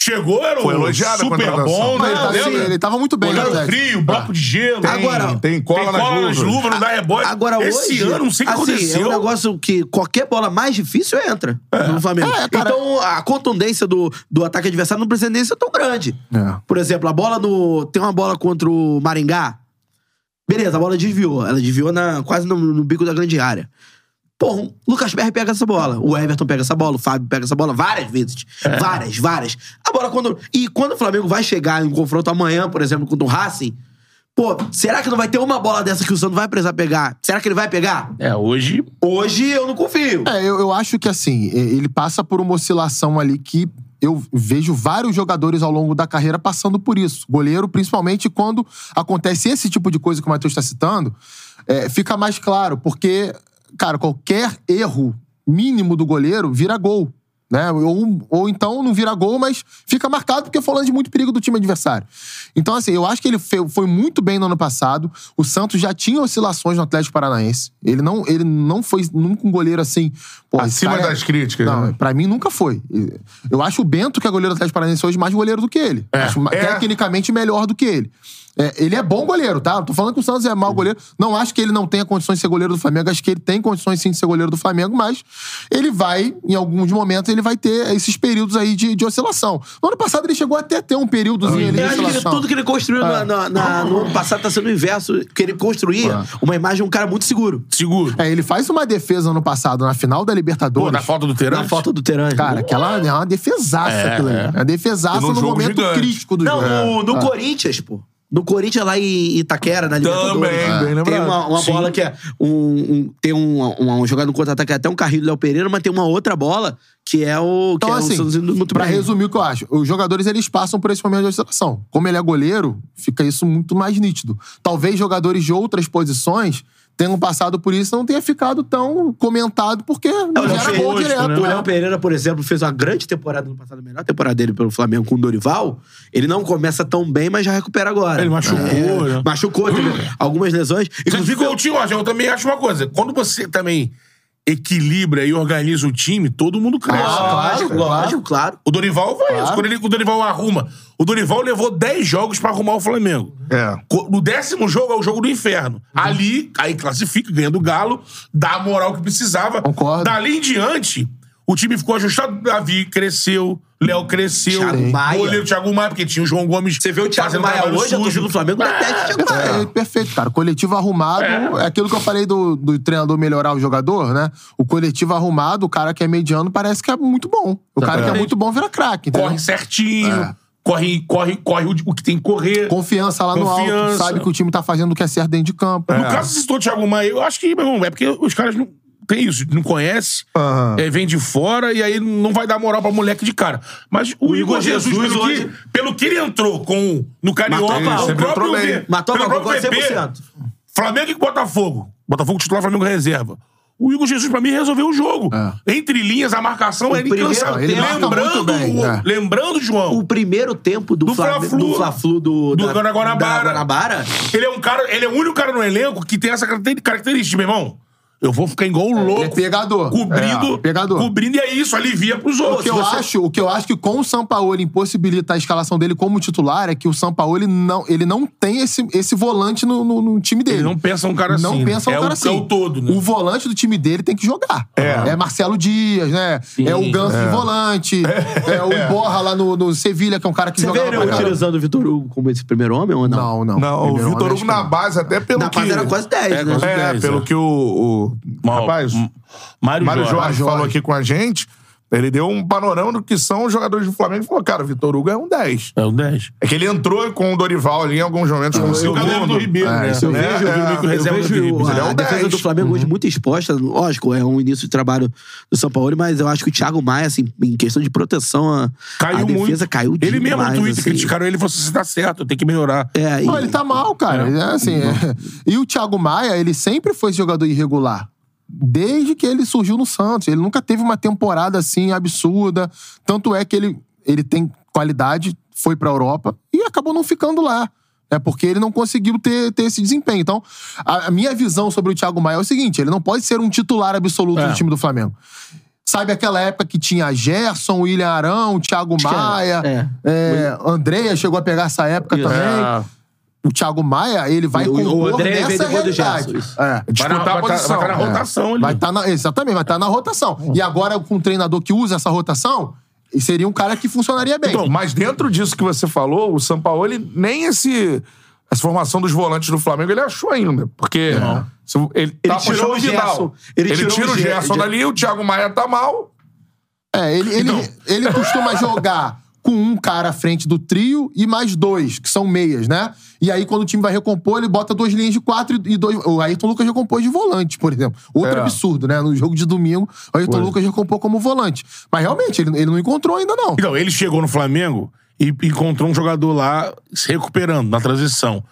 Speaker 2: chegou, era
Speaker 1: Foi
Speaker 2: um
Speaker 1: elogiado a
Speaker 2: super
Speaker 1: contratação.
Speaker 2: bom, né?
Speaker 4: Ele, tá,
Speaker 2: lembra?
Speaker 4: assim, ele tava muito bem, na
Speaker 2: Goleiro
Speaker 4: verdade.
Speaker 2: frio, bloco de gelo.
Speaker 3: Tem- Agora-
Speaker 1: tem cola nas luvas.
Speaker 2: não dá rebote.
Speaker 3: Agora
Speaker 2: Esse
Speaker 3: hoje,
Speaker 2: ano, não sei o que
Speaker 3: assim,
Speaker 2: aconteceu.
Speaker 3: É um negócio que qualquer bola mais difícil entra no Flamengo.
Speaker 4: É, cara.
Speaker 3: então, a contundência do, do ataque adversário não precisa nem ser tão grande.
Speaker 4: É.
Speaker 3: Por exemplo, a bola do. Tem uma bola contra o Maringá. Beleza, a bola desviou. Ela desviou na, quase no, no bico da grande área. Porra, o Lucas Berry pega essa bola. O Everton pega essa bola, o Fábio pega essa bola várias vezes. Várias, várias. A bola quando. E quando o Flamengo vai chegar em um confronto amanhã, por exemplo, contra o Racing, pô, será que não vai ter uma bola dessa que o Santos vai precisar pegar? Será que ele vai pegar?
Speaker 2: É, hoje.
Speaker 3: Hoje eu não confio.
Speaker 4: É, eu, eu acho que assim, e- ele passa por uma oscilação ali que eu vejo vários jogadores ao longo da carreira passando por isso. Goleiro, principalmente quando acontece esse tipo de coisa que o Matheus está citando, é, fica mais claro, porque, cara, qualquer erro mínimo do goleiro vira gol. Né? Ou, ou então não vira gol, mas fica marcado porque falando de muito perigo do time adversário. Então, assim, eu acho que ele fe- foi muito bem no ano passado. O Santos já tinha oscilações no Atlético Paranaense. Ele não, ele não foi nunca um goleiro assim. pô, esse
Speaker 1: Acima
Speaker 4: cara é-
Speaker 1: das críticas.
Speaker 4: não,
Speaker 1: né?
Speaker 4: pra mim nunca foi. Eu acho o Bento, que é goleiro do Atlético Paranaense hoje, mais goleiro do que ele. Acho ma-
Speaker 1: É.
Speaker 4: tecnicamente melhor do que ele. É, ele é bom goleiro, tá? Não Tô falando que o Santos é mau goleiro. Não acho que ele não tenha condições de ser goleiro do Flamengo. Acho que ele tem condições sim de ser goleiro do Flamengo, mas ele vai, em alguns momentos, ele vai ter esses períodos aí de, de oscilação. No ano passado ele chegou até a ter um períodozinho ali de
Speaker 3: Eu acho que ele-
Speaker 4: oscilação.
Speaker 3: tudo que ele construiu na- na- na- no ano passado tá sendo o inverso. Que ele construía uma imagem de um cara muito seguro.
Speaker 2: Seguro.
Speaker 4: É, ele faz uma defesa no passado, na final da Libertadores.
Speaker 2: Pô, na falta do Terão.
Speaker 3: Na falta do Terani.
Speaker 4: Cara, aquela é uma defesaça
Speaker 2: É,
Speaker 4: aquilo ali.
Speaker 2: é.
Speaker 4: É uma defesaça
Speaker 1: E num
Speaker 4: no
Speaker 1: jogo
Speaker 4: momento
Speaker 1: gigante. É.
Speaker 4: crítico do
Speaker 3: Não,
Speaker 4: jogo. Ah.
Speaker 3: no, no Corinthians, pô. Do Corinthians lá em Itaquera, na Libertadores. É.
Speaker 1: Também, bem
Speaker 3: Tem
Speaker 1: lembrado.
Speaker 3: uma, uma
Speaker 1: Sim.
Speaker 3: bola que é. Um, um- tem um, um, um jogador no contra-ataque, é até um carrinho do Léo Pereira, mas tem uma outra bola que é o.
Speaker 4: Então,
Speaker 3: que é o
Speaker 4: assim,
Speaker 3: Santos indo muito
Speaker 4: pra
Speaker 3: bem.
Speaker 4: resumir o que eu acho, os jogadores eles passam por esse momento de oscilação. Como ele é goleiro, fica isso muito mais nítido. Talvez jogadores de outras posições tenham passado por isso e não tenha ficado tão comentado, porque não
Speaker 3: É, o Léo
Speaker 4: era gol
Speaker 2: Pereira,
Speaker 4: direto.
Speaker 2: né?
Speaker 3: O
Speaker 4: né?
Speaker 3: Léo Pereira, por exemplo, fez uma grande temporada no passado, a melhor temporada dele pelo Flamengo com o Dorival. Ele não começa tão bem, mas já recupera agora. É,
Speaker 2: Ele machucou, né?
Speaker 3: Machucou, teve algumas lesões.
Speaker 2: Você
Speaker 3: Inclusive,
Speaker 2: fica o time, eu também acho uma coisa. Quando você também equilibra e organiza o time, todo mundo cresce.
Speaker 3: lógico, lógico, claro.
Speaker 2: O Dorival vai. Quando ele, o Dorival arruma. O Dorival levou 10 jogos pra arrumar o Flamengo.
Speaker 1: É.
Speaker 2: Co- No décimo jogo é o jogo do inferno.
Speaker 3: Uhum.
Speaker 2: Ali, aí classifica, ganha do Galo, dá a moral que precisava.
Speaker 4: Concordo.
Speaker 2: Dali em diante, o time ficou ajustado. Davi cresceu, Léo cresceu.
Speaker 3: Thiago
Speaker 2: Sim.
Speaker 3: Maia.
Speaker 2: Goleiro Thiago Maia, porque tinha o João Gomes.
Speaker 3: Você vê o Thiago
Speaker 2: fazendo
Speaker 3: Maia
Speaker 2: trabalho
Speaker 3: hoje, a torcida do Flamengo dá teste de Thiago Maia.
Speaker 4: É, perfeito, cara. Coletivo arrumado. É, aquilo que eu falei do, do treinador melhorar o jogador, né? O coletivo arrumado, o cara que é mediano, parece que é muito bom. O cara que é muito bom vira craque, entendeu?
Speaker 2: Corre certinho,
Speaker 4: É.
Speaker 2: corre, corre, corre o, o que tem que correr.
Speaker 4: Confiança lá no alto,
Speaker 2: Confiança.
Speaker 4: sabe que o time tá fazendo o que é certo dentro de campo.
Speaker 2: No caso, você citou o Thiago Maia, eu acho que, meu irmão, é porque os caras não tem isso, não conhece,
Speaker 1: Aham.
Speaker 2: é, vem de fora e aí não vai dar moral pra moleque de cara. Mas o, Igor
Speaker 3: Igor
Speaker 2: Jesus,
Speaker 3: Jesus
Speaker 2: pelo,
Speaker 3: hoje-
Speaker 2: que, pelo que ele entrou com o- no Carioca,
Speaker 3: Matou a pau.
Speaker 2: o
Speaker 1: Sempre entrou
Speaker 2: próprio
Speaker 1: bem.
Speaker 2: V-
Speaker 3: Matou a
Speaker 2: pelo
Speaker 3: pau,
Speaker 2: próprio
Speaker 3: concordo
Speaker 2: VP,
Speaker 3: 100%.
Speaker 2: Flamengo e Botafogo. Botafogo titular, Flamengo reserva. O Igor Jesus, pra mim, resolveu o jogo. Entre linhas, a marcação era
Speaker 3: primeiro
Speaker 2: incansável.
Speaker 4: É. tempo- Ele marca
Speaker 2: Lembrando,
Speaker 4: muito bem,
Speaker 2: o-
Speaker 4: é.
Speaker 2: lembrando, João,
Speaker 3: O primeiro tempo do,
Speaker 2: Do
Speaker 3: Flamengo,
Speaker 2: Fla-Flu.
Speaker 3: do Fla-Flu do,
Speaker 2: Do
Speaker 3: da,
Speaker 2: Guanabara.
Speaker 3: da Guanabara,
Speaker 2: Ele é um cara, ele é o único cara no elenco que tem essa caracter- característica, meu irmão. Eu vou ficar igual um louco.
Speaker 4: ele é pegador.
Speaker 2: Cobrindo.
Speaker 4: É, pegador.
Speaker 2: Cobrindo e é isso, alivia pros
Speaker 4: O
Speaker 2: outros.
Speaker 4: que, eu acho, o que eu acho que com o Sampaoli impossibilita a escalação dele como titular é que o Sampaoli não, ele não tem esse, esse volante no, no- no time dele.
Speaker 2: Ele não pensa um cara
Speaker 4: Não
Speaker 2: assim. né?
Speaker 4: pensa um
Speaker 2: é
Speaker 4: cara
Speaker 2: o,
Speaker 4: assim.
Speaker 2: É o todo, né?
Speaker 4: O volante do time dele tem que jogar.
Speaker 1: É.
Speaker 4: Marcelo Dias, né? é o Ganso de volante. É, o Borra lá no, no Sevilha, que é um cara que
Speaker 3: você
Speaker 4: joga
Speaker 3: vê ele utilizando o Vitor Hugo como esse primeiro homem ou não?
Speaker 4: Não, não.
Speaker 1: Não, é o
Speaker 4: Primeiro
Speaker 1: Vitor
Speaker 4: homem,
Speaker 1: Hugo
Speaker 4: acho
Speaker 1: na
Speaker 4: que
Speaker 1: base, até pelo
Speaker 3: Na
Speaker 1: que...
Speaker 3: base era quase 10,
Speaker 2: É,
Speaker 3: né?
Speaker 2: quase-
Speaker 1: É,
Speaker 2: 10,
Speaker 1: pelo
Speaker 2: é.
Speaker 1: que o... o...
Speaker 2: Mal-
Speaker 1: Rapaz,
Speaker 2: M- Mário,
Speaker 1: Mário
Speaker 2: Jorge.
Speaker 1: Jorge falou
Speaker 4: Jorge.
Speaker 1: aqui com a gente, ele deu um panorama do que são os jogadores do Flamengo e falou, cara, o Vitor Hugo é um 10.
Speaker 2: É o 10.
Speaker 1: É que ele entrou com o Dorival ali em alguns momentos como
Speaker 2: E Ah, o galera do
Speaker 1: segundo.
Speaker 2: Ribeiro,
Speaker 4: É,
Speaker 2: né?
Speaker 4: isso eu
Speaker 2: Né?
Speaker 1: vejo,
Speaker 2: É,
Speaker 1: eu
Speaker 2: meio que o
Speaker 3: Eu
Speaker 2: reserva do
Speaker 3: vejo
Speaker 2: Ribeiro.
Speaker 1: ele é
Speaker 3: a,
Speaker 1: um
Speaker 3: a defesa
Speaker 1: 10.
Speaker 3: do Flamengo hoje muito exposta. Lógico, é um início de trabalho do São Paulo, mas eu acho que o Thiago Maia, assim, em questão de proteção, a,
Speaker 2: Caiu
Speaker 3: a defesa
Speaker 2: muito.
Speaker 3: caiu
Speaker 2: Ele mesmo
Speaker 3: demais,
Speaker 2: no Twitter
Speaker 3: assim.
Speaker 2: criticaram ele e falou assim: você tá certo, eu tenho que melhorar.
Speaker 3: É, e-
Speaker 4: Não, ele tá mal, cara. É assim, é. E o Thiago Maia, ele sempre foi esse jogador irregular. Desde que ele surgiu no Santos. Ele nunca teve uma temporada assim absurda. Tanto é que ele, ele tem qualidade, foi pra Europa e acabou não ficando lá. É porque ele não conseguiu ter, ter esse desempenho. Então, a, a minha visão sobre o Thiago Maia é o seguinte: ele não pode ser um titular absoluto
Speaker 2: É.
Speaker 4: do time do Flamengo. Sabe aquela época que tinha Gerson, William Arão, Thiago
Speaker 3: que era,
Speaker 4: Maia,
Speaker 3: é.
Speaker 4: é, Andreia chegou a pegar essa
Speaker 1: É.
Speaker 4: época
Speaker 3: Isso.
Speaker 4: também
Speaker 1: ah,
Speaker 4: o Thiago Maia, ele vai
Speaker 3: O- o
Speaker 4: compor
Speaker 3: André
Speaker 4: nessa
Speaker 3: veio depois do
Speaker 4: realidade.
Speaker 3: Gerson, isso.
Speaker 4: É.
Speaker 2: Vai na-
Speaker 1: Disputar a
Speaker 2: vai tá-
Speaker 1: posição.
Speaker 2: Vai estar na
Speaker 1: É.
Speaker 2: rotação ali.
Speaker 4: Vai tá na, exatamente, vai estar na rotação. E agora, com um treinador que usa essa rotação, seria um cara que funcionaria bem.
Speaker 1: Então, mas dentro disso que você falou, o Sampaoli nem esse essa formação dos volantes do Flamengo ele achou ainda, porque se- ele, tá
Speaker 3: tirou
Speaker 1: puxando
Speaker 3: o
Speaker 1: Vidal.
Speaker 3: Gerson. Ele
Speaker 1: Ele,
Speaker 3: tirou
Speaker 1: tira
Speaker 3: o
Speaker 1: o
Speaker 3: Ger-
Speaker 1: Gerson
Speaker 3: Ger-
Speaker 1: dali, o Thiago Maia tá mal.
Speaker 4: é, ele, ele,
Speaker 3: então.
Speaker 4: ele costuma jogar com um cara à frente do trio e mais dois, que são meias, né? E aí, quando o time vai recompor, ele bota duas linhas de quatro e e dois. O Ayrton Lucas recompôs de volante, por exemplo. Outro
Speaker 1: É.
Speaker 4: absurdo, né? No jogo de domingo, o Ayrton Lucas recompôs como volante. Mas realmente, ele, ele não encontrou ainda, não.
Speaker 2: Então, ele chegou no Flamengo e encontrou um jogador lá se recuperando na transição,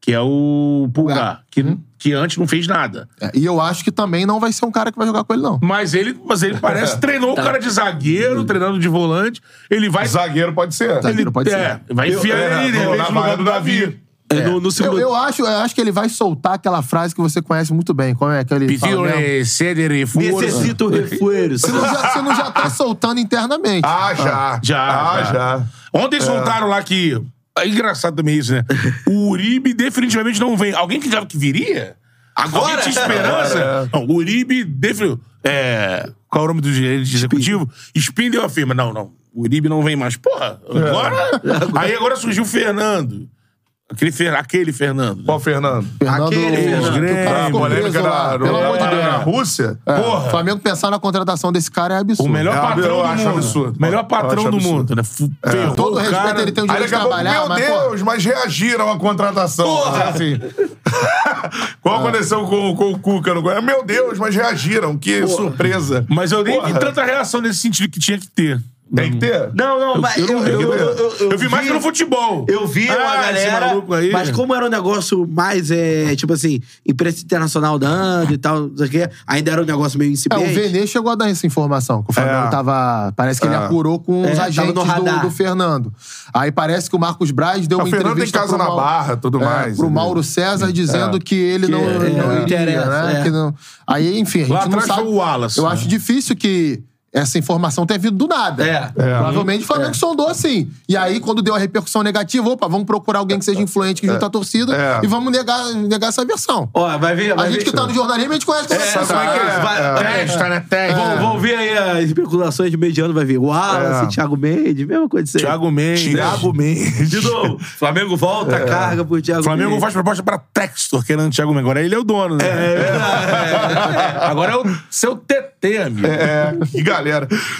Speaker 2: que é o Pulgar, que, que antes não fez nada.
Speaker 4: É, E eu acho que também não vai ser um cara que vai jogar com ele, não.
Speaker 2: Mas ele, mas ele parece treinou o cara de zagueiro, treinando de volante. Ele vai.
Speaker 1: Zagueiro pode ser.
Speaker 4: Zagueiro
Speaker 2: ele,
Speaker 4: pode ser.
Speaker 2: é, vai enfiar
Speaker 1: é,
Speaker 2: ele, de
Speaker 1: no-
Speaker 2: repente,
Speaker 1: na
Speaker 2: no lugar
Speaker 1: vaga
Speaker 2: do
Speaker 1: do
Speaker 2: Davi.
Speaker 1: Davi.
Speaker 3: é, no, no segundo
Speaker 4: Eu, eu acho, eu acho que ele vai soltar aquela frase que você conhece muito bem. Como é que ele fala
Speaker 2: né?
Speaker 4: mesmo?
Speaker 2: cedere,
Speaker 3: Necessito refueros.
Speaker 4: Você não, já, você não já tá soltando internamente.
Speaker 1: Ah, já.
Speaker 2: Já,
Speaker 1: Ah,
Speaker 2: já.
Speaker 1: já.
Speaker 2: Ontem soltaram lá que. É engraçado também isso, né? O Uribe definitivamente não vem. Alguém que já que viria? Agora Alguém tinha esperança? Não, o Uribe definitivamente. É, qual é o nome do gerente executivo? Spindle afirma. Não, não. O Uribe não vem mais. Porra, agora. Aí agora surgiu o Fernando. Aquele, Fer- aquele Fernando. né?
Speaker 1: Qual o Fernando?
Speaker 4: Fernando,
Speaker 3: Aquele Fernando.
Speaker 4: que o cara
Speaker 1: Ah,
Speaker 4: ficou preso
Speaker 1: polêmica
Speaker 4: lá,
Speaker 1: da,
Speaker 4: pelo
Speaker 1: da-
Speaker 4: amor de
Speaker 1: da-
Speaker 4: Deus. É.
Speaker 1: da Rússia?
Speaker 4: O
Speaker 1: Porra!
Speaker 4: Flamengo pensar na contratação desse cara é absurdo.
Speaker 2: O melhor
Speaker 1: É, eu
Speaker 2: patrão do
Speaker 1: acho
Speaker 2: mundo.
Speaker 1: absurdo.
Speaker 2: Melhor
Speaker 1: Eu acho
Speaker 2: patrão do
Speaker 1: absurdo.
Speaker 2: mundo, né? Fu- ferrou
Speaker 4: Todo
Speaker 2: o
Speaker 4: respeito,
Speaker 2: cara.
Speaker 4: ele tem o
Speaker 1: Aí
Speaker 4: direito de
Speaker 1: daqui a pouco,
Speaker 4: trabalhar,
Speaker 1: meu
Speaker 4: mas, pô,
Speaker 1: Deus, mas reagiram à contratação.
Speaker 2: Porra!
Speaker 1: Assim. Qual aconteceu com, com o Cuca no Goiás? Meu Deus, mas reagiram. Que surpresa.
Speaker 2: Mas eu nem vi
Speaker 1: Porra.
Speaker 2: tanta reação nesse sentido que tinha que ter.
Speaker 1: Tem que ter?
Speaker 3: Não, não, mas
Speaker 2: eu, não vi.
Speaker 1: eu- eu-
Speaker 2: Eu vi mais que no futebol.
Speaker 3: Eu vi
Speaker 2: Ah,
Speaker 3: uma
Speaker 2: esse
Speaker 3: galera.
Speaker 2: maluco aí.
Speaker 3: Mas como era um negócio mais, é, tipo assim, imprensa internacional dando e tal, não sei o quê, ainda era um negócio meio
Speaker 4: É,
Speaker 3: incipiente.
Speaker 4: o Vene chegou a dar essa informação. Que o
Speaker 1: É.
Speaker 4: Flamengo tava. Parece que ele
Speaker 1: É.
Speaker 4: apurou com
Speaker 3: É,
Speaker 4: os
Speaker 3: tava
Speaker 4: agentes
Speaker 3: no radar.
Speaker 4: do, do Fernando. Aí parece que o Marcos Braz deu
Speaker 1: É, O
Speaker 4: uma
Speaker 1: Fernando tem
Speaker 4: entrevista.
Speaker 1: casa
Speaker 4: pro
Speaker 1: na
Speaker 4: Mau-
Speaker 1: Barra, tudo
Speaker 4: é,
Speaker 1: mais. né? É.
Speaker 4: Pro
Speaker 1: entendeu?
Speaker 4: Mauro César dizendo que ele não,
Speaker 3: é,
Speaker 4: não
Speaker 3: não
Speaker 4: iria,
Speaker 3: interessa,
Speaker 4: né?
Speaker 3: é.
Speaker 4: Que não- Aí, enfim, a gente
Speaker 2: Lá
Speaker 4: não
Speaker 2: atrás
Speaker 4: sabe.
Speaker 2: foi o Wallace,
Speaker 4: Eu
Speaker 2: né?
Speaker 4: acho difícil que. Essa informação tenha vindo do nada.
Speaker 3: É.
Speaker 4: Provavelmente o Flamengo sondou assim. E aí, quando deu a repercussão negativa, opa, vamos procurar alguém que seja influente, que junta a torcida,
Speaker 1: É.
Speaker 4: e vamos negar, negar essa versão.
Speaker 3: Ó, vai ver.
Speaker 4: A
Speaker 3: vai
Speaker 4: gente
Speaker 3: ver- né?
Speaker 4: que tá no jornalismo, a gente conhece essa
Speaker 1: sabe
Speaker 4: versão.
Speaker 1: como é que é?
Speaker 4: Ah,
Speaker 3: Vai-
Speaker 1: É,
Speaker 3: é.
Speaker 1: está na testa.
Speaker 3: Vão, vão ver aí as especulações de mediano, vai ver. Wallace,
Speaker 1: É.
Speaker 3: Thiago Mendes, mesma coisa disso aí.
Speaker 2: Thiago Mendes.
Speaker 1: Thiago Mendes.
Speaker 3: De novo, Flamengo volta,
Speaker 4: É.
Speaker 3: carga pro Thiago
Speaker 2: O Flamengo
Speaker 3: Mendes.
Speaker 2: faz proposta pra Textor, querendo o Thiago Mendes. Agora ele é o dono, né? É. Agora é o seu TT, amigo.
Speaker 1: É, que galera.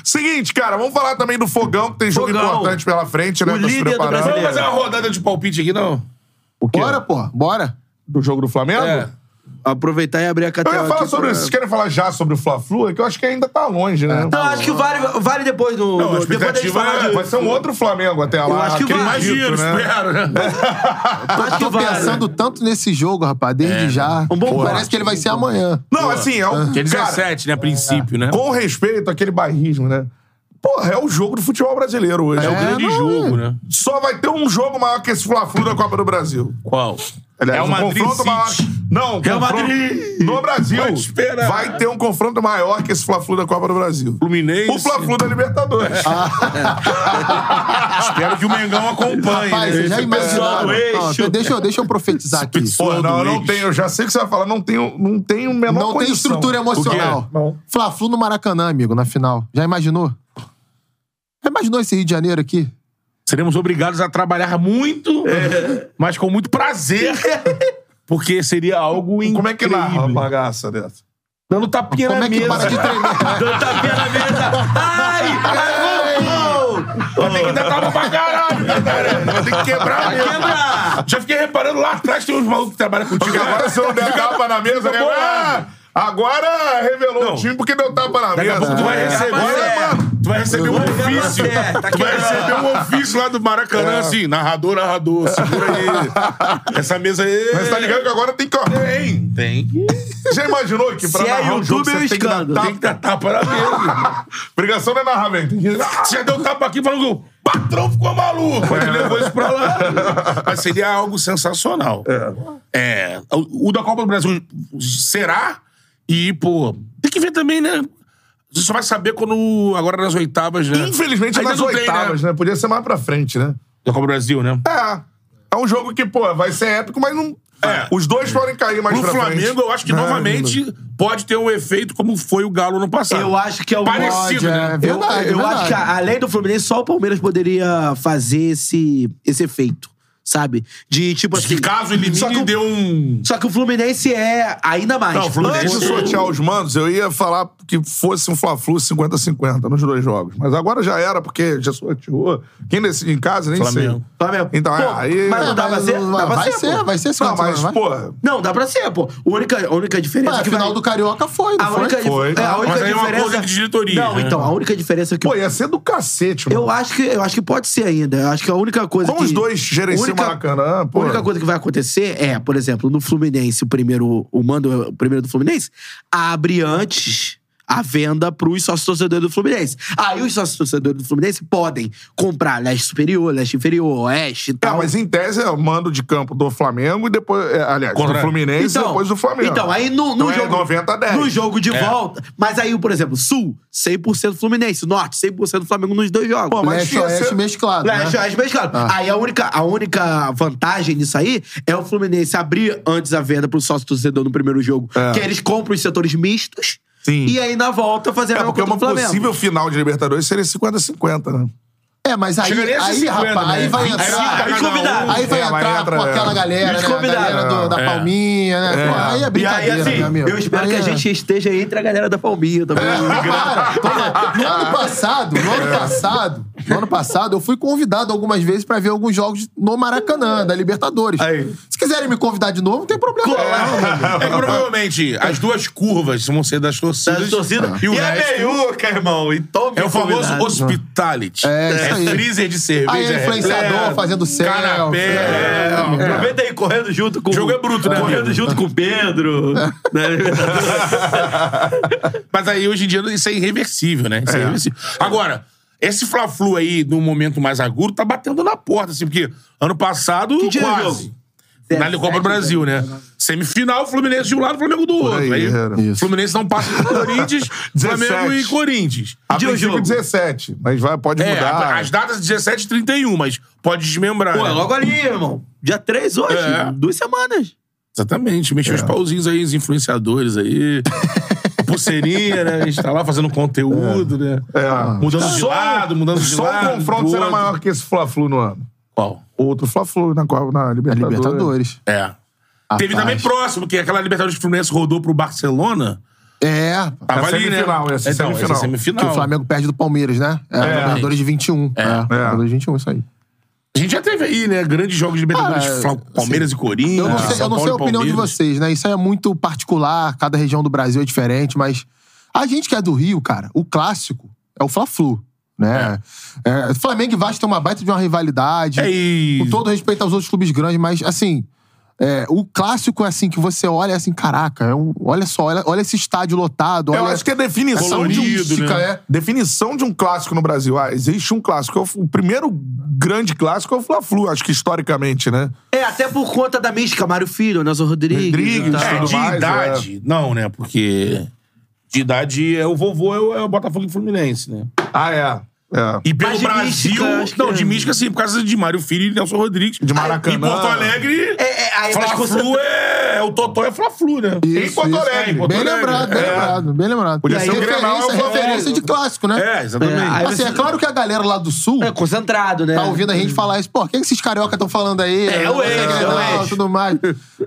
Speaker 1: Seguinte, cara, vamos falar também do Fogão, que tem jogo
Speaker 3: Fogão.
Speaker 1: importante pela frente, né? Tá
Speaker 3: O
Speaker 1: se
Speaker 3: líder do
Speaker 1: preparando.
Speaker 2: Vamos
Speaker 3: brasileiro.
Speaker 2: fazer uma rodada de palpite aqui, não?
Speaker 1: O quê?
Speaker 4: Bora, pô, bora.
Speaker 1: Do jogo do Flamengo?
Speaker 2: É.
Speaker 3: Aproveitar e abrir a
Speaker 1: Eu
Speaker 3: categoria.
Speaker 1: ia falar sobre isso.
Speaker 3: é.
Speaker 1: Vocês querem falar já sobre o Fla-Flu? É que eu acho que ainda tá longe, né?
Speaker 3: Não, acho que vale, vale depois do.
Speaker 2: Não, a
Speaker 3: do- depois da gente
Speaker 2: expectativa
Speaker 3: falar
Speaker 2: é-
Speaker 3: de.
Speaker 1: Vai ser um outro Flamengo até lá.
Speaker 3: Eu acho que
Speaker 1: acredito,
Speaker 3: vai.
Speaker 2: Imagino,
Speaker 1: né?
Speaker 2: espero. né?
Speaker 3: acho que
Speaker 4: Tô
Speaker 3: vale.
Speaker 4: pensando tanto nesse jogo, rapaz, desde já.
Speaker 3: Um bom
Speaker 4: Parece
Speaker 3: corte,
Speaker 4: que ele vai ser amanhã.
Speaker 1: Não, assim, é um.
Speaker 2: Que é
Speaker 1: Cara,
Speaker 2: 17, né? A princípio, né?
Speaker 1: com respeito àquele barrismo, né? Porra, é o jogo do futebol brasileiro hoje.
Speaker 2: É o grande
Speaker 4: não,
Speaker 2: jogo, né?
Speaker 1: Só vai ter um jogo maior que esse Fla-Flu da Copa do Brasil.
Speaker 2: Qual?
Speaker 1: Aliás,
Speaker 2: é o
Speaker 1: um
Speaker 2: Madrid
Speaker 1: confronto
Speaker 2: City.
Speaker 1: maior. Não,
Speaker 2: Real
Speaker 1: confronto-
Speaker 2: Madrid.
Speaker 1: No Brasil,
Speaker 2: Pode esperar.
Speaker 1: vai ter um confronto maior que esse Fla-Flu da Copa do Brasil.
Speaker 2: Fluminense.
Speaker 1: O Fla-Flu da Libertadores.
Speaker 2: Espero que o Mengão acompanhe,
Speaker 4: Rapaz,
Speaker 2: né?
Speaker 4: você já
Speaker 2: Esse pessoal
Speaker 4: imaginaram?
Speaker 2: do
Speaker 4: Não,
Speaker 2: eixo.
Speaker 4: deixa, eu- deixa eu profetizar aqui.
Speaker 2: Esse
Speaker 1: Pô,
Speaker 2: pessoal
Speaker 1: não, eu
Speaker 2: do
Speaker 1: não
Speaker 2: eixo.
Speaker 1: tenho. Eu já sei o que você vai falar. Não tenho, não tenho o menor
Speaker 4: Não tem
Speaker 1: condição.
Speaker 4: estrutura emocional.
Speaker 1: Não.
Speaker 4: Fla-Flu no Maracanã, amigo, na final. Já imaginou? Já imaginou esse Rio de Janeiro aqui?
Speaker 2: Seremos obrigados a trabalhar muito, mas com muito prazer. Porque seria algo incrível.
Speaker 1: Como é que narra uma bagaça dessa?
Speaker 2: Dando tapinha
Speaker 4: Como
Speaker 2: na
Speaker 4: é que
Speaker 2: mesa.
Speaker 4: para de tremer? É,
Speaker 3: Dando tapinha na mesa. Ai! ai,
Speaker 2: Vai ter que dar tapa pra caralho, né, cara? Vai ter que quebrar
Speaker 3: Vai
Speaker 2: mesmo.
Speaker 3: quebrar.
Speaker 2: Já fiquei reparando lá atrás, tem uns malucos que trabalham contigo
Speaker 1: Porque
Speaker 2: agora.
Speaker 1: agora se eu não der tapa na mesa, né? Ah, Agora revelou
Speaker 2: um. Não.
Speaker 1: o time porque deu tapa na
Speaker 2: Daqui
Speaker 1: mesa.
Speaker 2: a pouco Tá tu vai
Speaker 1: É.
Speaker 2: receber. um
Speaker 1: Agora, mano.
Speaker 2: Tu vai receber um ofício.
Speaker 3: É, tá
Speaker 2: tu vai
Speaker 3: quebrado.
Speaker 2: receber um ofício lá do Maracanã, assim, narrador, narrador, segura aí. Essa mesa aí.
Speaker 1: Mas tá ligado que agora tem que.
Speaker 2: Tem, tem. que-
Speaker 1: Já imaginou que pra
Speaker 3: Se é
Speaker 1: narrar um jogo
Speaker 3: YouTube, é
Speaker 1: você
Speaker 3: um
Speaker 1: tem que dar
Speaker 3: escândalo.
Speaker 1: tapa?
Speaker 2: Tem que dar tapa na mesa.
Speaker 1: Obrigação não é narrar bem. Tem que
Speaker 2: Ah, Já deu tapa aqui falando que o patrão ficou maluco. Ele
Speaker 1: né?
Speaker 2: levou isso pra lá. Mas seria algo sensacional. É. o, o da Copa do Brasil será. E, pô, tem que ver também, né? Você só vai saber quando. Agora nas oitavas, né?
Speaker 1: Infelizmente é
Speaker 2: Ainda
Speaker 1: nas
Speaker 2: não tem,
Speaker 1: oitavas,
Speaker 2: né?
Speaker 1: né? Podia ser mais pra frente, né?
Speaker 2: Da Copa do Brasil, né?
Speaker 1: É. É um jogo que, pô, vai ser épico, mas não.
Speaker 2: É.
Speaker 1: Os dois podem cair mais
Speaker 2: Pro
Speaker 1: pra
Speaker 2: Flamengo,
Speaker 1: frente. É,
Speaker 2: eu acho que novamente pode ter um efeito como foi o Galo no
Speaker 3: ai.
Speaker 2: passado.
Speaker 3: Eu acho que é o
Speaker 2: Parecido,
Speaker 4: Pode,
Speaker 2: né?
Speaker 4: é
Speaker 3: Eu,
Speaker 4: verdade.
Speaker 3: eu acho que,
Speaker 4: verdade.
Speaker 3: a- além do Fluminense, só o Palmeiras poderia fazer esse, esse efeito, sabe? De tipo
Speaker 2: Acho que
Speaker 3: assim.
Speaker 2: caso ele
Speaker 3: só que,
Speaker 2: me
Speaker 3: o,
Speaker 2: deu um.
Speaker 3: só que o Fluminense é ainda mais.
Speaker 2: Não, o Fluminense-
Speaker 1: Antes de sortear os mandos, eu ia falar que fosse um Fla-Flu 50-50 nos dois jogos. Mas agora já era, porque já sorteou. Quem decide em casa, nem
Speaker 2: Flamengo.
Speaker 1: sei.
Speaker 3: Flamengo.
Speaker 1: Então, é,
Speaker 3: Tá Pô,
Speaker 1: aí-
Speaker 3: Mas não dá pra
Speaker 4: Mas
Speaker 3: ser?
Speaker 4: não-
Speaker 3: Dá pra
Speaker 4: vai
Speaker 3: ser,
Speaker 4: ser,
Speaker 3: pô.
Speaker 4: vai ser
Speaker 1: Não, mas,
Speaker 4: 50, vai?
Speaker 1: pô...
Speaker 3: Não, dá pra ser, pô. A única, a única diferença
Speaker 4: Ué,
Speaker 3: é
Speaker 4: a
Speaker 3: que
Speaker 4: final
Speaker 3: vai...
Speaker 4: do Carioca foi, não
Speaker 3: A
Speaker 4: foi?
Speaker 3: única,
Speaker 1: Foi.
Speaker 3: é, a única
Speaker 2: Mas aí é uma
Speaker 3: diferença...
Speaker 2: coisa de diretoria,
Speaker 3: Não,
Speaker 2: né?
Speaker 3: então, a única diferença é que...
Speaker 1: Pô, ia ser do cacete, mano.
Speaker 3: eu acho que, eu acho que pode ser ainda. Eu acho que a única coisa
Speaker 1: Como
Speaker 3: que...
Speaker 1: os dois gerenciam
Speaker 3: única-
Speaker 1: o Maracanã, pô.
Speaker 3: A única coisa que vai acontecer é, por exemplo, no Fluminense, o primeiro, o mando o primeiro do Fluminense, abre antes a venda pros sócios torcedores do Fluminense. Aí os sócios torcedores do Fluminense podem comprar leste superior, leste inferior, oeste e
Speaker 1: É,
Speaker 3: tal.
Speaker 1: mas em tese é o mando de campo do Flamengo e depois. é, aliás,
Speaker 2: Contra-
Speaker 1: do Fluminense e depois do Flamengo.
Speaker 3: Então, aí no, no
Speaker 1: Então é
Speaker 3: jogo.
Speaker 1: 90 a 10.
Speaker 3: No jogo de
Speaker 2: É.
Speaker 3: volta. Mas aí, por exemplo, Sul, 100% Fluminense. Norte, 100% Flamengo nos dois jogos. É,
Speaker 1: Pô, mas
Speaker 4: Leste e
Speaker 1: ia
Speaker 4: Oeste
Speaker 1: ser-
Speaker 4: mesclado, né?
Speaker 3: Leste, oeste, mas, claro. Aí a única, a única vantagem disso aí é o Fluminense abrir antes a venda pro sócio torcedor no primeiro jogo, que eles compram os setores mistos.
Speaker 1: Sim.
Speaker 3: E aí na volta fazer a
Speaker 1: É,
Speaker 3: mesma
Speaker 1: porque
Speaker 3: coisa
Speaker 1: uma
Speaker 3: do Flamengo.
Speaker 1: possível final de Libertadores seria 50-50, né?
Speaker 4: É, mas aí,
Speaker 2: Chegaria a ser
Speaker 4: aí,
Speaker 2: 50,
Speaker 4: rapaz,
Speaker 2: né?
Speaker 4: aí vai
Speaker 2: 25
Speaker 4: entrar.
Speaker 2: pra
Speaker 4: Aí,
Speaker 2: cada
Speaker 3: convidado.
Speaker 2: um.
Speaker 4: vai
Speaker 1: É, mas
Speaker 4: entrar
Speaker 1: entra,
Speaker 4: com
Speaker 1: é.
Speaker 4: aquela galera, né? A
Speaker 3: Desconvidado.
Speaker 4: galera do- da
Speaker 2: É.
Speaker 4: palminha, né? Pô, aí é brincadeira,
Speaker 2: assim,
Speaker 4: meu amigo.
Speaker 3: Eu espero
Speaker 4: Aí
Speaker 3: que a
Speaker 4: é-
Speaker 3: gente esteja entre a galera da Palminha também.
Speaker 4: Tomara, tomara. No ano passado, no ano passado, no ano passado, eu fui convidado algumas vezes pra ver alguns jogos no Maracanã, da Libertadores.
Speaker 2: Aí.
Speaker 4: Se quiserem me convidar de novo, não tem problema. não, meu amigo.
Speaker 2: É que provavelmente as duas curvas vão ser das torcidas.
Speaker 3: Das torcidas.
Speaker 2: E o
Speaker 5: E
Speaker 2: resto
Speaker 5: é meiuca, irmão. E tome
Speaker 2: é o famoso
Speaker 3: convidado.
Speaker 2: hospitality.
Speaker 4: É, isso aí.
Speaker 2: freezer de cerveja.
Speaker 4: Aí é influenciador
Speaker 2: reflexo,
Speaker 4: fazendo selfie.
Speaker 2: Canapé.
Speaker 4: É.
Speaker 2: é, ó.
Speaker 5: Aproveita aí, correndo junto com. O
Speaker 2: jogo é bruto, né,
Speaker 5: Correndo
Speaker 2: amigo?
Speaker 5: junto com o Pedro. né?
Speaker 2: Mas aí, hoje em dia, isso é irreversível, né? Isso é, irreversível. Agora, esse Fla-Flu aí, num momento mais agudo, tá batendo na porta, assim, porque ano passado,
Speaker 3: dia é o
Speaker 2: quase.
Speaker 3: jogo?
Speaker 2: Na Copa do Brasil, né? Semifinal, Fluminense de um lado, Flamengo do outro.
Speaker 1: aí,
Speaker 2: Aí,
Speaker 1: era.
Speaker 4: Isso.
Speaker 2: Fluminense não passa do Corinthians, Flamengo
Speaker 1: 17.
Speaker 2: e Corinthians.
Speaker 1: A
Speaker 3: Dia o
Speaker 1: princípio
Speaker 3: jogo.
Speaker 1: 17, mas vai, pode
Speaker 2: É,
Speaker 1: mudar.
Speaker 2: as datas 17 e 31, mas pode desmembrar.
Speaker 3: Pô,
Speaker 2: né?
Speaker 3: é logo ali, irmão. Dia 3 hoje.
Speaker 2: É.
Speaker 3: Duas semanas.
Speaker 2: Exatamente, mexer os pauzinhos aí, os influenciadores aí. A pulseirinha, né? A gente tá lá fazendo conteúdo, né?
Speaker 1: É.
Speaker 2: Mudando de lado, mudando de
Speaker 1: Só
Speaker 2: lado.
Speaker 1: um confronto
Speaker 2: do
Speaker 1: será
Speaker 2: outro.
Speaker 1: maior que esse Fla-Flu no ano.
Speaker 2: Qual?
Speaker 1: Outro Fla-Flu na, Copa- na
Speaker 4: É
Speaker 1: Libertadores.
Speaker 4: Libertadores.
Speaker 2: É. Teve
Speaker 4: Rapaz.
Speaker 2: também próximo, que aquela Libertadores que o Fluminense rodou pro Barcelona.
Speaker 4: É,
Speaker 2: Tava
Speaker 1: É
Speaker 2: ali,
Speaker 1: semifinal,
Speaker 2: né?
Speaker 1: essa,
Speaker 2: então,
Speaker 1: semifinal.
Speaker 2: essa semifinal.
Speaker 4: que o Flamengo perde do Palmeiras, né? É, Libertadores de 21. É, Libertadores de 21, isso aí.
Speaker 2: A gente já teve aí, né? Grandes jogos de Libertadores,
Speaker 4: Ah, é,
Speaker 2: Fla- Palmeiras e Corinthians.
Speaker 1: É,
Speaker 4: Eu não sei, eu
Speaker 2: São
Speaker 4: não sei
Speaker 2: Paulo
Speaker 4: a
Speaker 2: e
Speaker 4: opinião de
Speaker 2: Palmeiras.
Speaker 4: vocês, né? Isso aí é muito particular, cada região do Brasil é diferente, mas a gente que é do Rio, cara, o clássico é o Fla-Flu, né? É, Flamengo e Vasco tem uma baita de uma rivalidade.
Speaker 2: É, e-
Speaker 4: Com todo respeito aos outros clubes grandes, mas assim, é, o clássico é assim que você olha assim, caraca, é um- olha só, olha, olha esse estádio lotado,
Speaker 1: Eu
Speaker 4: olha
Speaker 1: acho que é definição de um
Speaker 2: colorido,
Speaker 4: música,
Speaker 2: né?
Speaker 4: é.
Speaker 1: Definição de um clássico no Brasil. Ah, existe um clássico. É O o primeiro grande clássico é o Fla-Flu, acho que historicamente, né?
Speaker 3: É, até por conta da mística, Mário Filho, Nelson Rodrigues. tá?
Speaker 1: Rodrigues,
Speaker 3: e tal.
Speaker 2: É,
Speaker 1: tudo
Speaker 2: de
Speaker 1: mais,
Speaker 2: idade, não, né? Porque de idade é o vovô, é o, é o Botafogo e Fluminense, né?
Speaker 1: Ah, é. É.
Speaker 2: E pelo
Speaker 3: Mas de
Speaker 2: Brasil.
Speaker 3: mística, acho que
Speaker 2: não,
Speaker 3: é.
Speaker 2: de mística, sim, por causa de Mário Filho e Nelson Rodrigues.
Speaker 1: De Maracanã.
Speaker 2: Em Porto Alegre.
Speaker 3: É, é, aí, mas
Speaker 2: Fla-Flu é, é. O Totó é Fla-Flu, né?
Speaker 4: Isso,
Speaker 1: Porto
Speaker 4: isso.
Speaker 1: Alegre,
Speaker 4: Bem
Speaker 2: Porto Alegre.
Speaker 4: lembrado, bem
Speaker 2: É.
Speaker 4: lembrado, bem lembrado.
Speaker 1: Podia
Speaker 4: E
Speaker 1: ser
Speaker 4: aí,
Speaker 1: o Grenal,
Speaker 4: referência,
Speaker 1: é o
Speaker 4: referência de clássico, né?
Speaker 2: É, exatamente.
Speaker 3: É, aí
Speaker 4: Assim,
Speaker 3: você-
Speaker 4: é claro que a galera lá do sul
Speaker 3: É, concentrado, né?
Speaker 4: tá ouvindo a gente falar isso, pô, o que esses carioca estão falando aí?
Speaker 3: É, o ex,
Speaker 4: Não,
Speaker 3: é o ex.
Speaker 4: tudo mais.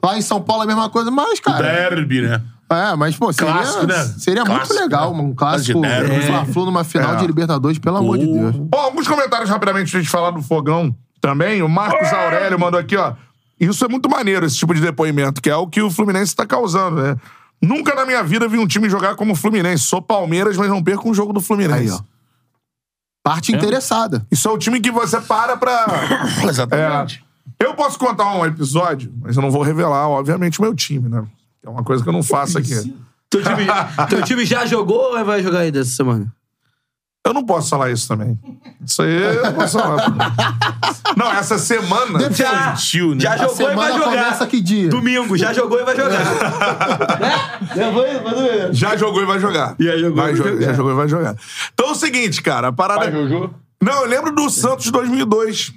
Speaker 4: Lá em São Paulo é a mesma coisa, mas, cara.
Speaker 2: Derby, né?
Speaker 4: É, mas, pô, seria,
Speaker 2: Clássico, né?
Speaker 4: seria
Speaker 2: Clássico,
Speaker 4: muito legal
Speaker 2: né?
Speaker 4: um clássico
Speaker 2: Mas de derby.
Speaker 4: um Fla-Flu numa final
Speaker 1: É.
Speaker 4: de Libertadores, pelo amor de Deus.
Speaker 1: Ó, alguns comentários rapidamente pra gente falar do fogão também. O Marcos Aurélio mandou aqui, ó. Isso é muito maneiro, esse tipo de depoimento, que é o que o Fluminense tá causando, né? Nunca na minha vida vi um time jogar como o Fluminense. Sou Palmeiras, mas não perco um jogo do
Speaker 4: Aí,
Speaker 1: Fluminense.
Speaker 4: ó. Parte interessada.
Speaker 1: Isso é o time que você para pra.
Speaker 2: Exatamente.
Speaker 1: Eu posso contar um episódio, mas eu não vou revelar, obviamente, o meu time, né? É uma coisa que eu não faço aqui.
Speaker 3: Teu time, teu time já jogou ou vai jogar ainda essa semana?
Speaker 1: Eu não posso falar isso também. Isso aí eu não posso falar. Não, essa semana.
Speaker 3: Já,
Speaker 2: Tio, né?
Speaker 5: Já
Speaker 4: A
Speaker 5: jogou e vai
Speaker 4: semana começa
Speaker 5: jogar.
Speaker 4: que dia?
Speaker 5: Domingo, já jogou e vai jogar.
Speaker 1: Já jogou e vai jogar.
Speaker 5: Já jogou
Speaker 1: Vai
Speaker 5: e vai
Speaker 1: jo-
Speaker 5: jogar.
Speaker 1: Já jogou e vai jogar. Então é o seguinte, cara, a parada. Não, eu lembro do Santos 2002.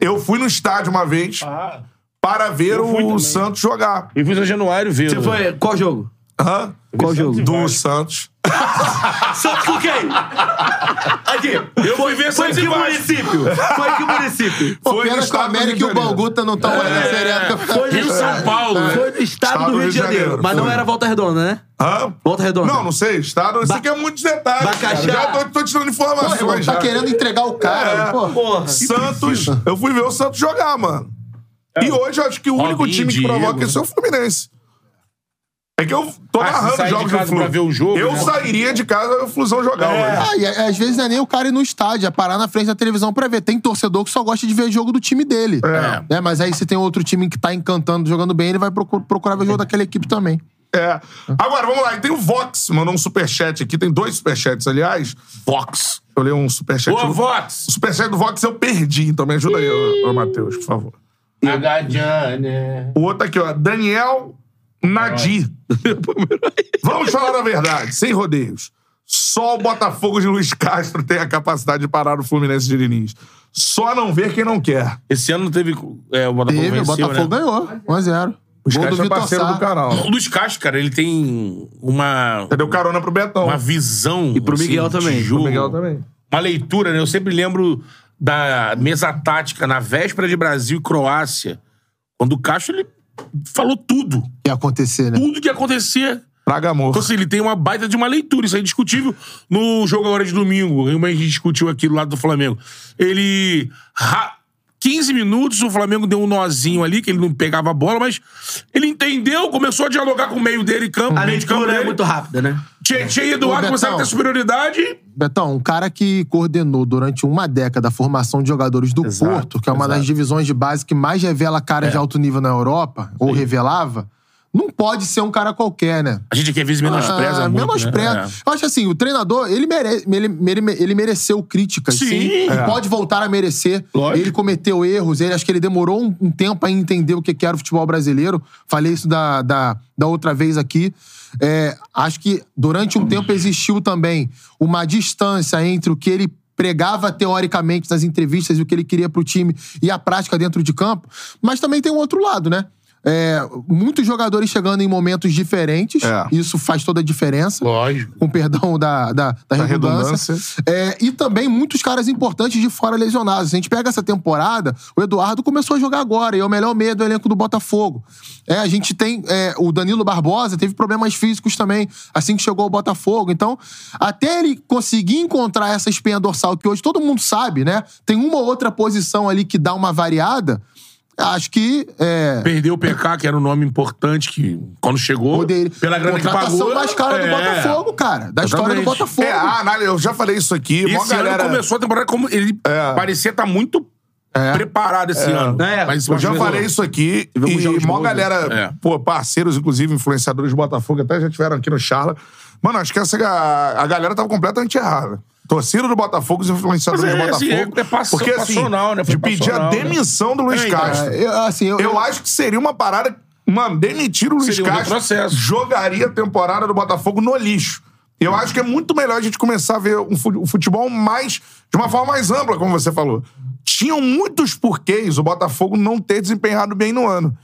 Speaker 1: Eu fui no estádio uma vez
Speaker 2: Ah,
Speaker 1: para ver o
Speaker 2: fui também.
Speaker 1: Santos jogar.
Speaker 2: e fui no Januário ver.
Speaker 3: Você foi. Qual jogo?
Speaker 1: Hã?
Speaker 3: Qual jogo?
Speaker 1: Do Santos.
Speaker 5: Santos com quem? Aqui.
Speaker 2: Eu fui ver
Speaker 5: Foi
Speaker 2: Santos e
Speaker 5: que
Speaker 2: Vasco.
Speaker 5: município? Foi que município?
Speaker 4: Pô, pena que o
Speaker 1: estádio do
Speaker 4: América e
Speaker 1: Rio
Speaker 4: o
Speaker 1: de Janeiro.
Speaker 4: Banguta não estão olhando a sereta.
Speaker 3: Foi
Speaker 2: Rio
Speaker 3: no,
Speaker 2: São Paulo.
Speaker 3: foi no estado do Rio de Janeiro. mas não
Speaker 1: foi.
Speaker 3: era Volta Redonda, né?
Speaker 1: Hã?
Speaker 3: Volta Redonda.
Speaker 1: Não, não sei. Estado, isso
Speaker 3: Ba-
Speaker 1: aqui é muitos detalhes.
Speaker 3: Bacaxá.
Speaker 1: cara. Já tô, tô tirando
Speaker 4: Pô,
Speaker 1: informações.
Speaker 4: irmão,
Speaker 1: já.
Speaker 4: tá querendo entregar o cara.
Speaker 1: É.
Speaker 4: Pô.
Speaker 3: Porra.
Speaker 1: Santos. Eu fui ver o Santos jogar, mano. E hoje eu acho que o único
Speaker 2: É. Robinho,
Speaker 1: time que
Speaker 2: Diego.
Speaker 1: provoca isso é o Fluminense. É que eu tô
Speaker 2: Ah, se
Speaker 1: narrando
Speaker 2: sair de
Speaker 1: jogos do
Speaker 2: casa pra
Speaker 1: Fluminense.
Speaker 2: ver o jogo,
Speaker 1: eu
Speaker 2: né?
Speaker 1: sairia de casa o Flusão jogar hoje.
Speaker 4: Ah, e a- às vezes não é nem o cara ir no estádio, é parar na frente da televisão pra ver. Tem torcedor que só gosta de ver jogo do time dele.
Speaker 1: É.
Speaker 4: Né? Mas aí se tem outro time que tá encantando, jogando bem, ele vai procu- procurar ver o jogo daquela equipe também.
Speaker 1: É. Agora, vamos lá. E tem o Vox, mandou um superchat aqui. Tem dois superchats, aliás.
Speaker 2: Vox.
Speaker 1: Eu li um
Speaker 3: Tá
Speaker 1: superchat.
Speaker 2: Boa,
Speaker 1: do-
Speaker 2: Vox.
Speaker 1: O superchat do Vox eu perdi, então me ajuda aí, ô, ô, Matheus, por favor.
Speaker 2: Agadiane.
Speaker 1: O outro aqui, ó. Daniel Nadir. Vamos falar a verdade, sem rodeios. Só o Botafogo de Luiz Castro tem a capacidade de parar o Fluminense de Diniz. Só não ver quem não quer.
Speaker 2: Esse ano não teve. É, o Botafogo
Speaker 4: Teve, o
Speaker 2: venceu,
Speaker 4: Botafogo
Speaker 2: né?
Speaker 4: ganhou. 1x0.
Speaker 1: Luiz
Speaker 4: Gol do
Speaker 1: Castro é
Speaker 4: Vitor
Speaker 1: parceiro
Speaker 4: Sá.
Speaker 1: do canal.
Speaker 2: O Luiz Castro, cara, ele tem uma.
Speaker 1: Já deu carona pro Betão.
Speaker 2: Uma visão. E
Speaker 3: pro Miguel também.
Speaker 2: Jogo.
Speaker 1: Miguel também.
Speaker 2: uma leitura, né? Eu sempre lembro da mesa tática na véspera de Brasil e Croácia, quando o Castro ele falou tudo.
Speaker 4: ia acontecer, né?
Speaker 2: Tudo que ia acontecer.
Speaker 1: Traga amor.
Speaker 2: Então, assim, ele tem uma baita de uma leitura, isso é indiscutível. No jogo agora de domingo, realmente a gente discutiu aqui do lado do Flamengo. Ele. ra- 15 minutos, o Flamengo deu um nozinho ali, que ele não pegava a bola, mas ele entendeu, começou a dialogar com o meio dele, campo,
Speaker 5: A
Speaker 2: meio de campo
Speaker 5: leitura é
Speaker 2: dele.
Speaker 5: muito rápida, né?
Speaker 2: Tietchan e Eduardo
Speaker 4: Ô,
Speaker 2: começaram a ter
Speaker 4: Betão.
Speaker 2: superioridade.
Speaker 4: Betão, um cara que coordenou durante uma década a formação de jogadores do
Speaker 1: Exato, É.
Speaker 4: Porto, que é uma das divisões de base que mais revela cara de alto nível na Europa, ou revelava, não pode ser um cara qualquer, né?
Speaker 2: A gente que é vice menospreza
Speaker 4: Ah,
Speaker 2: muito,
Speaker 4: menospreza.
Speaker 2: né? É.
Speaker 4: Eu acho assim, o treinador, ele, mere, ele, mere- ele mereceu críticas,
Speaker 2: Sim.
Speaker 4: sim.
Speaker 1: É.
Speaker 4: E pode voltar a merecer.
Speaker 2: Lógico.
Speaker 4: Ele cometeu erros, ele, acho que ele demorou um, um tempo a entender o que que era o futebol brasileiro. Falei isso da, da, da outra vez aqui. É, acho que durante um tempo existiu também uma distância entre o que ele pregava teoricamente nas entrevistas e o que ele queria pro time e a prática dentro de campo. Mas também tem um outro lado, né? É, muitos jogadores chegando em momentos diferentes
Speaker 1: É.
Speaker 4: isso faz toda a diferença.
Speaker 2: É. Lógico.
Speaker 4: Com perdão da, da, da,
Speaker 1: Da
Speaker 4: redundância.
Speaker 1: redundância.
Speaker 4: É, e também muitos caras importantes de fora lesionados. A gente pega essa temporada, o Eduardo começou a jogar agora, e é o melhor meio do elenco do Botafogo. É, a gente tem. é, o Danilo Barbosa teve problemas físicos também, assim que chegou ao Botafogo. Então, até ele conseguir encontrar essa espinha dorsal que hoje todo mundo sabe, né? Tem uma ou outra posição ali que dá uma variada. Acho que. é,
Speaker 2: Perdeu o PK, que era um nome importante, que quando chegou,
Speaker 4: poder-
Speaker 2: pela grana que
Speaker 4: contratação
Speaker 2: pagou...
Speaker 4: mais cara do
Speaker 2: é.
Speaker 4: Botafogo, cara. Da história do
Speaker 2: Exatamente.
Speaker 4: Botafogo.
Speaker 1: É, a análise, eu já falei isso aqui.
Speaker 2: E
Speaker 1: mó
Speaker 2: esse
Speaker 1: galera,
Speaker 2: ano começou a temporada como... Ele parecia estar muito preparado esse ano.
Speaker 5: É.
Speaker 2: Mas
Speaker 1: Eu já falei isso aqui. E mó galera,
Speaker 2: É.
Speaker 1: pô, parceiros, inclusive influenciadores do Botafogo, até já tiveram aqui no Charla. Mano, acho que essa, a, a galera tava completamente errada. Torcida do Botafogo, os influenciadores
Speaker 2: Mas é,
Speaker 1: do Botafogo.
Speaker 2: assim, é- é pass-
Speaker 1: porque assim,
Speaker 2: passional, né? Foi
Speaker 1: de pedir a
Speaker 2: passional, né?
Speaker 1: demissão do Luiz
Speaker 2: É, então,
Speaker 1: Castro.
Speaker 4: É, eu, assim, eu,
Speaker 1: Eu acho que seria uma parada. Mano, demitir o Luiz
Speaker 2: Seria um
Speaker 1: Castro
Speaker 2: retrocesso.
Speaker 1: jogaria a temporada do Botafogo no lixo. Eu acho que é muito melhor a gente começar a ver um fu- o futebol mais. de uma forma mais ampla, como você falou. Tinham muitos porquês o Botafogo não ter desempenhado bem no ano.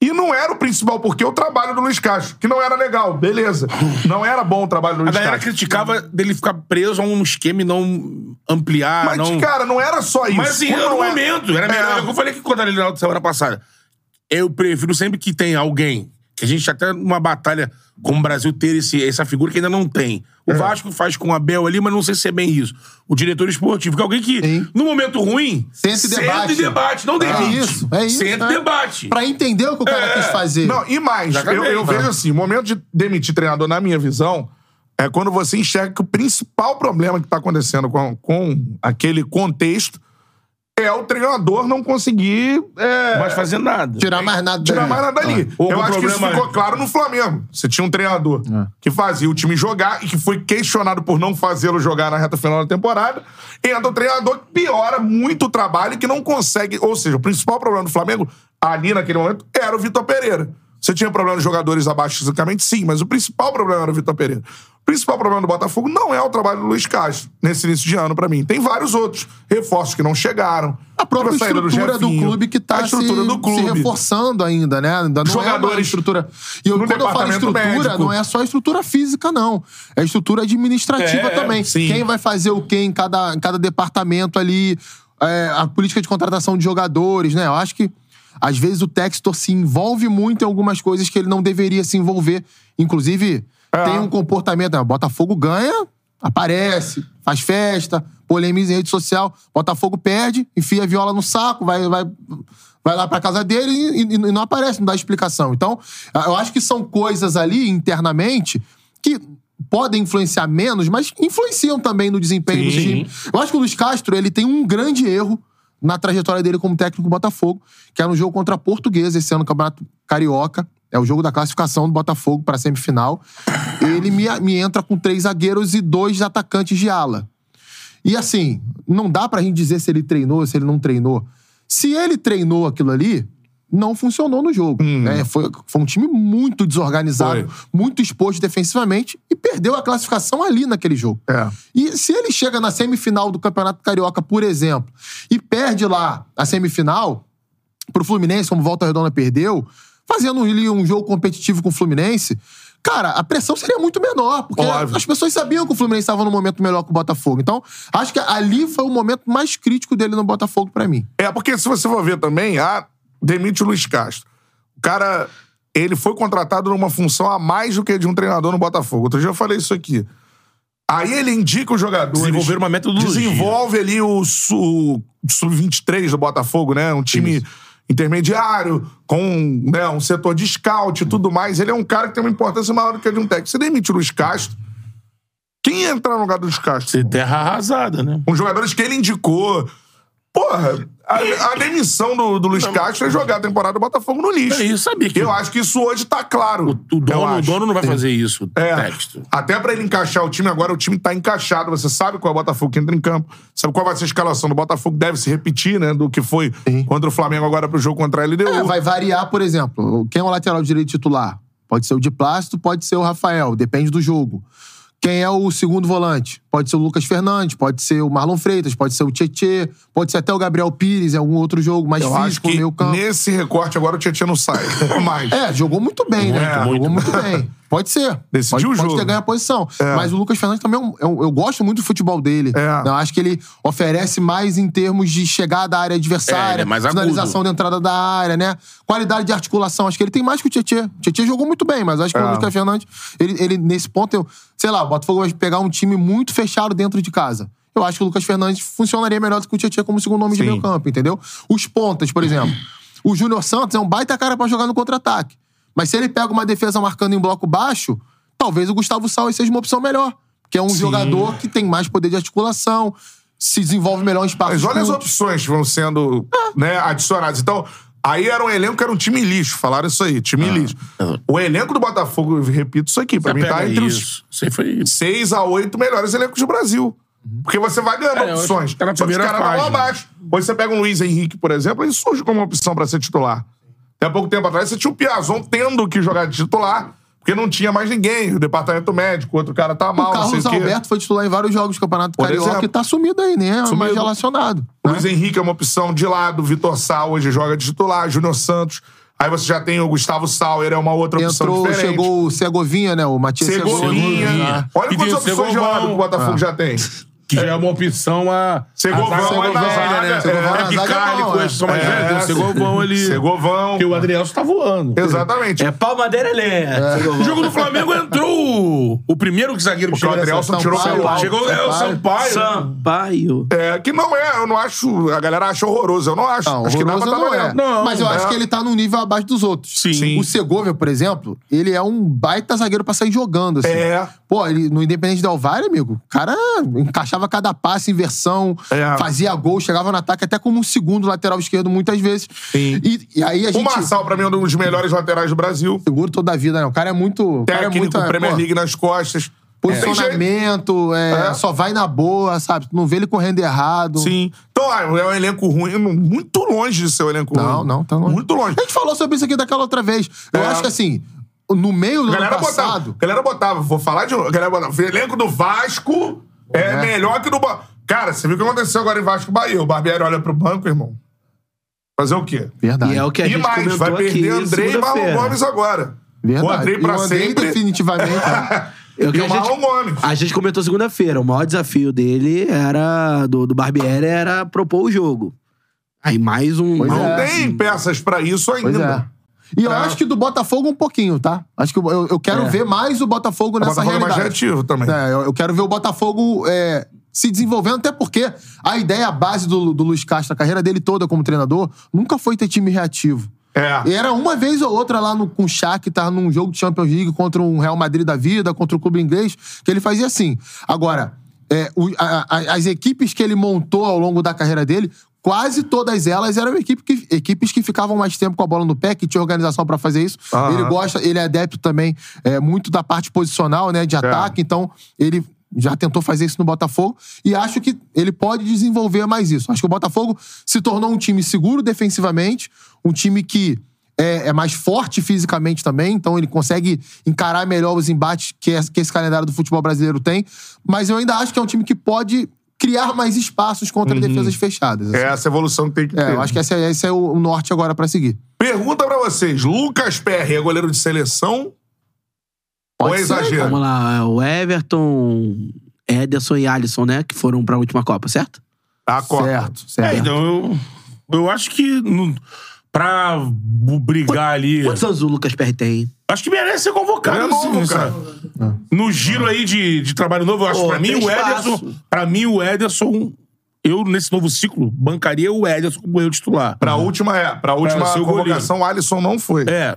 Speaker 1: E não era o principal porquê o trabalho do Luiz Castro, que não era legal, beleza. Não era bom o trabalho do
Speaker 2: A
Speaker 1: Luiz
Speaker 2: galera
Speaker 1: Castro.
Speaker 2: criticava dele ficar preso a um esquema e não ampliar,
Speaker 1: Mas,
Speaker 2: Ah, não...
Speaker 1: cara, não era só isso.
Speaker 2: Mas assim, era
Speaker 1: Não
Speaker 2: o
Speaker 1: é-
Speaker 2: momento. Era melhor. Eu falei que quando a Lilian semana passada. Eu prefiro sempre que tem alguém. Que a gente até numa batalha como o Brasil ter esse, essa figura que ainda não tem.
Speaker 1: É.
Speaker 2: O Vasco faz com o Abel ali, mas não sei se é bem isso. O diretor esportivo, que é alguém que,
Speaker 4: Sim.
Speaker 2: no momento ruim,
Speaker 4: Senta e debate.
Speaker 2: e debate, não demite.
Speaker 4: isso, é isso,
Speaker 2: Senta e
Speaker 4: né?
Speaker 2: debate.
Speaker 4: pra entender o que o cara quis fazer.
Speaker 1: É. Não, e mais,
Speaker 2: Já
Speaker 1: eu,
Speaker 2: acabei,
Speaker 1: eu
Speaker 2: tá?
Speaker 1: vejo assim, o momento de demitir treinador, na minha visão, é quando você enxerga que o principal problema que está acontecendo com, com aquele contexto é o treinador não conseguir é,
Speaker 2: Não vai fazer nada.
Speaker 4: tirar mais nada
Speaker 1: tirar
Speaker 4: dali.
Speaker 1: mais nada
Speaker 4: Ah,
Speaker 1: dali.
Speaker 2: Ou
Speaker 4: um
Speaker 1: eu
Speaker 2: o
Speaker 1: acho que isso
Speaker 2: problema é-
Speaker 1: ficou claro no Flamengo. Você tinha um treinador
Speaker 4: É.
Speaker 1: que fazia o time jogar e que foi questionado por não fazê-lo jogar na reta final da temporada. Entra o treinador que piora muito o trabalho e que não consegue. Ou seja, o principal problema do Flamengo, ali naquele momento, era o Vitor Pereira. Você tinha problema de jogadores abaixo fisicamente, sim, mas o principal problema era o Vitor Pereira. O principal problema do Botafogo não é o trabalho do Luiz Castro nesse início de ano, pra mim. Tem vários outros. Reforços que não chegaram.
Speaker 4: A própria
Speaker 1: saída
Speaker 4: estrutura do,
Speaker 1: Jefinho,
Speaker 4: clube que
Speaker 1: a
Speaker 4: tá se,
Speaker 1: estrutura do clube.
Speaker 4: se reforçando ainda, né? Ainda não é uma
Speaker 1: Jogadores
Speaker 4: estrutura. E eu,
Speaker 1: no
Speaker 4: quando eu falo
Speaker 1: departamento
Speaker 4: estrutura,
Speaker 1: médico.
Speaker 4: não é só estrutura física, não. É estrutura administrativa
Speaker 2: É,
Speaker 4: também.
Speaker 1: sim.
Speaker 4: Quem vai fazer o quê em cada, em cada departamento ali, é, a política de contratação de jogadores, né? Eu acho que, às vezes, o Textor se envolve muito em algumas coisas que ele não deveria se envolver. Inclusive, tem um comportamento, né? Botafogo ganha, aparece, faz festa, polemiza em rede social. Botafogo perde, enfia a viola no saco, vai, vai, vai lá pra casa dele e, e- e não aparece, não dá explicação. Então, eu acho que são coisas ali, internamente, que podem influenciar menos, mas influenciam também no desempenho do time. Eu acho que o Luiz Castro, ele tem um grande erro na trajetória dele como técnico do Botafogo, que é no jogo contra a Portuguesa esse ano, no Campeonato Carioca. É o jogo da classificação do Botafogo para semifinal. Ele me, me entra com três zagueiros e dois atacantes de ala. E assim, não dá pra gente dizer se ele treinou, se ele não treinou. Se ele treinou aquilo ali, não funcionou no jogo. né? Foi, foi um time muito desorganizado, muito exposto defensivamente e perdeu a classificação ali naquele jogo.
Speaker 1: É.
Speaker 4: E se ele chega na semifinal do Campeonato Carioca, por exemplo, e perde lá a semifinal, pro Fluminense, como Volta Redonda perdeu, fazendo ali um jogo competitivo com o Fluminense. Cara, a pressão seria muito menor, porque
Speaker 1: Óbvio.
Speaker 4: as pessoas sabiam que o Fluminense estava num momento melhor que o Botafogo. Então, acho que ali foi o momento mais crítico dele no Botafogo pra mim.
Speaker 1: É, porque se você for ver também, ah, demite o Luiz Castro. O cara, ele foi contratado numa função a mais do que de um treinador no Botafogo. Outro dia eu falei isso aqui. Aí ele indica os jogadores.
Speaker 2: Desenvolver uma metodologia.
Speaker 1: Desenvolve ali o su- sub-23 do Botafogo, né? Um time intermediário, com né, um setor de scout e tudo mais. Ele é um cara que tem uma importância maior do que a de um técnico. Você demite o Luiz Castro. Quem entra no lugar do Luiz Castro?
Speaker 2: Ser terra arrasada, né?
Speaker 1: com jogadores que ele indicou. Porra, a, a demissão do, do Luiz Castro é jogar a temporada do Botafogo no lixo.
Speaker 2: É isso, sabia que
Speaker 1: Eu acho que isso hoje tá claro.
Speaker 2: o, o
Speaker 1: Eu
Speaker 2: dono, o
Speaker 1: acho.
Speaker 2: dono não vai fazer isso, o
Speaker 1: É,
Speaker 2: texto.
Speaker 1: até pra ele encaixar o time, agora o time tá encaixado. Você sabe qual é o Botafogo que entra em campo, sabe qual vai ser a escalação do Botafogo, deve se repetir, né? Do que foi contra o Flamengo agora pro jogo contra a LDU.
Speaker 4: É, vai variar, por exemplo, quem é o lateral direito titular? Pode ser o de Plácido, pode ser o Rafael, depende do jogo. Quem é o segundo volante? Pode ser o Lucas Fernandes, pode ser o Marlon Freitas, pode ser o Tietê, pode ser até o Gabriel Pires em algum outro jogo mais
Speaker 1: Eu acho
Speaker 4: físico,
Speaker 1: que
Speaker 4: meio campo.
Speaker 1: nesse recorte agora o Tietchan não sai. mais.
Speaker 4: É, jogou muito bem, né?
Speaker 1: É,
Speaker 4: jogou muito bem. Pode ser.
Speaker 1: Decidiu
Speaker 4: pode,
Speaker 1: o jogo.
Speaker 4: Pode ter ganho a posição. Mas o Lucas Fernandes também, é um- é um- eu gosto muito do futebol dele.
Speaker 1: É.
Speaker 4: Eu acho que ele oferece mais em termos de chegada à área
Speaker 2: É, ele
Speaker 4: adversária,
Speaker 2: é mais agudo.
Speaker 4: finalização da entrada da área, né? Qualidade de articulação. Acho que ele tem mais que o Tietchan. O Tietchan jogou muito bem, mas acho que
Speaker 1: É.
Speaker 4: o Lucas Fernandes, ele, ele, nesse ponto, eu, sei lá, o Botafogo vai pegar um time muito fechado dentro de casa. Eu acho que o Lucas Fernandes funcionaria melhor do que o Tietchan como segundo nome de
Speaker 1: Sim.
Speaker 4: meio campo, entendeu? Os pontas, por exemplo. O Júnior Santos é um baita cara pra jogar no contra-ataque. Mas se ele pega uma defesa marcando em bloco baixo, talvez o Gustavo Salles seja uma opção melhor. Que é um jogador que tem mais poder de articulação, se desenvolve melhor em espaços
Speaker 1: Mas olha as
Speaker 4: curtos.
Speaker 1: opções que vão sendo
Speaker 2: Ah.
Speaker 1: né, adicionadas. Então, aí era um elenco que era um time lixo. Falaram isso aí,
Speaker 2: Ah.
Speaker 1: time lixo. O elenco do Botafogo, eu repito isso aqui, pra mim tá
Speaker 2: Pega
Speaker 1: entre os
Speaker 2: isso. Você foi...
Speaker 1: seis a oito melhores elencos do Brasil. Porque você vai ganhando
Speaker 2: Uhum. É, eu acho
Speaker 1: opções.
Speaker 2: que tá na
Speaker 1: Só que os
Speaker 2: primeira
Speaker 1: caras vão
Speaker 2: página.
Speaker 1: abaixo. Hoje você pega um Luiz Henrique, por exemplo, ele surge como uma opção pra ser titular. Até há pouco tempo atrás você tinha o Piazon tendo que jogar de titular, porque não tinha mais ninguém. O departamento médico, outro cara tá
Speaker 4: O
Speaker 1: mal, não sei o
Speaker 4: Carlos
Speaker 1: quê.
Speaker 4: Alberto foi titular em vários jogos do Campeonato
Speaker 1: Por
Speaker 4: Carioca
Speaker 1: exemplo.
Speaker 4: e tá sumido aí, né? Mais
Speaker 1: Sumido.
Speaker 4: relacionado.
Speaker 1: O Luiz Henrique é uma opção de lado, o Vitor Sal hoje joga de titular, Júnior Santos. Aí você já tem o Gustavo Sauer, é uma outra opção
Speaker 4: Entrou,
Speaker 1: diferente.
Speaker 4: chegou o Segovinha, né? O Matias
Speaker 1: Segovinha.
Speaker 2: Segovinha.
Speaker 1: Olha
Speaker 2: E
Speaker 1: quantas
Speaker 2: tem o Ah.
Speaker 1: opções de lado
Speaker 2: Segovão.
Speaker 1: o Botafogo já tem.
Speaker 2: Que já é uma opção a...
Speaker 1: Segovão,
Speaker 2: a zaga-
Speaker 1: é na zaga, né? Segovão
Speaker 4: na
Speaker 2: É,
Speaker 4: zaga
Speaker 2: Picalho,
Speaker 4: não,
Speaker 2: com
Speaker 4: é.
Speaker 2: esses são mais
Speaker 1: É,
Speaker 2: velhos. Tem o Segovão ali...
Speaker 1: Segovão.
Speaker 2: Porque o Adrielso tá voando.
Speaker 1: Exatamente.
Speaker 5: É palmadeira lenta.
Speaker 3: É.
Speaker 2: O jogo do Flamengo entrou o, o primeiro zagueiro que
Speaker 1: Porque o
Speaker 2: chegou
Speaker 1: Adrielson
Speaker 4: São
Speaker 1: tirou o
Speaker 4: Paulo.
Speaker 1: celular.
Speaker 2: Chegou é, o Sampaio.
Speaker 3: Sampaio.
Speaker 1: É, que não é, eu não acho. A galera acha horroroso, eu não acho.
Speaker 4: Não,
Speaker 1: acho que dá pra
Speaker 4: horroroso
Speaker 1: tá
Speaker 4: não é.
Speaker 1: valendo.
Speaker 2: Não,
Speaker 4: Mas eu
Speaker 1: não é.
Speaker 4: acho que ele tá num nível abaixo dos outros.
Speaker 2: Sim.
Speaker 4: O Segovia, por exemplo, ele é um baita zagueiro pra sair jogando, assim.
Speaker 1: É.
Speaker 4: Pô, ele, no Independente Del Valle, amigo, o cara encaixava cada passe, inversão,
Speaker 1: É.
Speaker 4: fazia gol, chegava no ataque até como um segundo lateral esquerdo muitas vezes.
Speaker 1: Sim.
Speaker 4: E, e aí a
Speaker 1: O
Speaker 4: gente...
Speaker 1: Marçal, pra mim, é um dos melhores laterais do Brasil.
Speaker 4: Seguro toda a vida, né? O cara é muito... o cara é
Speaker 1: Técnico,
Speaker 4: muito, é,
Speaker 1: Premier
Speaker 4: pô,
Speaker 1: League nas costas. Tem jeito.
Speaker 4: Posicionamento, é,
Speaker 1: É.
Speaker 4: só vai na boa, sabe? Tu não vê ele correndo errado.
Speaker 1: Sim. Então, ah, é um elenco ruim, muito longe de ser um elenco
Speaker 4: Não,
Speaker 1: ruim.
Speaker 4: não, tá longe.
Speaker 1: Muito longe.
Speaker 4: A gente falou sobre isso aqui daquela outra vez. Eu
Speaker 1: É.
Speaker 4: acho que assim, no meio do
Speaker 1: A galera
Speaker 4: ano
Speaker 1: botava.
Speaker 4: passado.
Speaker 1: a galera botava, vou falar de novo. a galera botava. O elenco do Vasco é,
Speaker 4: É.
Speaker 1: melhor que do. Ba- Cara, você viu o que aconteceu agora em Vasco e Bahia? O Barbieri olha pro banco, irmão. Fazer o quê?
Speaker 4: Verdade.
Speaker 3: E é o que a
Speaker 1: Tá. E
Speaker 3: gente
Speaker 1: mais,
Speaker 3: comentou
Speaker 1: vai perder
Speaker 3: aqui
Speaker 1: Andrei e Marlon
Speaker 3: segunda-feira.
Speaker 1: Gomes agora.
Speaker 4: Verdade.
Speaker 1: O Andrei
Speaker 4: E
Speaker 1: pra
Speaker 4: o Andrei tá
Speaker 1: sempre.
Speaker 4: definitivamente. né?
Speaker 3: É o que
Speaker 1: E o
Speaker 3: a gente-
Speaker 1: Marlon Gomes.
Speaker 3: A gente comentou segunda-feira, o maior desafio dele era do, do Barbieri era propor o jogo. Aí mais um.
Speaker 4: Pois
Speaker 3: mais
Speaker 1: Não
Speaker 4: é.
Speaker 1: tem peças pra isso ainda.
Speaker 4: Pois é. E eu acho que do Botafogo um pouquinho, tá? Acho que eu, eu- eu quero ver mais o Botafogo
Speaker 1: O
Speaker 4: nessa
Speaker 1: É. Botafogo é mais
Speaker 4: realidade.
Speaker 1: reativo também.
Speaker 4: É, eu, eu quero ver o Botafogo é, se desenvolvendo, até porque a ideia, a base do, do Luiz Castro, a carreira dele toda como treinador, nunca foi ter time reativo.
Speaker 1: É.
Speaker 4: E era uma vez ou outra lá no, com o Shaq, tá num jogo de Champions League contra um Real Madrid da vida, contra o clube inglês, que ele fazia assim. Agora, é, o- a- a- as equipes que ele montou ao longo da carreira dele, quase todas elas eram equipe que- equipes que ficavam mais tempo com a bola no pé, que tinha organização pra fazer isso.
Speaker 1: Aham.
Speaker 4: Ele gosta, ele é adepto também é, muito da parte posicional, né, de ataque, então ele já tentou fazer isso no Botafogo e acho que ele pode desenvolver mais isso. Acho que o Botafogo se tornou um time seguro defensivamente, um time que é, é mais forte fisicamente também, então ele consegue encarar melhor os embates que es- que esse calendário do futebol brasileiro tem. Mas eu ainda acho que é um time que pode criar mais espaços contra defesas fechadas.
Speaker 1: É
Speaker 4: assim.
Speaker 1: essa evolução que tem que ter.
Speaker 4: É, eu acho que esse é, esse é o o norte agora pra seguir.
Speaker 1: Pergunta pra vocês: Lucas Perry é goleiro de seleção Ou é
Speaker 4: Pode ser,
Speaker 1: exagero?
Speaker 3: Vamos lá, é o Everton, Ederson e Alisson, né? Que foram pra última Copa, certo?
Speaker 1: Tá, corta.
Speaker 4: Certo,
Speaker 2: É,
Speaker 4: certo.
Speaker 2: então eu. Eu acho que. Não, pra bu- brigar ali.
Speaker 3: Quantos anos o Lucas Perry tem?
Speaker 2: Acho que merece ser convocado.
Speaker 1: É
Speaker 2: assim,
Speaker 1: novo,
Speaker 2: nessa-
Speaker 1: cara.
Speaker 2: No giro aí de, de trabalho novo, eu acho
Speaker 3: Pô,
Speaker 2: que pra mim
Speaker 3: tem
Speaker 2: o
Speaker 3: espaço.
Speaker 2: Ederson. Pra mim, o Ederson. Eu, nesse novo ciclo, bancaria o Ederson como eu titular.
Speaker 1: Pra última, é. Pra última
Speaker 2: ser o
Speaker 1: convocação, o Alisson não foi.
Speaker 2: É.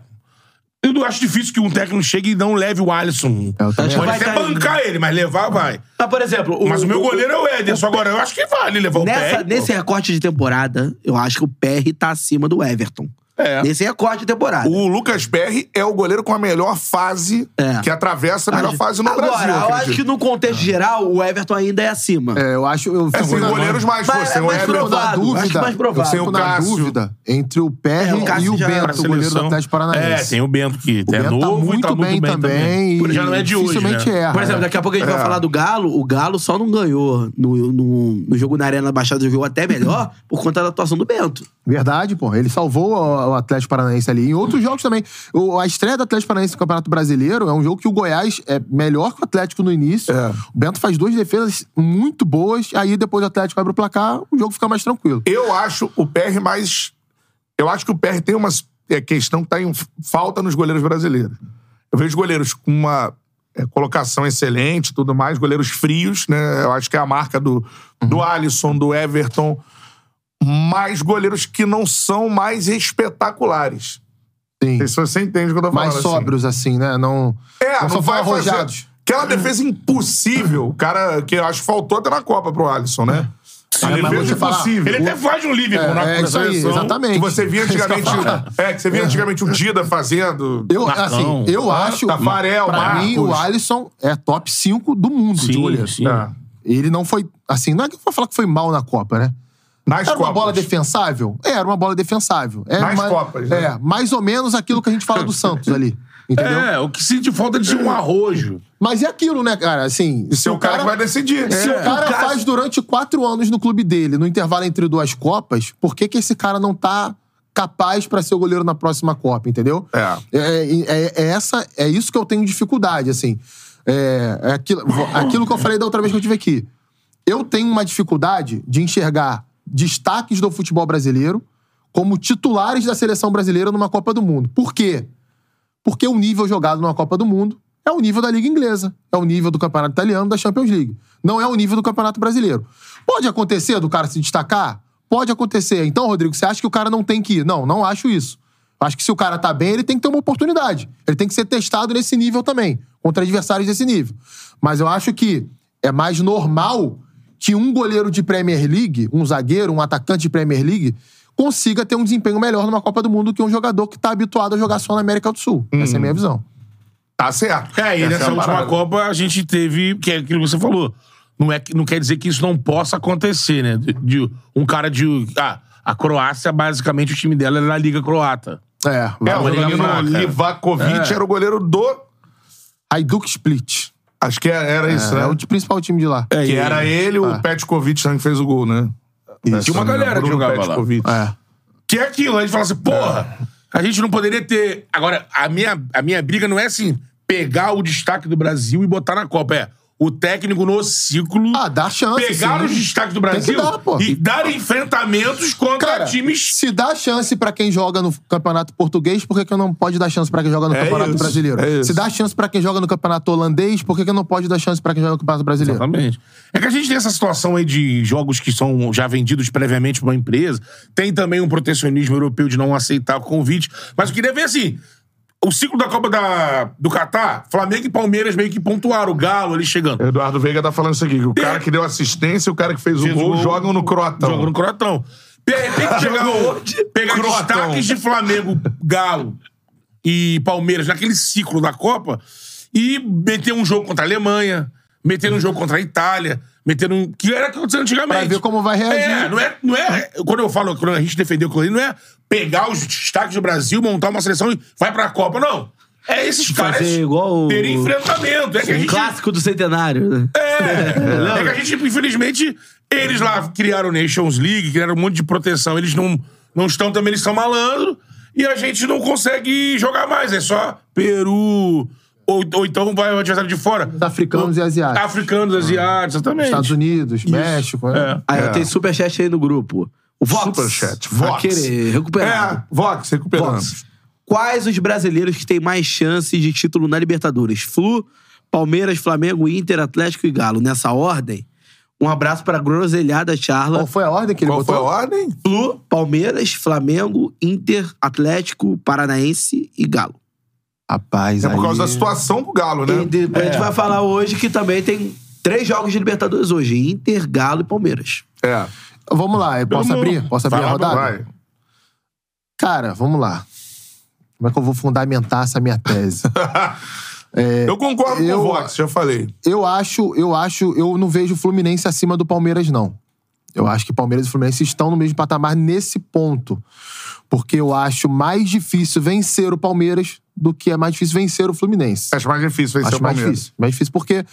Speaker 2: Eu não acho difícil que um técnico chegue e não leve o Alisson.
Speaker 4: É, Eu também
Speaker 2: Pode
Speaker 3: Vai
Speaker 2: até
Speaker 3: dar-
Speaker 2: bancar ele, mas levar vai.
Speaker 3: Tá,
Speaker 5: Mas, por exemplo, o,
Speaker 2: Mas o meu goleiro é o Ederson. Agora, eu acho que vale levar o
Speaker 3: Nessa-
Speaker 2: pé.
Speaker 3: nesse recorte de temporada, eu acho que o Perry tá acima do Everton.
Speaker 2: É.
Speaker 3: Nesse recorte de temporada.
Speaker 1: O Lucas Perry é o goleiro com a melhor fase,
Speaker 3: É. Ah,
Speaker 1: que atravessa a melhor tá fase no
Speaker 3: Agora,
Speaker 1: Brasil.
Speaker 3: eu acho
Speaker 1: acredito.
Speaker 3: que no contexto geral, o Everton ainda é acima.
Speaker 4: É, eu acho. Eu
Speaker 1: É,
Speaker 4: fico
Speaker 1: sem
Speaker 4: na-
Speaker 1: goleiros mais
Speaker 3: né? Mas-
Speaker 1: fortes. Sem
Speaker 3: é
Speaker 1: o
Speaker 3: mais
Speaker 1: Everton
Speaker 3: provável.
Speaker 4: na dúvida.
Speaker 3: acho que mais provável.
Speaker 4: Eu
Speaker 1: Sem o
Speaker 4: fico na
Speaker 1: Cássio.
Speaker 4: dúvida entre o
Speaker 3: É, o
Speaker 4: Perry e
Speaker 3: Cássio
Speaker 4: o
Speaker 3: já- pra
Speaker 4: Bento, o goleiro do
Speaker 2: Seleção.
Speaker 4: Atlético Paranaense.
Speaker 2: É, tem o Bento que
Speaker 4: O
Speaker 2: é
Speaker 4: Bento
Speaker 2: novo
Speaker 4: tá muito
Speaker 2: e tá
Speaker 4: bem
Speaker 2: muito bem também.
Speaker 4: também. e
Speaker 2: Já não é de hoje,
Speaker 4: dificilmente
Speaker 2: né?
Speaker 4: erra.
Speaker 3: Por exemplo, daqui a pouco a gente vai falar do Galo. O Galo só não ganhou no, no, no jogo na Arena da Baixada, jogou até melhor por conta da atuação do Bento.
Speaker 4: Verdade, pô. Ele salvou o o Atlético Paranaense ali. Em outros jogos também. O- a estreia do Atlético Paranaense no Campeonato Brasileiro é um jogo que o Goiás é melhor que o Atlético no início.
Speaker 1: É.
Speaker 4: O Bento faz duas defesas muito boas. Aí depois o Atlético abre o placar, o jogo fica mais tranquilo.
Speaker 1: Eu acho o PR mais. Eu acho que o PR tem uma é, questão que tá em falta nos goleiros brasileiros. Eu vejo goleiros com uma é, colocação excelente, tudo mais, goleiros frios, né? Eu acho que é a marca do,
Speaker 4: Uhum.
Speaker 1: do Alisson, do Everton, mas goleiros que não são mais espetaculares.
Speaker 4: Sim.
Speaker 1: Não sei se você entende o que eu tô falando.
Speaker 4: Mais
Speaker 1: assim.
Speaker 4: sóbrios, assim, né? Não.
Speaker 1: É,
Speaker 4: não
Speaker 1: não
Speaker 4: são
Speaker 1: vai
Speaker 4: tão
Speaker 1: fazer.
Speaker 4: arrojados.
Speaker 1: Aquela defesa impossível, o cara, que eu acho que faltou até na Copa pro Alisson, né?
Speaker 4: mas
Speaker 1: Ele
Speaker 4: vou
Speaker 1: fez
Speaker 4: te
Speaker 1: o
Speaker 4: falar,
Speaker 1: possível.
Speaker 2: Ele até faz um livre
Speaker 4: É,
Speaker 2: na
Speaker 4: é isso aí,
Speaker 2: seleção.
Speaker 4: exatamente.
Speaker 1: Que você via antigamente. é, que você via antigamente o Dida fazendo.
Speaker 4: Eu,
Speaker 2: Marcão.
Speaker 4: assim, eu acho.
Speaker 1: Tafarel,
Speaker 4: pra mim,
Speaker 1: Marcos.
Speaker 4: o Alisson é top 5 do mundo de
Speaker 2: Sim,
Speaker 4: goleiro.
Speaker 2: sim.
Speaker 1: É.
Speaker 4: Ele não foi. Assim, não é que eu vou falar que foi mal na Copa, né?
Speaker 1: Nas
Speaker 4: Era uma
Speaker 1: Copas.
Speaker 4: bola defensável? É, Era uma bola defensável. Era
Speaker 1: Nas
Speaker 4: uma-
Speaker 1: Copas, né?
Speaker 4: É, mais ou menos aquilo que a gente fala do Santos ali. Entendeu?
Speaker 2: É, o que sente falta de um arrojo.
Speaker 4: Mas é aquilo, né, cara? Assim, se,
Speaker 1: Ser o cara que vai decidir.
Speaker 4: Se
Speaker 1: É.
Speaker 4: o cara
Speaker 3: O cara-
Speaker 4: faz durante quatro anos no clube dele, no intervalo entre duas Copas, por que, que esse cara não tá capaz pra ser o goleiro na próxima Copa, entendeu?
Speaker 1: É.
Speaker 4: É, é- é essa, é isso que eu tenho dificuldade, assim. É, é aquilo, vo- aquilo que eu falei da outra vez que eu tive aqui. Eu tenho uma dificuldade de enxergar destaques do futebol brasileiro como titulares da seleção brasileira numa Copa do Mundo. Por quê? Porque o nível jogado numa Copa do Mundo é o nível da Liga Inglesa, é o nível do Campeonato Italiano, da Champions League. Não é o nível do Campeonato Brasileiro. Pode acontecer do cara se destacar? Pode acontecer. Então, Rodrigo, você acha que o cara não tem que ir? Não, não acho isso. Acho que se o cara tá bem, ele tem que ter uma oportunidade. Ele tem que ser testado nesse nível também, contra adversários desse nível. Mas eu acho que é mais normal que um goleiro de Premier League, um zagueiro, um atacante de Premier League, consiga ter um desempenho melhor numa Copa do Mundo que um jogador que tá habituado a jogar só na América do Sul.
Speaker 1: Uhum.
Speaker 4: Essa é a minha visão.
Speaker 1: Tá certo.
Speaker 2: É,
Speaker 1: Essa
Speaker 2: e
Speaker 1: é
Speaker 2: nessa
Speaker 1: a
Speaker 2: última
Speaker 1: parada.
Speaker 2: Copa a gente teve, que é aquilo que você falou. Não, é, que- não quer dizer que isso não possa acontecer, né? De, de um cara de. Ah, a Croácia, basicamente, o time dela era na Liga Croata.
Speaker 4: É,
Speaker 1: É, o
Speaker 4: vai.
Speaker 2: Liga
Speaker 1: menino
Speaker 2: Fraca.
Speaker 1: Livakovic
Speaker 2: É.
Speaker 1: era o goleiro do.
Speaker 4: Hajduk Split.
Speaker 1: Acho que era, era isso,
Speaker 4: É,
Speaker 1: né?
Speaker 4: é o t- principal time de lá.
Speaker 2: É,
Speaker 1: Que
Speaker 2: e-
Speaker 1: era ele,
Speaker 4: Ah.
Speaker 1: o Petkovic também que fez o gol, né?
Speaker 4: Isso.
Speaker 2: Tinha uma galera que
Speaker 1: Bruno
Speaker 2: jogava lá.
Speaker 1: Petkovic.
Speaker 4: É.
Speaker 2: Que é aquilo, a gente fala assim, porra, a gente não poderia ter. Agora, a minha, a minha briga não é assim, pegar o destaque do Brasil e botar na Copa. É o técnico no ciclo.
Speaker 4: Ah, dá chance.
Speaker 2: pegar
Speaker 4: sim.
Speaker 2: os destaques do
Speaker 4: Tem que
Speaker 2: Brasil
Speaker 4: dar, pô.
Speaker 2: e dar enfrentamentos contra
Speaker 4: Cara,
Speaker 2: times.
Speaker 4: se dá chance pra quem joga no campeonato português, por que, que não pode dar chance pra quem joga no
Speaker 1: É
Speaker 4: campeonato
Speaker 1: isso,
Speaker 4: brasileiro?
Speaker 1: é isso.
Speaker 4: se dá chance pra quem joga no campeonato holandês, por que, que não pode dar chance pra quem joga no campeonato brasileiro?
Speaker 2: Exatamente. É que a gente tem essa situação aí de jogos que são já vendidos previamente pra uma empresa. Tem também um protecionismo europeu de não aceitar o convite. Mas eu queria ver assim. O ciclo da Copa da, do Catar, Flamengo e Palmeiras meio que pontuaram. O Galo ali chegando.
Speaker 1: Eduardo Veiga tá falando isso aqui: que o cara que deu assistência e o cara que fez,
Speaker 2: Fez
Speaker 1: o gol,
Speaker 2: gol.
Speaker 1: jogam no Croatão.
Speaker 2: Jogando no Crotão. De repente chegar o- pegar
Speaker 1: Crotão.
Speaker 2: destaques de Flamengo, Galo e Palmeiras naquele ciclo da Copa e meter um jogo contra a Alemanha, meter um jogo contra a Itália, meter um. Que era o que acontecia antigamente.
Speaker 4: Pra ver como vai
Speaker 2: É,
Speaker 4: reagir.
Speaker 2: não é, não é. Quando eu falo, quando a gente defendeu o ali, não é pegar os destaques do Brasil, montar uma seleção e vai pra Copa, não. É esses caras
Speaker 3: Fazer igual o-
Speaker 2: terem enfrentamento. É que a
Speaker 3: Um
Speaker 2: gente
Speaker 3: clássico do centenário, né?
Speaker 2: é, é que a gente, infelizmente, eles lá criaram Nations League, criaram um monte de proteção. Eles não, não estão também, eles são malandro. E a gente não consegue jogar mais. É só Peru, Ou, ou então vai o adversário de fora.
Speaker 4: Os africanos e asiáticos.
Speaker 3: Ah.
Speaker 2: Africanos, asiáticos, exatamente.
Speaker 4: Estados Unidos,
Speaker 2: Isso.
Speaker 4: México. né?
Speaker 2: É.
Speaker 3: Aí eu tenho superchat aí no grupo. O Vox.
Speaker 1: Superchat,
Speaker 3: Vai
Speaker 1: Vox.
Speaker 3: querer recuperar.
Speaker 1: É, Vox, recuperando.
Speaker 3: Vox. Quais os brasileiros que têm mais chances de título na Libertadores? Flu, Palmeiras, Flamengo, Inter, Atlético e Galo. Nessa ordem, um abraço pra groselhada Charla.
Speaker 4: Qual foi a ordem que ele
Speaker 1: Qual foi
Speaker 4: botou?
Speaker 1: a ordem?
Speaker 3: Flu, Palmeiras, Flamengo, Inter, Atlético, Paranaense e Galo.
Speaker 4: Rapaz,
Speaker 1: É por causa da
Speaker 4: aí-
Speaker 1: situação do Galo, né?
Speaker 3: E depois
Speaker 4: É.
Speaker 3: a gente vai falar hoje que também tem três jogos de Libertadores hoje: Inter, Galo e Palmeiras.
Speaker 1: É.
Speaker 4: Vamos lá, eu posso
Speaker 2: mundo.
Speaker 4: abrir? Posso abrir
Speaker 1: Vai
Speaker 4: a
Speaker 1: lá,
Speaker 4: rodada?
Speaker 1: vai.
Speaker 4: Cara, vamos lá. Como é que eu vou fundamentar essa minha tese?
Speaker 1: Eu concordo
Speaker 4: eu-
Speaker 1: com o Vox, já falei.
Speaker 4: eu acho, eu acho, eu não vejo o Fluminense acima do Palmeiras, não. Eu acho que Palmeiras e Fluminense estão no mesmo patamar nesse ponto. Porque eu acho mais difícil vencer o Palmeiras do que é mais difícil vencer o Fluminense.
Speaker 1: Acho mais difícil vencer
Speaker 4: Acho
Speaker 1: o
Speaker 4: mais
Speaker 1: Palmeiras.
Speaker 4: difícil. Mais difícil porque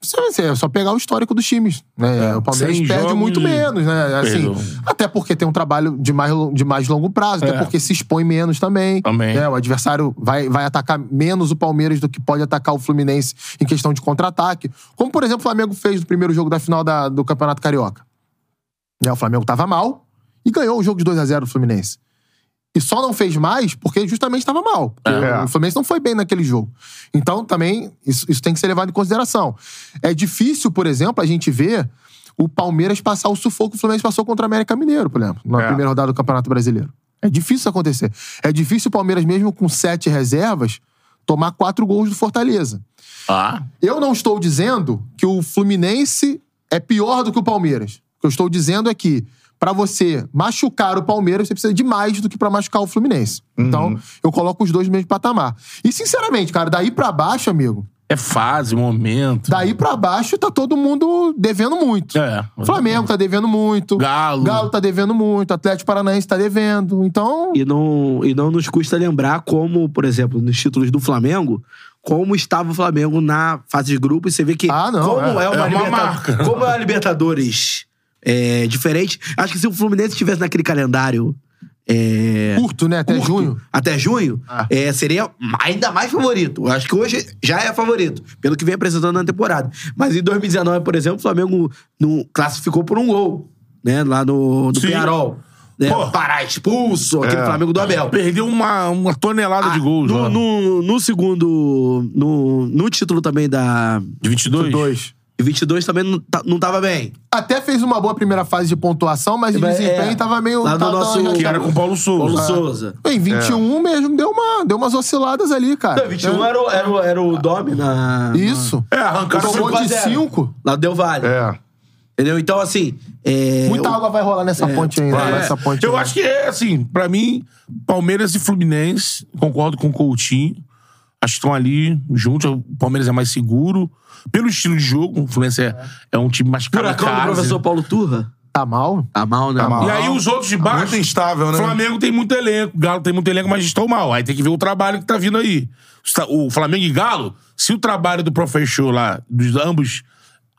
Speaker 4: você você- é só pegar o histórico dos times. Né? o Palmeiras
Speaker 2: sem
Speaker 4: perde
Speaker 2: jogos
Speaker 4: muito
Speaker 2: e-
Speaker 4: menos, né? Assim,
Speaker 2: Perdeu.
Speaker 4: até porque tem um trabalho de mais, lo- de mais longo prazo, até
Speaker 2: É.
Speaker 4: porque se expõe menos também.
Speaker 2: Também.
Speaker 4: né? O adversário vai, vai atacar menos o Palmeiras do que pode atacar o Fluminense em questão de contra-ataque. Como, por exemplo, o Flamengo fez no primeiro jogo da final da- do Campeonato Carioca. Né? O Flamengo tava mal e ganhou o jogo de 2 a 0 do Fluminense. E só não fez mais porque justamente estava mal. Porque
Speaker 1: É.
Speaker 4: O Fluminense não foi bem naquele jogo. Então, também, isso, isso tem que ser levado em consideração. É difícil, por exemplo, a gente ver o Palmeiras passar o sufoco que o Fluminense passou contra o América Mineiro, por exemplo, na
Speaker 1: É.
Speaker 4: primeira rodada do Campeonato Brasileiro. É difícil isso acontecer. É difícil o Palmeiras, mesmo com sete reservas, tomar quatro gols do Fortaleza.
Speaker 2: Ah.
Speaker 4: Eu não estou dizendo que o Fluminense é pior do que o Palmeiras. O que eu estou dizendo é que, pra você machucar o Palmeiras, você precisa de mais do que pra machucar o Fluminense.
Speaker 3: Uhum.
Speaker 4: Então, eu coloco os dois no mesmo patamar. E, sinceramente, cara, daí pra baixo, amigo,
Speaker 2: É fase, momento.
Speaker 4: daí pra baixo tá todo mundo devendo muito.
Speaker 2: É.
Speaker 4: Flamengo tá devendo muito.
Speaker 2: Galo.
Speaker 4: Galo tá devendo muito. Atlético Paranaense tá devendo. Então,
Speaker 3: E não, e não nos custa lembrar como, por exemplo, nos títulos do Flamengo, como estava o Flamengo na fase de grupo. E você vê que
Speaker 4: Ah, não,
Speaker 3: como
Speaker 4: é.
Speaker 3: é, uma,
Speaker 2: É uma
Speaker 3: liberta-
Speaker 2: marca.
Speaker 3: Como é a Libertadores é, diferente. Acho que se o Fluminense estivesse naquele calendário é,
Speaker 4: curto, né? Até
Speaker 3: curto,
Speaker 4: junho.
Speaker 3: até junho,
Speaker 4: Ah.
Speaker 3: é, seria ainda mais favorito. Eu Acho que hoje já é favorito, pelo que vem apresentando na temporada. Mas em 2019, por exemplo, o Flamengo não classificou por um gol, né? Lá no, no
Speaker 2: Sim.
Speaker 3: Penharol. Né?
Speaker 2: Pô.
Speaker 3: Pará expulso, aquele Flamengo do Abel.
Speaker 2: Perdeu uma, uma tonelada de gols
Speaker 3: Ah, no,
Speaker 2: lá.
Speaker 3: no- no segundo. No, no título também da.
Speaker 2: De 22?
Speaker 4: Dois.
Speaker 3: 22 também não, ta- não tava bem.
Speaker 4: Até fez uma boa primeira fase de pontuação, mas o
Speaker 3: É,
Speaker 4: desempenho tava meio.
Speaker 3: lá do
Speaker 4: tava-
Speaker 3: nosso-
Speaker 4: já-
Speaker 2: Que era com o Paulo Souza.
Speaker 3: Paulo Souza.
Speaker 4: Em 21 mesmo, deu, uma, deu umas osciladas ali, cara.
Speaker 3: Não, 21 era, o- era, o- era o Domi na.
Speaker 4: Isso.
Speaker 2: É, arrancaram
Speaker 4: Tomou
Speaker 2: cinco a
Speaker 4: de
Speaker 2: zero.
Speaker 4: 5.
Speaker 3: Lá deu Vale.
Speaker 1: É.
Speaker 3: Entendeu? Então, assim. é,
Speaker 4: Muita água vai rolar nessa ponte ainda.
Speaker 2: É,
Speaker 4: Nessa ponte
Speaker 2: eu
Speaker 4: ainda.
Speaker 2: acho que é assim, pra mim, Palmeiras e Fluminense, concordo com o Coutinho. Acho que estão ali juntos. O Palmeiras é mais seguro. Pelo estilo de jogo, o Fluminense é, é um time mais
Speaker 3: Furacão do
Speaker 2: kamikaze.
Speaker 3: professor Paulo Turra?
Speaker 4: Tá mal?
Speaker 3: Tá mal, né?
Speaker 1: Tá mal.
Speaker 2: assim. E aí os outros de baixo.
Speaker 1: Muito instável, né?
Speaker 2: O Flamengo tem muito elenco, o Galo tem muito elenco, mas estão mal. Aí tem que ver o trabalho que tá vindo aí. Se tá- O Flamengo e Galo, se o trabalho do professor lá, dos ambos,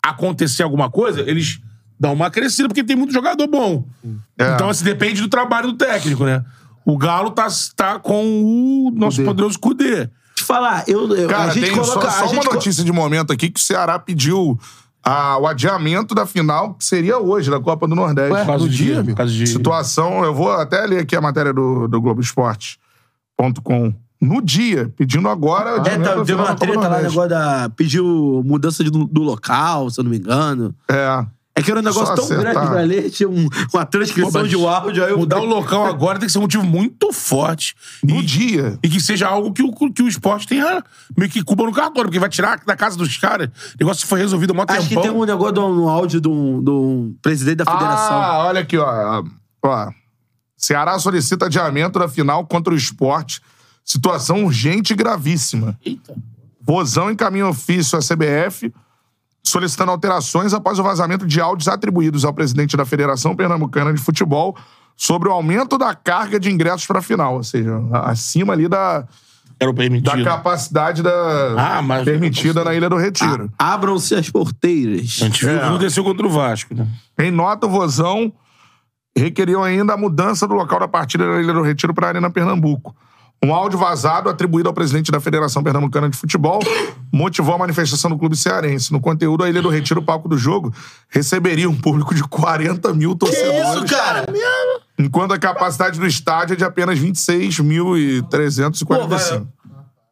Speaker 2: acontecer alguma coisa, eles dão uma crescida, porque tem muito jogador bom.
Speaker 1: É.
Speaker 2: Então, assim, depende do trabalho do técnico, né? O Galo tá, tá com o nosso
Speaker 4: Kudê.
Speaker 2: poderoso Cudê.
Speaker 3: Te falar, eu, eu-
Speaker 1: Cara,
Speaker 3: a gente
Speaker 1: tem
Speaker 3: coloca.
Speaker 1: só, só
Speaker 3: a gente
Speaker 1: uma
Speaker 3: co-
Speaker 1: notícia de momento aqui que o Ceará pediu ah, o adiamento da final, que seria hoje, da Copa do Nordeste.
Speaker 4: Ué,
Speaker 2: causa
Speaker 4: no
Speaker 2: de-
Speaker 4: dia, amigo.
Speaker 2: por causa de-
Speaker 1: Situação, eu vou até ler aqui a matéria do, do Globoesporte.com. No dia, pedindo agora. o
Speaker 3: É,
Speaker 1: adiamento
Speaker 3: tá,
Speaker 1: da
Speaker 3: teve
Speaker 1: final da
Speaker 3: uma
Speaker 1: Copa do
Speaker 3: treta lá,
Speaker 1: Nordeste.
Speaker 3: negócio da. Pediu mudança de- do local, se eu não me engano.
Speaker 1: É.
Speaker 3: É que era um negócio
Speaker 1: Só
Speaker 3: tão
Speaker 1: acertar.
Speaker 3: grande pra ler, tinha um- uma transcrição
Speaker 2: Pô,
Speaker 3: de um áudio. Aí eu
Speaker 2: Mudar o local agora tem que ser um motivo muito forte.
Speaker 1: No
Speaker 2: E-
Speaker 1: dia.
Speaker 2: E que seja algo que o, que o esporte tenha meio que culpa no cartório, porque vai tirar da casa dos caras. O negócio foi resolvido há mó tempão.
Speaker 3: Acho que tem um negócio de um áudio de um, de um presidente da federação.
Speaker 1: Ah, olha aqui, ó. ó. Ceará solicita adiamento da final contra o esporte. Situação urgente e gravíssima.
Speaker 2: Eita.
Speaker 1: Vozão encaminha ofício à CBF solicitando alterações após o vazamento de áudios atribuídos ao presidente da Federação Pernambucana de Futebol sobre o aumento da carga de ingressos para a final, ou seja, a- acima ali da,
Speaker 2: Era o permitido.
Speaker 1: da capacidade da
Speaker 2: Ah, mas-
Speaker 1: permitida na Ilha do Retiro.
Speaker 3: Ah, Abram-se as porteiras.
Speaker 2: A gente viu o que aconteceu contra o Vasco, né?
Speaker 1: Em nota, o Vozão requeriu ainda a mudança do local da partida da Ilha do Retiro para a Arena Pernambuco. Um áudio vazado atribuído ao presidente da Federação Pernambucana de Futebol motivou a manifestação do clube cearense. No conteúdo, a Ilha do Retiro, o palco do jogo, receberia um público de 40 mil torcedores.
Speaker 2: cara?
Speaker 1: Enquanto a capacidade do estádio é de apenas 26.345.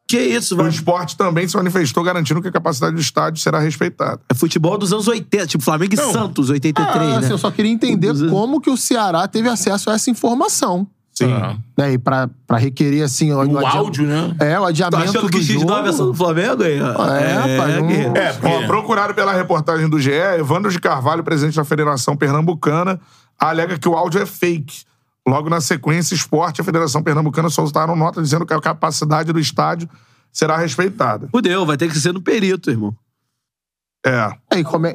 Speaker 3: Que isso,
Speaker 1: O
Speaker 3: vai.
Speaker 1: esporte também se manifestou garantindo que a capacidade do estádio será respeitada.
Speaker 3: É futebol dos anos 80, tipo Flamengo e Santos, 83,
Speaker 4: Ah, assim,
Speaker 3: né?
Speaker 4: eu só queria entender como que o Ceará teve acesso a essa informação.
Speaker 1: Sim.
Speaker 4: Né? E pra, pra requerer, assim... O,
Speaker 2: Ah. O
Speaker 4: adia-
Speaker 2: áudio, né?
Speaker 4: É, o
Speaker 3: Tá
Speaker 4: adiamento
Speaker 3: achando
Speaker 4: do
Speaker 3: que
Speaker 4: jogo.
Speaker 3: X9 é só do Flamengo aí? ó?
Speaker 4: É, rapaz, não-
Speaker 3: guerreiro.
Speaker 2: É, porque...
Speaker 1: Ó, procurado pela reportagem do GE, Evandro de Carvalho, presidente da Federação Pernambucana, alega que o áudio é fake. Logo na sequência, Esporte e a Federação Pernambucana soltaram nota dizendo que a capacidade do estádio será respeitada.
Speaker 3: Fudeu, vai ter que ser no perito, irmão.
Speaker 1: É.
Speaker 4: Aí come...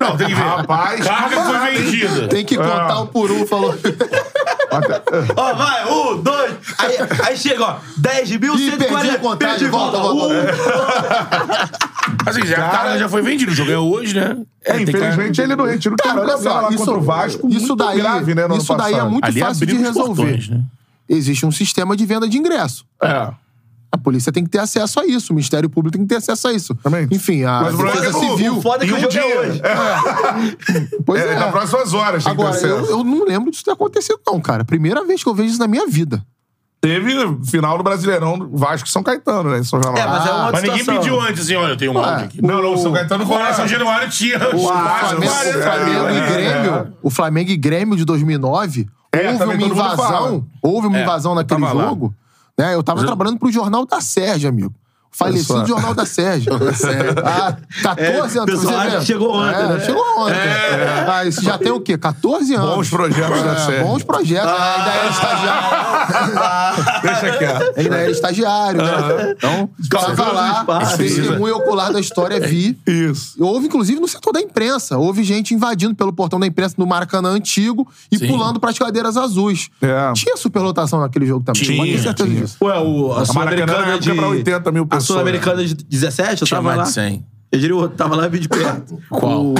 Speaker 2: Não, tem que ver.
Speaker 1: Rapaz,
Speaker 2: Carga que foi
Speaker 1: camarada, hein?
Speaker 2: vendida.
Speaker 4: Tem que contar
Speaker 1: Ah.
Speaker 4: o por um, falou.
Speaker 5: Ó, vai, um, dois. Aí, aí chega, ó, 10.140.
Speaker 4: Ih,
Speaker 3: é.
Speaker 4: perdi a contagem,
Speaker 5: perdi,
Speaker 4: volta, volta.
Speaker 5: um.
Speaker 4: né?
Speaker 2: Assim, já, a carga já foi vendida. O jogo é hoje, né?
Speaker 1: É,
Speaker 2: tem que-
Speaker 1: infelizmente ele não retirou que
Speaker 4: Cara,
Speaker 1: teve um
Speaker 4: olha
Speaker 1: problema
Speaker 4: só,
Speaker 1: lá
Speaker 4: isso,
Speaker 1: contra o Vasco,
Speaker 4: isso
Speaker 1: muito
Speaker 4: daí,
Speaker 1: grave, né, no ano
Speaker 4: isso daí é
Speaker 1: passado.
Speaker 4: muito
Speaker 2: Ali
Speaker 4: fácil de
Speaker 2: abriu os
Speaker 4: resolver.
Speaker 2: portões, né?
Speaker 4: Existe um sistema de venda de ingresso.
Speaker 1: É.
Speaker 4: Ah, A polícia tem que ter acesso a isso, o Ministério Público tem que ter acesso a isso.
Speaker 1: Também.
Speaker 4: Enfim, a
Speaker 1: Mas o problema
Speaker 4: Defesa
Speaker 1: é que o-
Speaker 4: Civil.
Speaker 5: O foda é que
Speaker 1: E
Speaker 5: o
Speaker 1: um
Speaker 5: jogo é
Speaker 1: dia.
Speaker 5: hoje.
Speaker 4: Pois
Speaker 1: É,
Speaker 4: é.
Speaker 1: nas próximas horas tem que ter
Speaker 4: Agora, eu,
Speaker 1: acesso.
Speaker 4: eu não lembro disso ter acontecido, não, cara. Primeira vez que eu vejo isso na minha vida.
Speaker 1: Teve final do Brasileirão, Vasco e São Caetano, né, em São Januário.
Speaker 3: É, mas é uma outra
Speaker 2: Mas ninguém
Speaker 3: situação.
Speaker 2: pediu antes, assim, olha, eu tenho um áudio aqui.
Speaker 1: Não, não, o São Caetano foi lá,
Speaker 2: São Januário tinha.
Speaker 4: O Flamengo,
Speaker 1: parece-
Speaker 4: o Flamengo
Speaker 1: é,
Speaker 4: e Grêmio, o Flamengo e Grêmio de 2009,
Speaker 1: É,
Speaker 4: houve
Speaker 1: também todo
Speaker 4: uma
Speaker 1: mundo fala.
Speaker 4: invasão, houve uma
Speaker 2: É,
Speaker 4: invasão
Speaker 2: eu
Speaker 4: naquele
Speaker 2: tava lá.
Speaker 4: jogo. Né? Eu tava trabalhando pro Jornal da Sérgio, amigo.
Speaker 1: Olha só.
Speaker 4: Falecido Jornal da Sérgio. Há 14
Speaker 3: É,
Speaker 4: anos.
Speaker 3: pessoal
Speaker 4: você
Speaker 3: acha
Speaker 4: vê?
Speaker 3: que chegou ontem,
Speaker 4: É,
Speaker 3: né?
Speaker 4: Chegou ontem. Ah, isso já tem o quê? 14 anos.
Speaker 1: Bons projetos da
Speaker 4: É,
Speaker 1: Sérgio.
Speaker 4: Bons projetos. Ainda era estagiário.
Speaker 1: Deixa quieto.
Speaker 4: Ainda era estagiário, né? Então, tava lá,
Speaker 3: espaço.
Speaker 4: testemunho ocular da história, vi.
Speaker 1: Isso.
Speaker 4: Houve, inclusive, no setor da imprensa. Houve gente invadindo pelo portão da imprensa no Maracanã antigo e
Speaker 2: Sim.
Speaker 4: pulando pras cadeiras azuis.
Speaker 1: É.
Speaker 4: Tinha superlotação naquele jogo também.
Speaker 2: Tinha,
Speaker 4: Pode ter certeza
Speaker 2: tinha.
Speaker 4: disso.
Speaker 3: Ué, o, a
Speaker 1: Maracanã na
Speaker 3: Sul-Americana
Speaker 1: época
Speaker 3: de...
Speaker 1: pra 80 mil
Speaker 3: A
Speaker 1: pessoas.
Speaker 3: Sul-Americana de 17, eu
Speaker 2: Tinha
Speaker 3: tava
Speaker 2: mais
Speaker 3: lá.
Speaker 2: de 100.
Speaker 3: Eu diria, eu tava lá e vi de perto.
Speaker 2: Qual?
Speaker 3: O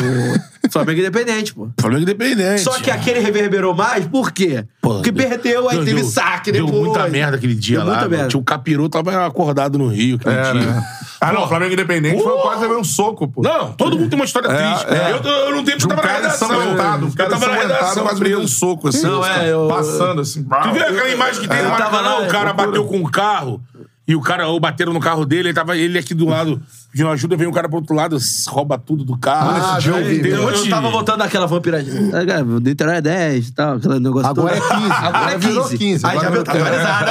Speaker 3: Flamengo Independente, pô.
Speaker 2: Flamengo é independente.
Speaker 3: Só que aquele reverberou mais, por quê?
Speaker 2: Pô,
Speaker 3: Porque
Speaker 2: deu-
Speaker 3: perdeu, aí
Speaker 2: deu-
Speaker 3: teve
Speaker 2: deu-
Speaker 3: saque
Speaker 2: deu
Speaker 3: depois.
Speaker 2: muita merda aquele dia
Speaker 3: Deu
Speaker 2: lá.
Speaker 3: muita
Speaker 2: mano.
Speaker 3: merda.
Speaker 2: Tinha o Capiru tava acordado no Rio aquele
Speaker 1: É,
Speaker 2: dia.
Speaker 1: né? Ah, não, Flamengo Independente foi
Speaker 2: Uh!
Speaker 1: quase levei um soco, pô.
Speaker 2: Não, todo mundo tem uma história
Speaker 1: É,
Speaker 2: triste.
Speaker 1: é.
Speaker 2: Eu, eu não tenho
Speaker 1: De
Speaker 2: porque
Speaker 1: um
Speaker 2: eu tava na
Speaker 1: cara
Speaker 2: redação.
Speaker 1: ensanguentado, um cara
Speaker 2: eu tava na
Speaker 1: ensanguentado
Speaker 2: redação
Speaker 1: quase me deu um
Speaker 2: preso.
Speaker 1: soco, assim.
Speaker 3: Não, é, eu-
Speaker 1: Passando, assim.
Speaker 2: Tu viu aquela imagem
Speaker 1: É.
Speaker 2: que tem no
Speaker 3: Eu tava
Speaker 2: Maracanã?
Speaker 3: lá,
Speaker 2: O cara
Speaker 3: loucura.
Speaker 2: bateu com um carro e o cara, ou bateram no carro dele, ele, tava, ele aqui do lado pedindo ajuda, vem o cara pro outro lado, rouba tudo do carro.
Speaker 4: Ah, esse dia eu vi,
Speaker 2: Tem um
Speaker 4: meu.
Speaker 3: Eu,
Speaker 2: monte de-
Speaker 3: tava voltando daquela vampiradinha. Ah, cara, O Niterói é 10 e tal, aquele negócio
Speaker 4: Agora é
Speaker 3: todo.
Speaker 4: 15.
Speaker 3: Agora é 15.
Speaker 4: virou 15.
Speaker 3: Aí já
Speaker 4: agora
Speaker 3: viu, tá atualizado.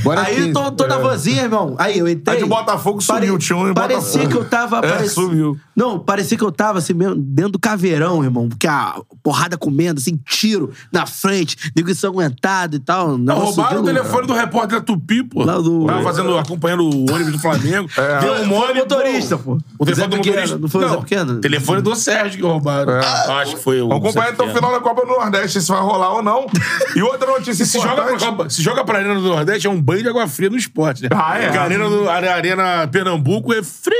Speaker 4: Agora é
Speaker 3: aí
Speaker 4: 15.
Speaker 3: tô, tô na vanzinha, irmão. Aí eu entrei.
Speaker 1: A de Botafogo sumiu, tinha um em
Speaker 3: Parecia
Speaker 1: Botafogo.
Speaker 3: que eu tava.
Speaker 1: É,
Speaker 3: pareci-
Speaker 1: sumiu.
Speaker 3: Não, parecia que eu tava assim mesmo, dentro do caveirão, irmão. Porque a porrada comendo, assim, tiro na frente, nego ensanguentado e tal. um
Speaker 2: Não,
Speaker 3: negócio
Speaker 2: roubaram o
Speaker 3: de louco.
Speaker 2: telefone do repórter da Tupi, pô.
Speaker 3: Lá do-
Speaker 2: Tava fazendo, acompanhando o ônibus do Flamengo. Deu um
Speaker 3: Foi
Speaker 2: mole.
Speaker 3: o motorista, pô.
Speaker 2: O telefone do
Speaker 3: Zé Pequeno,
Speaker 2: motorista.
Speaker 3: Não foi o Zé Pequeno?
Speaker 2: telefone do Sérgio que roubaram. Ah, acho que foi o
Speaker 1: Vamos acompanhar
Speaker 2: Zé
Speaker 1: até o tá
Speaker 2: Pequeno.
Speaker 1: final da Copa do Nordeste, se vai rolar ou não. E outra notícia
Speaker 2: Se joga, pra,
Speaker 1: importante...
Speaker 2: Copa- se joga pra Arena do Nordeste, é um banho de água fria no esporte, né?
Speaker 1: Ah, é?
Speaker 2: Porque A arena, do, a arena Pernambuco é frio.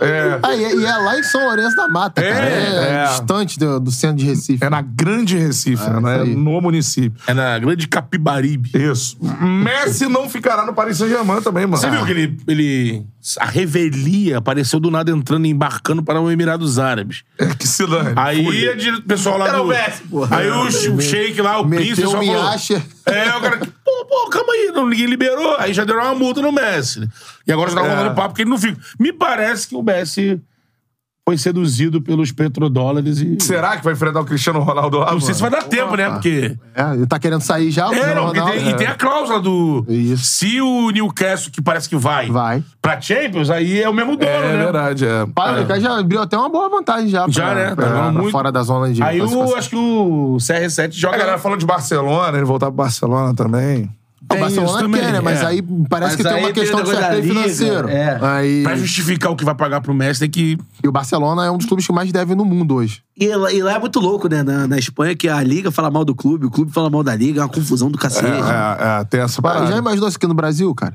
Speaker 1: É,
Speaker 4: Ah, e, é- e é lá em São Lourenço da Mata, cara. É,
Speaker 1: é.
Speaker 4: distante do, do centro de Recife.
Speaker 1: é na Grande Recife,
Speaker 4: Ah,
Speaker 1: né?
Speaker 4: isso aí.
Speaker 1: No município.
Speaker 2: É na grande Capibaribe.
Speaker 1: Isso. Messi não ficará no Paris Saint-Germain também, mano.
Speaker 2: Você viu que ele, ele. A revelia apareceu do nada entrando e embarcando para o Emirados Árabes.
Speaker 1: É, Que se dane.
Speaker 2: Aí a dire- o pessoal lá
Speaker 3: Era
Speaker 2: do.
Speaker 3: o Messi, pô.
Speaker 2: Aí o sh- o Sheik lá, o príncipe,
Speaker 4: Meteu um
Speaker 2: só
Speaker 4: o
Speaker 2: falou.
Speaker 4: Miacha.
Speaker 2: É, o cara. Pô, pô, calma aí, não, ninguém liberou. Aí já deram uma multa no Messi. né? E agora já tá rolando papo porque ele não fica. Me parece que o Messi foi seduzido pelos petrodólares e.
Speaker 1: Será que vai enfrentar o Cristiano Ronaldo lá,
Speaker 2: Não sei se vai dar tempo, né? Porque.
Speaker 4: É, ele tá querendo sair já, o
Speaker 2: É,
Speaker 4: Cristiano
Speaker 2: não, porque
Speaker 4: Ronaldo.
Speaker 2: tem, e tem a cláusula do.
Speaker 4: Isso.
Speaker 2: Se o Newcastle, que parece que vai,
Speaker 4: É. Vai.
Speaker 2: pra Champions, aí é o mesmo dono,
Speaker 1: É
Speaker 2: né?
Speaker 1: verdade, é.
Speaker 4: Pai, o Lucas já abriu até uma boa vantagem já.
Speaker 2: Já,
Speaker 4: pra-
Speaker 2: né? Tá
Speaker 4: pra-
Speaker 2: jogando
Speaker 4: pra
Speaker 2: muito.
Speaker 4: Fora da zona de
Speaker 2: Aí eu
Speaker 4: classificação.
Speaker 2: acho que o CR7
Speaker 1: A
Speaker 2: joga.
Speaker 1: galera falando de Barcelona, ele voltar pro Barcelona também.
Speaker 4: O Barcelona
Speaker 2: isso também,
Speaker 4: quer, né? Mas
Speaker 2: é.
Speaker 4: aí parece
Speaker 3: Mas
Speaker 4: que tem
Speaker 3: aí
Speaker 4: uma
Speaker 3: tem
Speaker 4: questão
Speaker 3: o
Speaker 4: de
Speaker 3: negócio da
Speaker 4: sorteio
Speaker 3: liga,
Speaker 4: financeiro.
Speaker 3: é.
Speaker 4: Aí,
Speaker 2: Pra justificar o que vai pagar pro Messi, tem que.
Speaker 4: e o Barcelona é um dos clubes que mais deve no mundo hoje.
Speaker 3: E lá, e lá é muito louco, né? Na, na Espanha, que a liga fala mal do clube, o clube fala mal da liga, é uma confusão do cacete.
Speaker 1: É, é, é, tem essa
Speaker 4: Já
Speaker 1: parada.
Speaker 4: imaginou isso aqui no Brasil, cara?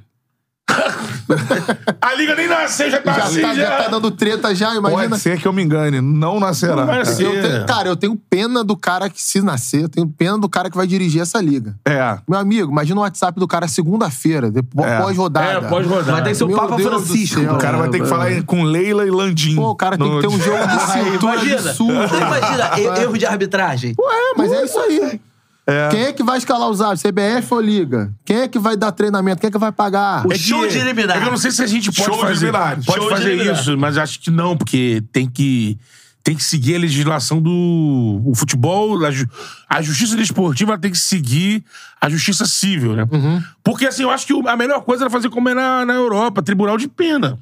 Speaker 2: A liga nem nasceu, já tá
Speaker 4: Já,
Speaker 2: assim,
Speaker 4: tá,
Speaker 2: já.
Speaker 4: já tá dando treta já, imagina.
Speaker 1: Pode ser que eu me engane, não nascerá.
Speaker 2: Não vai
Speaker 1: cara.
Speaker 2: ser.
Speaker 4: Eu tenho- cara, eu tenho pena do cara que se nascer, eu tenho pena do cara que vai dirigir essa liga.
Speaker 1: É.
Speaker 4: Meu amigo, imagina o WhatsApp do cara segunda-feira, depois
Speaker 1: É.
Speaker 4: pós-rodada.
Speaker 2: É, pode rodar.
Speaker 6: Vai ter que ser o
Speaker 4: Meu
Speaker 6: Papa
Speaker 4: Deus do
Speaker 6: Francisco.
Speaker 4: céu.
Speaker 1: O cara vai ter que falar com Leila e Landim.
Speaker 4: Pô, o cara tem
Speaker 1: No-
Speaker 4: que ter um jogo de cintura
Speaker 3: Imagina.
Speaker 4: absurdo.
Speaker 3: Tu imagina
Speaker 2: É
Speaker 3: e- erro de arbitragem.
Speaker 4: Ué, mas é isso aí. Quem é que vai escalar os árbitros? CBF ou Liga? Quem é que vai dar treinamento? Quem é que vai pagar?
Speaker 3: O show de eliminar.
Speaker 2: É que eu não sei se a gente pode
Speaker 1: Show de
Speaker 2: fazer,
Speaker 1: milagres.
Speaker 2: pode
Speaker 1: Show
Speaker 2: fazer
Speaker 3: de milagres.
Speaker 2: isso, mas acho que não, porque tem que tem que seguir a legislação do o futebol, a, ju- a justiça desportiva tem que seguir a justiça civil, né? Porque assim, eu acho que o- a melhor coisa era fazer como é na, na Europa, tribunal de pena.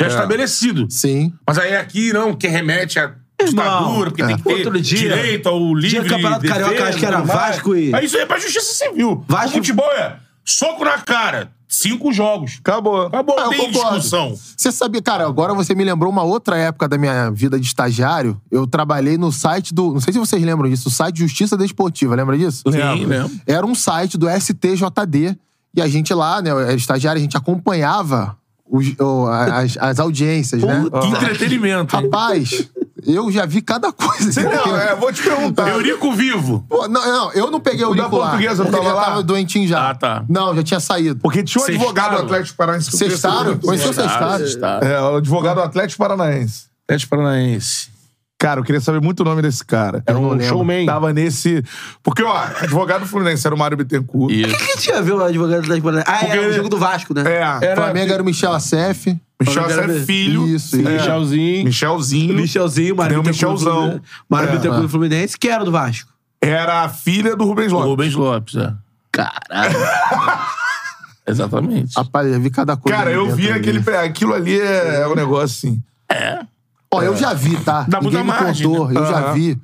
Speaker 2: Já estabelecido.
Speaker 4: Sim.
Speaker 2: Mas aí aqui não, que remete à
Speaker 3: Irmão, é.
Speaker 2: ditadura, porque tem que ter
Speaker 3: outro dia-
Speaker 2: direito ao livre
Speaker 3: dia do Campeonato
Speaker 2: defesa,
Speaker 3: Carioca, acho que era
Speaker 2: tudo mais.
Speaker 3: Vasco e-
Speaker 2: Mas isso aí é pra justiça civil.
Speaker 3: Vasco-
Speaker 2: O futebol é soco na cara, cinco jogos.
Speaker 1: Acabou.
Speaker 2: Acabou,
Speaker 4: Ah, eu
Speaker 2: tem
Speaker 4: concordo.
Speaker 2: discussão.
Speaker 4: Você sabia, cara, agora você me lembrou uma outra época da minha vida de estagiário. Eu trabalhei no site do. Não sei se vocês lembram disso, o site Justiça Desportiva, lembra disso?
Speaker 2: Sim, lembro.
Speaker 4: Era um site do STJD. E a gente lá, né, eu era estagiário, a gente acompanhava os- o- as, as audiências, né?
Speaker 2: Que
Speaker 4: Ah,
Speaker 2: entretenimento. hein?
Speaker 4: Rapaz, eu já vi cada coisa.
Speaker 1: Não, é, vou te perguntar.
Speaker 2: Eurico vivo.
Speaker 4: Pô, não, não, eu não peguei o,
Speaker 1: O da
Speaker 4: Nicolau.
Speaker 1: portuguesa
Speaker 4: Ele
Speaker 1: tava
Speaker 4: já
Speaker 1: lá?
Speaker 4: tava doentinho já.
Speaker 2: Ah, tá.
Speaker 4: Não, já tinha saído.
Speaker 1: Porque tinha um
Speaker 2: Cestaram.
Speaker 1: advogado do Atlético Paranaense. que eu
Speaker 4: Cestaram?
Speaker 1: conheço.
Speaker 4: Conheceu o
Speaker 2: Ah,
Speaker 4: Cestado?
Speaker 1: É, o advogado do Atlético Paranaense.
Speaker 2: Atlético Paranaense.
Speaker 1: Cara, eu queria saber muito o nome desse cara. Era
Speaker 4: Eu não
Speaker 1: um
Speaker 4: lembro.
Speaker 1: showman. Tava nesse. Porque, ó, advogado do Fluminense era o Mário Bittencourt.
Speaker 3: O que, que tinha a ver o advogado da Espanha? Ah,
Speaker 1: Porque-
Speaker 3: era o jogo do Vasco, né?
Speaker 1: É.
Speaker 4: Flamengo era o Michel Acef.
Speaker 1: Michel
Speaker 3: Flamengo
Speaker 1: Sérgio
Speaker 3: era-
Speaker 1: Filho.
Speaker 4: Isso, isso.
Speaker 2: é Michelzinho.
Speaker 1: Michelzinho.
Speaker 3: Michelzinho, Mário
Speaker 1: Deu
Speaker 3: Bittencourt do
Speaker 1: Michelzão.
Speaker 3: Fluminense. Mário
Speaker 1: É.
Speaker 3: Bittencourt do Fluminense, que era do Vasco.
Speaker 1: Era a filha do Rubens Lopes.
Speaker 2: Rubens Lopes, é.
Speaker 3: Caralho.
Speaker 2: Exatamente.
Speaker 4: Rapaz, eu vi cada coisa.
Speaker 1: Cara,
Speaker 4: ali
Speaker 1: eu
Speaker 4: dentro
Speaker 1: vi
Speaker 4: ali.
Speaker 1: aquele, aquilo ali é, é um negócio assim.
Speaker 4: Ó, eu já
Speaker 1: É.
Speaker 4: vi, tá?
Speaker 2: Dá muita
Speaker 4: Ninguém me
Speaker 2: margem,
Speaker 4: contou. Eu já
Speaker 1: né? Aham.
Speaker 4: vi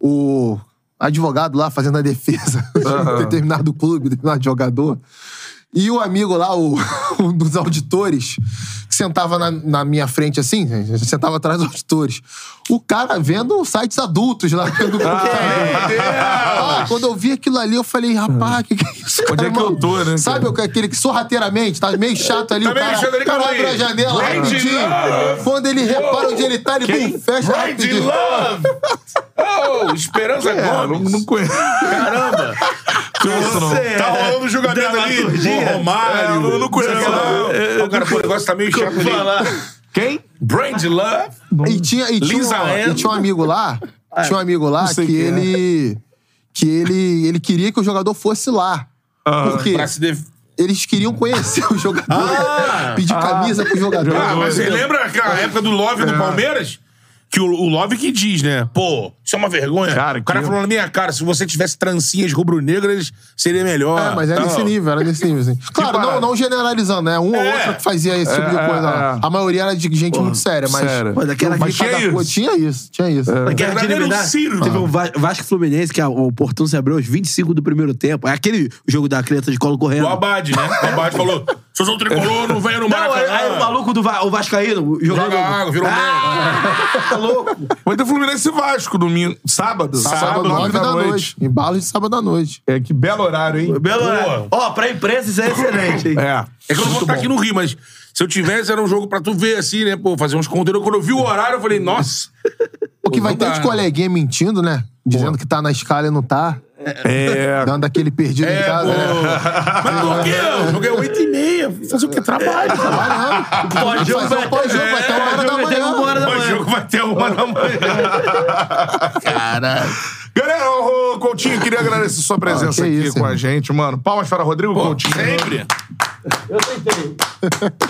Speaker 4: o advogado lá fazendo a defesa de um determinado clube, determinado jogador. E o amigo lá, o, um dos auditores, que sentava na, na minha frente assim, sentava atrás dos auditores. O cara vendo sites adultos lá. Vendo tá ah, quando eu vi aquilo ali, eu falei, rapaz, o que, que é isso?
Speaker 1: Onde
Speaker 4: cara,
Speaker 1: é que eu
Speaker 4: mano?
Speaker 1: tô, né, cara?
Speaker 4: Sabe o que- é aquele que sorrateiramente, tá meio chato ali,
Speaker 2: Tá
Speaker 4: o
Speaker 2: meio
Speaker 4: cara,
Speaker 2: chato ali,
Speaker 4: o cara
Speaker 2: calma aí.
Speaker 4: abre a janela
Speaker 2: Right
Speaker 4: rapidinho.
Speaker 2: love.
Speaker 4: Quando ele repara onde ele tá, ele
Speaker 2: Quem?
Speaker 4: pum, fecha
Speaker 2: Right de
Speaker 4: rapidinho.
Speaker 2: Love! Oh, Esperança
Speaker 1: É, não,
Speaker 2: Gomes.
Speaker 1: não conheço.
Speaker 2: Caramba!
Speaker 1: isso, não.
Speaker 2: Tá rolando um julgamento ali.
Speaker 3: Dramaturgia.
Speaker 2: Pô, Romário.
Speaker 1: É, eu não conheço,
Speaker 2: sei lá.
Speaker 1: não.
Speaker 2: Pô, cara, pô, o negócio tá meio chato ali.
Speaker 1: Quem?
Speaker 2: Brand Love.
Speaker 4: E tinha, e, tinha
Speaker 2: Lisa
Speaker 4: um,
Speaker 2: Ann.
Speaker 4: e tinha um amigo lá, tinha um amigo lá
Speaker 1: sei
Speaker 4: que
Speaker 1: quem é.
Speaker 4: ele que ele ele queria que o jogador fosse lá. Por quê?
Speaker 2: Pra se def-
Speaker 4: Eles queriam conhecer o jogador,
Speaker 2: Ah!
Speaker 4: pedir camisa pro jogador.
Speaker 2: Ah, mas você lembra aquela época do Love no Palmeiras? Que o, o Love que diz, né? Pô, isso é uma vergonha.
Speaker 1: Cara,
Speaker 2: o cara
Speaker 1: que-
Speaker 2: falou na minha cara, se você tivesse trancinhas rubro-negras, seria melhor.
Speaker 4: É, mas é
Speaker 2: Tal.
Speaker 4: nesse nível, era nesse nível, assim. Claro,
Speaker 1: parada.
Speaker 4: não, não generalizando, né? Um
Speaker 2: É.
Speaker 4: ou outro que fazia esse tipo de
Speaker 1: É,
Speaker 4: coisa lá.
Speaker 1: é, é.
Speaker 4: A maioria era de gente muito séria, mas.
Speaker 1: sério.
Speaker 3: Mas É. daquela
Speaker 4: Mas
Speaker 1: tinha
Speaker 4: tinha
Speaker 1: isso.
Speaker 4: isso. tinha isso, tinha isso.
Speaker 3: Guerra de
Speaker 2: É Verdadeiro
Speaker 3: eliminar.
Speaker 2: Ciro.
Speaker 3: Teve o Va- Vasco e Fluminense, que a- o portão se abriu aos 25 do primeiro tempo. É aquele jogo da creta de colo correndo.
Speaker 2: O Abade, né? O Abade falou: se eu sou tricolor, não venho no
Speaker 3: Não, é, aí,
Speaker 2: Maracanã.
Speaker 3: aí o maluco do Va o Vascaíno, o jogador.
Speaker 2: Joga água, virou
Speaker 3: ah, tá louco.
Speaker 1: Vai ter Fluminense e Vasco domingo. Sábado?
Speaker 4: Sábado, nove da noite. Embalo de sábado à noite.
Speaker 1: É, que belo horário, hein?
Speaker 3: Belo, né?
Speaker 2: Boa.
Speaker 3: Ó, pra imprensa isso é excelente, hein?
Speaker 1: É.
Speaker 2: É que eu não vou estar aqui no Rio, mas se eu tivesse, era um jogo pra tu ver, assim, né? Pô, fazer uns conteúdos. Quando eu vi o horário, eu falei, nossa.
Speaker 4: O que vai
Speaker 2: não dá.
Speaker 4: ter de coleguinha mentindo, né? Dizendo que tá na escala e não tá.
Speaker 1: É.
Speaker 4: Dando aquele perdido em
Speaker 2: É, pô.
Speaker 4: casa. né?
Speaker 2: Mas por quê? Eu joguei 8 e meia. Fazer o que? Trabalho.
Speaker 4: Ah, não.
Speaker 3: Pós-jogo
Speaker 4: Vai fazer
Speaker 3: vai-
Speaker 4: um pós-jogo
Speaker 2: é,
Speaker 4: até uma hora da
Speaker 3: jogo até uma hora
Speaker 4: manhã.
Speaker 3: da
Speaker 2: O
Speaker 3: manhã.
Speaker 2: jogo vai ter uma da manhã. Cara.
Speaker 1: Galera, o Coutinho, queria agradecer sua presença
Speaker 4: Ah, que
Speaker 1: aqui
Speaker 4: isso,
Speaker 1: com a
Speaker 4: irmão.
Speaker 1: gente, mano. Palmas para Rodrigo Coutinho. né?
Speaker 2: Sempre.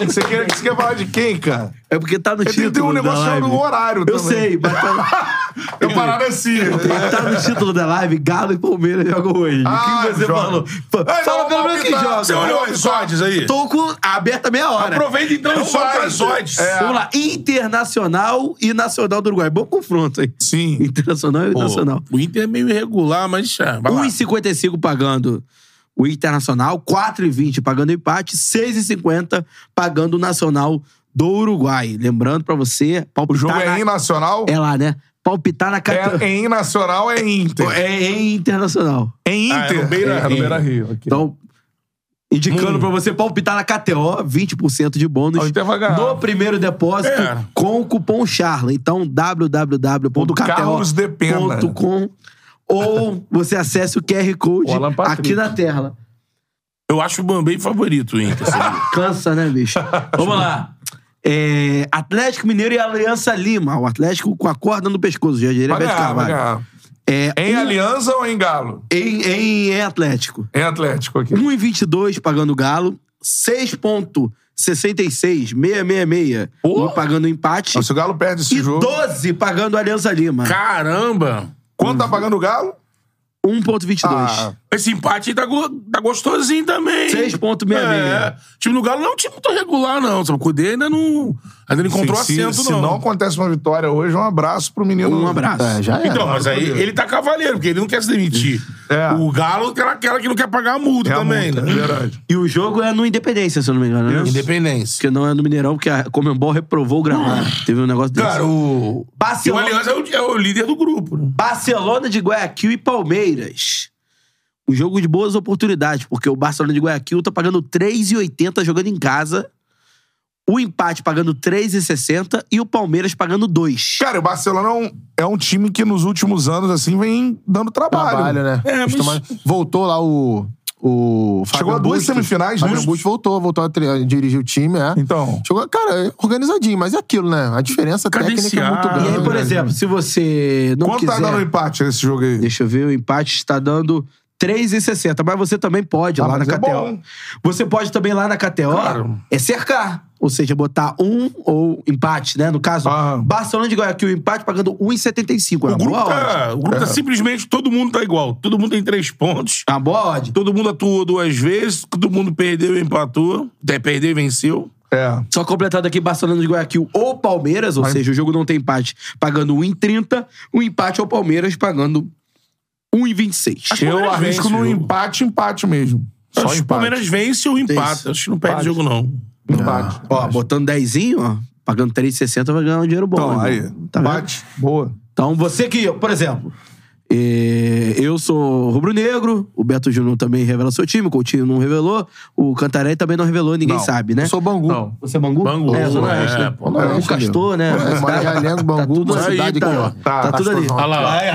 Speaker 1: Você queria que você quer falar de quem, cara?
Speaker 3: É porque tá no
Speaker 1: É, tem-
Speaker 3: título.
Speaker 1: Tem um
Speaker 3: da
Speaker 1: negócio
Speaker 3: live.
Speaker 1: chamado horário
Speaker 3: Eu
Speaker 1: também.
Speaker 3: sei, mas tá,
Speaker 1: É uma parada assim.
Speaker 3: tá no título da live, Galo e Palmeiras jogam hoje.
Speaker 1: Ah,
Speaker 3: o que você
Speaker 1: joga.
Speaker 3: falou? Fa-
Speaker 1: Ai,
Speaker 3: Fala
Speaker 1: não,
Speaker 3: pelo menos quem
Speaker 1: palpitar.
Speaker 3: joga.
Speaker 2: Você olhou episódios aí?
Speaker 3: Tô com aberta meia hora.
Speaker 2: Aproveita então só
Speaker 1: vai.
Speaker 2: para as odds.
Speaker 1: É.
Speaker 3: Vamos lá, Internacional e Nacional do Uruguai. Bom confronto, hein?
Speaker 1: Sim.
Speaker 3: Internacional e
Speaker 2: Pô,
Speaker 3: Nacional.
Speaker 2: O Inter é meio irregular, mas ah, vai lá.
Speaker 3: 1,55 pagando o Internacional, 4,20 pagando o empate, 6,50 pagando o Nacional do Uruguai. Lembrando pra você,
Speaker 1: O
Speaker 3: palpitar
Speaker 1: jogo é
Speaker 3: na...
Speaker 1: em nacional?
Speaker 3: É lá, né? Palpitar na
Speaker 1: É
Speaker 3: cata...
Speaker 1: em nacional, é Inter.
Speaker 3: é, em Internacional.
Speaker 1: É Inter.
Speaker 2: Ah, é no Beira-Rio.
Speaker 1: É no Beira Rio. ok.
Speaker 3: Então, Indicando pra você palpitar na KTO, 20% de bônus
Speaker 1: Ao intervagar.
Speaker 3: no primeiro depósito
Speaker 2: É.
Speaker 3: com o cupom Charla. Então,
Speaker 1: Carlos de Pena.
Speaker 3: www.kto.com ou você acessa o QR Code
Speaker 1: O Alan Patrick.
Speaker 3: aqui na tela.
Speaker 2: Eu acho o Bambei favorito, o Inter. assim. sabia?
Speaker 3: Cansa, né, bicho? Vamos lá. É, Atlético Mineiro e Aliança Lima. O Atlético com a corda no pescoço, já diria
Speaker 1: Vai
Speaker 3: Beto
Speaker 1: ganhar, vai
Speaker 3: Carvalho.
Speaker 1: ganhar.
Speaker 3: É,
Speaker 1: Em
Speaker 3: um-
Speaker 1: Aliança ou em Galo?
Speaker 3: em, em, em Atlético.
Speaker 1: Em Atlético aqui.
Speaker 3: 1,22 pagando Galo. 6,66666
Speaker 2: Pô!
Speaker 3: pagando empate.
Speaker 1: Se o Galo perde esse
Speaker 3: e
Speaker 1: jogo.
Speaker 3: 12 pagando Aliança Lima.
Speaker 2: Caramba!
Speaker 1: Quanto tá pagando o Galo?
Speaker 3: 1,22.
Speaker 1: Ah,
Speaker 2: Esse empate aí tá, go- tá gostosinho também.
Speaker 3: 6,66.
Speaker 2: É. O time do Galo não é um time muito regular, não. Sabe? O Cudê ainda não. Ainda não encontrou
Speaker 1: se,
Speaker 2: assento,
Speaker 1: se, se
Speaker 2: não.
Speaker 1: não acontece uma vitória hoje, um abraço pro menino.
Speaker 3: Um abraço.
Speaker 4: É, já é.
Speaker 2: Então, mas aí ele tá cavaleiro, porque ele não quer se demitir.
Speaker 1: É.
Speaker 2: O Galo é aquela que não quer pagar a multa
Speaker 1: É a
Speaker 2: também,
Speaker 1: multa,
Speaker 2: né?
Speaker 1: é verdade.
Speaker 3: E o jogo é no Independência, se eu não me engano. Né?
Speaker 2: Independência.
Speaker 3: Porque não é no Mineirão, porque a Comembol reprovou o gramado. Teve um negócio desse.
Speaker 2: Cara, o. E o
Speaker 3: Barcelona,
Speaker 2: Aliança é o, é o líder do grupo, né?
Speaker 3: Barcelona de Guayaquil e Palmeiras. Um jogo de boas oportunidades, porque o Barcelona de Guayaquil tá pagando 3,80 jogando em casa. O empate pagando 3,60 e o Palmeiras pagando 2.
Speaker 1: Cara, o Barcelona é um, é um time que nos últimos anos, assim, vem dando trabalho.
Speaker 4: trabalho, né?
Speaker 2: É, mas-
Speaker 4: Costuma- Voltou lá o. o
Speaker 1: Chegou a duas semifinais,
Speaker 4: Fábio
Speaker 1: né?
Speaker 4: Augusto voltou, voltou a, tri- a dirigir o time, é.
Speaker 1: Então.
Speaker 4: Chegou, cara, é organizadinho, mas é aquilo, né? A diferença técnica é
Speaker 2: Cadenciado.
Speaker 4: muito
Speaker 3: E
Speaker 1: Ah,
Speaker 4: grande.
Speaker 3: aí, por exemplo, se você não
Speaker 1: Quanto tá
Speaker 3: quiser...
Speaker 1: dando empate nesse jogo aí?
Speaker 3: Deixa eu ver, o empate está dando 3,60. Mas você também pode
Speaker 1: Ah,
Speaker 3: lá na
Speaker 1: mas é
Speaker 3: KTO.
Speaker 1: bom.
Speaker 3: Você pode também lá na KTO
Speaker 2: Claro.
Speaker 3: é cercar. Ou seja, botar um ou empate, né? No caso,
Speaker 1: Ah.
Speaker 3: Barcelona de Guayaquil, empate pagando 1,75. É
Speaker 2: O
Speaker 3: uma
Speaker 2: grupo,
Speaker 3: boa odd.
Speaker 2: tá, o grupo tá simplesmente. Todo mundo tá igual. Todo mundo tem três pontos.
Speaker 3: É uma boa odd.
Speaker 2: Todo mundo atuou duas vezes. Todo mundo perdeu e empatou. Até perdeu e venceu.
Speaker 1: É.
Speaker 3: Só completado aqui, Barcelona de Guayaquil ou Palmeiras, ou seja, o jogo não tem empate, pagando 1,30. O empate ao Palmeiras pagando 1,26.
Speaker 1: Eu
Speaker 2: Palmeiras
Speaker 1: arrisco
Speaker 2: vence o
Speaker 1: no
Speaker 2: jogo.
Speaker 1: empate, empate mesmo. Só
Speaker 2: Acho que
Speaker 1: empate.
Speaker 2: o Palmeiras vence ou empata. Acho que não perde jogo, não.
Speaker 1: Empate.
Speaker 3: Ó, botando 10, ó, pagando 3,60 vai ganhar um dinheiro bom.
Speaker 1: Então,
Speaker 3: né?
Speaker 1: aí.
Speaker 3: Tá vendo?
Speaker 1: Bate. Boa.
Speaker 3: Então, você que, por exemplo, eh, eu sou rubro-negro, o Beto Júnior também revela seu time, o Coutinho não revelou, o Cantarelli também não revelou, ninguém
Speaker 1: Não,
Speaker 3: sabe, né?
Speaker 4: Eu sou Bangu.
Speaker 1: Não.
Speaker 3: Você é Bangu?
Speaker 2: Bangu,
Speaker 3: É, Zona Oeste,
Speaker 2: é,
Speaker 3: né?
Speaker 2: pô,
Speaker 4: Zona
Speaker 3: o
Speaker 4: Oeste
Speaker 3: Castor, né?
Speaker 4: É, Marialhengo,
Speaker 3: tá
Speaker 4: Bangu,
Speaker 3: tudo
Speaker 4: uma
Speaker 3: aí,
Speaker 4: cidade
Speaker 3: tá,
Speaker 4: aqui, ó.
Speaker 3: Tá,
Speaker 1: Tá,
Speaker 3: tudo ali.
Speaker 4: Castor-
Speaker 2: lá. é, Vai, é.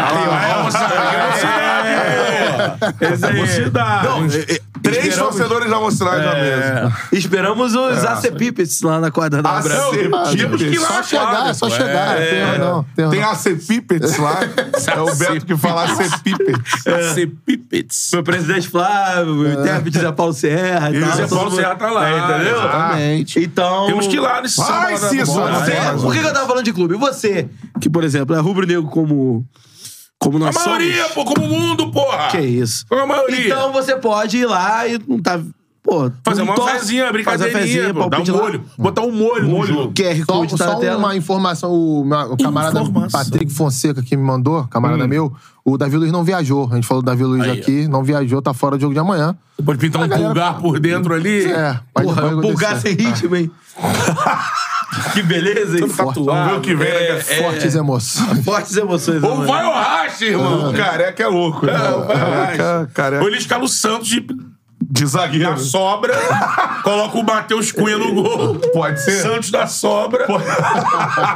Speaker 3: Não, eh, eh,
Speaker 1: é, Três
Speaker 3: esperamos- É.
Speaker 1: torcedores da Mocidade na mesa.
Speaker 2: É.
Speaker 3: Esperamos os
Speaker 4: É.
Speaker 3: ACPIPs lá na quadra da Abraão.
Speaker 2: Tipo
Speaker 1: Temos que ir
Speaker 4: Só chegar, é só chegar. Tem
Speaker 1: é.
Speaker 4: erro É, não, tem erro
Speaker 1: Tem
Speaker 4: não.
Speaker 1: a Cepipets lá. É o Beto que fala Cepipets.
Speaker 2: é. Pipets.
Speaker 3: Meu presidente Flávio,
Speaker 4: É.
Speaker 3: o intérprete Zé Paulo Serra e
Speaker 2: E o
Speaker 3: tal.
Speaker 2: Zé Paulo
Speaker 3: todo mundo-
Speaker 2: Serra tá lá,
Speaker 3: É, entendeu?
Speaker 4: Exatamente.
Speaker 3: Então.
Speaker 2: Temos que ir lá nesse
Speaker 1: Vai,
Speaker 2: sábado.
Speaker 1: Cícero,
Speaker 2: Bora.
Speaker 1: você-
Speaker 3: É, por que, que eu tava falando de clube? E Você, que, por exemplo, é rubro-negro como, como
Speaker 2: A
Speaker 3: nós
Speaker 2: maioria,
Speaker 3: somos.
Speaker 2: pô, como o mundo, porra.
Speaker 3: Que é isso.
Speaker 2: Como a maioria.
Speaker 3: Então você pode ir lá e não tá. Pô,
Speaker 2: Fazer
Speaker 3: não
Speaker 2: uma
Speaker 3: torce, fazer
Speaker 2: fezinha,
Speaker 3: uma
Speaker 2: brincadeirinha, pô. Dar
Speaker 3: palpite
Speaker 2: um
Speaker 3: lá.
Speaker 2: molho. Botar um molho no jogo.
Speaker 3: QR
Speaker 4: Só, um
Speaker 3: Code tá na
Speaker 4: só
Speaker 3: tela.
Speaker 4: uma informação, o, meu- o camarada
Speaker 2: Informação.
Speaker 4: Patrick Fonseca que me mandou, camarada
Speaker 3: Hum.
Speaker 4: meu, o Davi Luiz não viajou. A gente falou do Davi Luiz
Speaker 2: Aí,
Speaker 4: aqui, não viajou, tá fora do jogo de amanhã.
Speaker 2: Pode pintar um pulgar por dentro ali.
Speaker 4: É, pode-
Speaker 3: Porra,
Speaker 4: pode
Speaker 3: um pulgar
Speaker 4: acontecer.
Speaker 3: sem ritmo, hein? que beleza, hein?
Speaker 1: Vamos ver o que vem, né,
Speaker 2: É,
Speaker 1: que
Speaker 2: é.
Speaker 4: Fortes emoções.
Speaker 3: Fortes emoções.
Speaker 2: Ou
Speaker 3: né,
Speaker 2: vai
Speaker 3: mano?
Speaker 2: ou racha, irmão.
Speaker 1: O careca é louco. né?
Speaker 2: É, o
Speaker 1: Careca,
Speaker 2: Careca. Ou
Speaker 1: careca.
Speaker 2: ele escala o Santos de,
Speaker 1: De zagueiro.
Speaker 2: da sobra, coloca o Matheus Cunha no gol.
Speaker 1: Pode ser.
Speaker 2: Santos da sobra.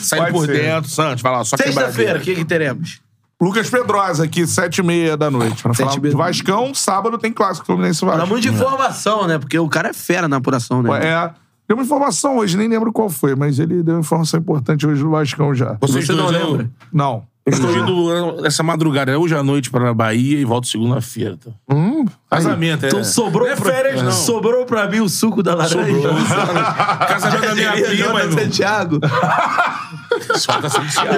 Speaker 2: Sai
Speaker 1: Pode
Speaker 2: por
Speaker 1: ser.
Speaker 2: dentro, Santos. Vai lá, só
Speaker 3: Sexta-feira, o
Speaker 2: quebradinha.
Speaker 3: que, que teremos?
Speaker 1: Lucas Pedrosa aqui, sete e meia da noite. Pra falar
Speaker 3: e meia.
Speaker 1: de Vascão, sábado tem clássico Fluminense e
Speaker 3: Fala
Speaker 1: Vasco.
Speaker 3: muito de informação, né? Porque o cara é fera na apuração, né?
Speaker 1: É, deu uma informação hoje, nem lembro qual foi, mas ele deu uma informação importante hoje no Vascão já.
Speaker 2: Vocês
Speaker 3: Você não
Speaker 2: dois, eu-
Speaker 3: lembra?
Speaker 1: Não.
Speaker 2: Eu estou indo essa madrugada, é hoje à noite, para a Bahia e volto segunda-feira. tá? Casamento, é.
Speaker 3: Então sobrou,
Speaker 2: Não é
Speaker 3: pra-
Speaker 2: férias, não.
Speaker 3: sobrou pra mim o suco da laranja.
Speaker 2: Sobrou. Casamento da minha prima,
Speaker 3: Leandro
Speaker 2: irmão.
Speaker 3: é Santiago.
Speaker 2: Só tá Santiago.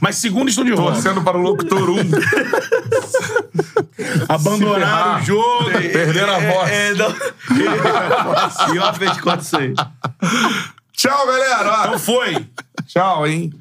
Speaker 2: Mas segunda estou de volta.
Speaker 1: Torcendo para o locutor 1.
Speaker 2: Abandonaram o jogo.
Speaker 1: Perderam a voz.
Speaker 3: É, não. E ó, fez quanto isso aí.
Speaker 1: Tchau, galera.
Speaker 2: Então foi.
Speaker 1: Tchau, hein?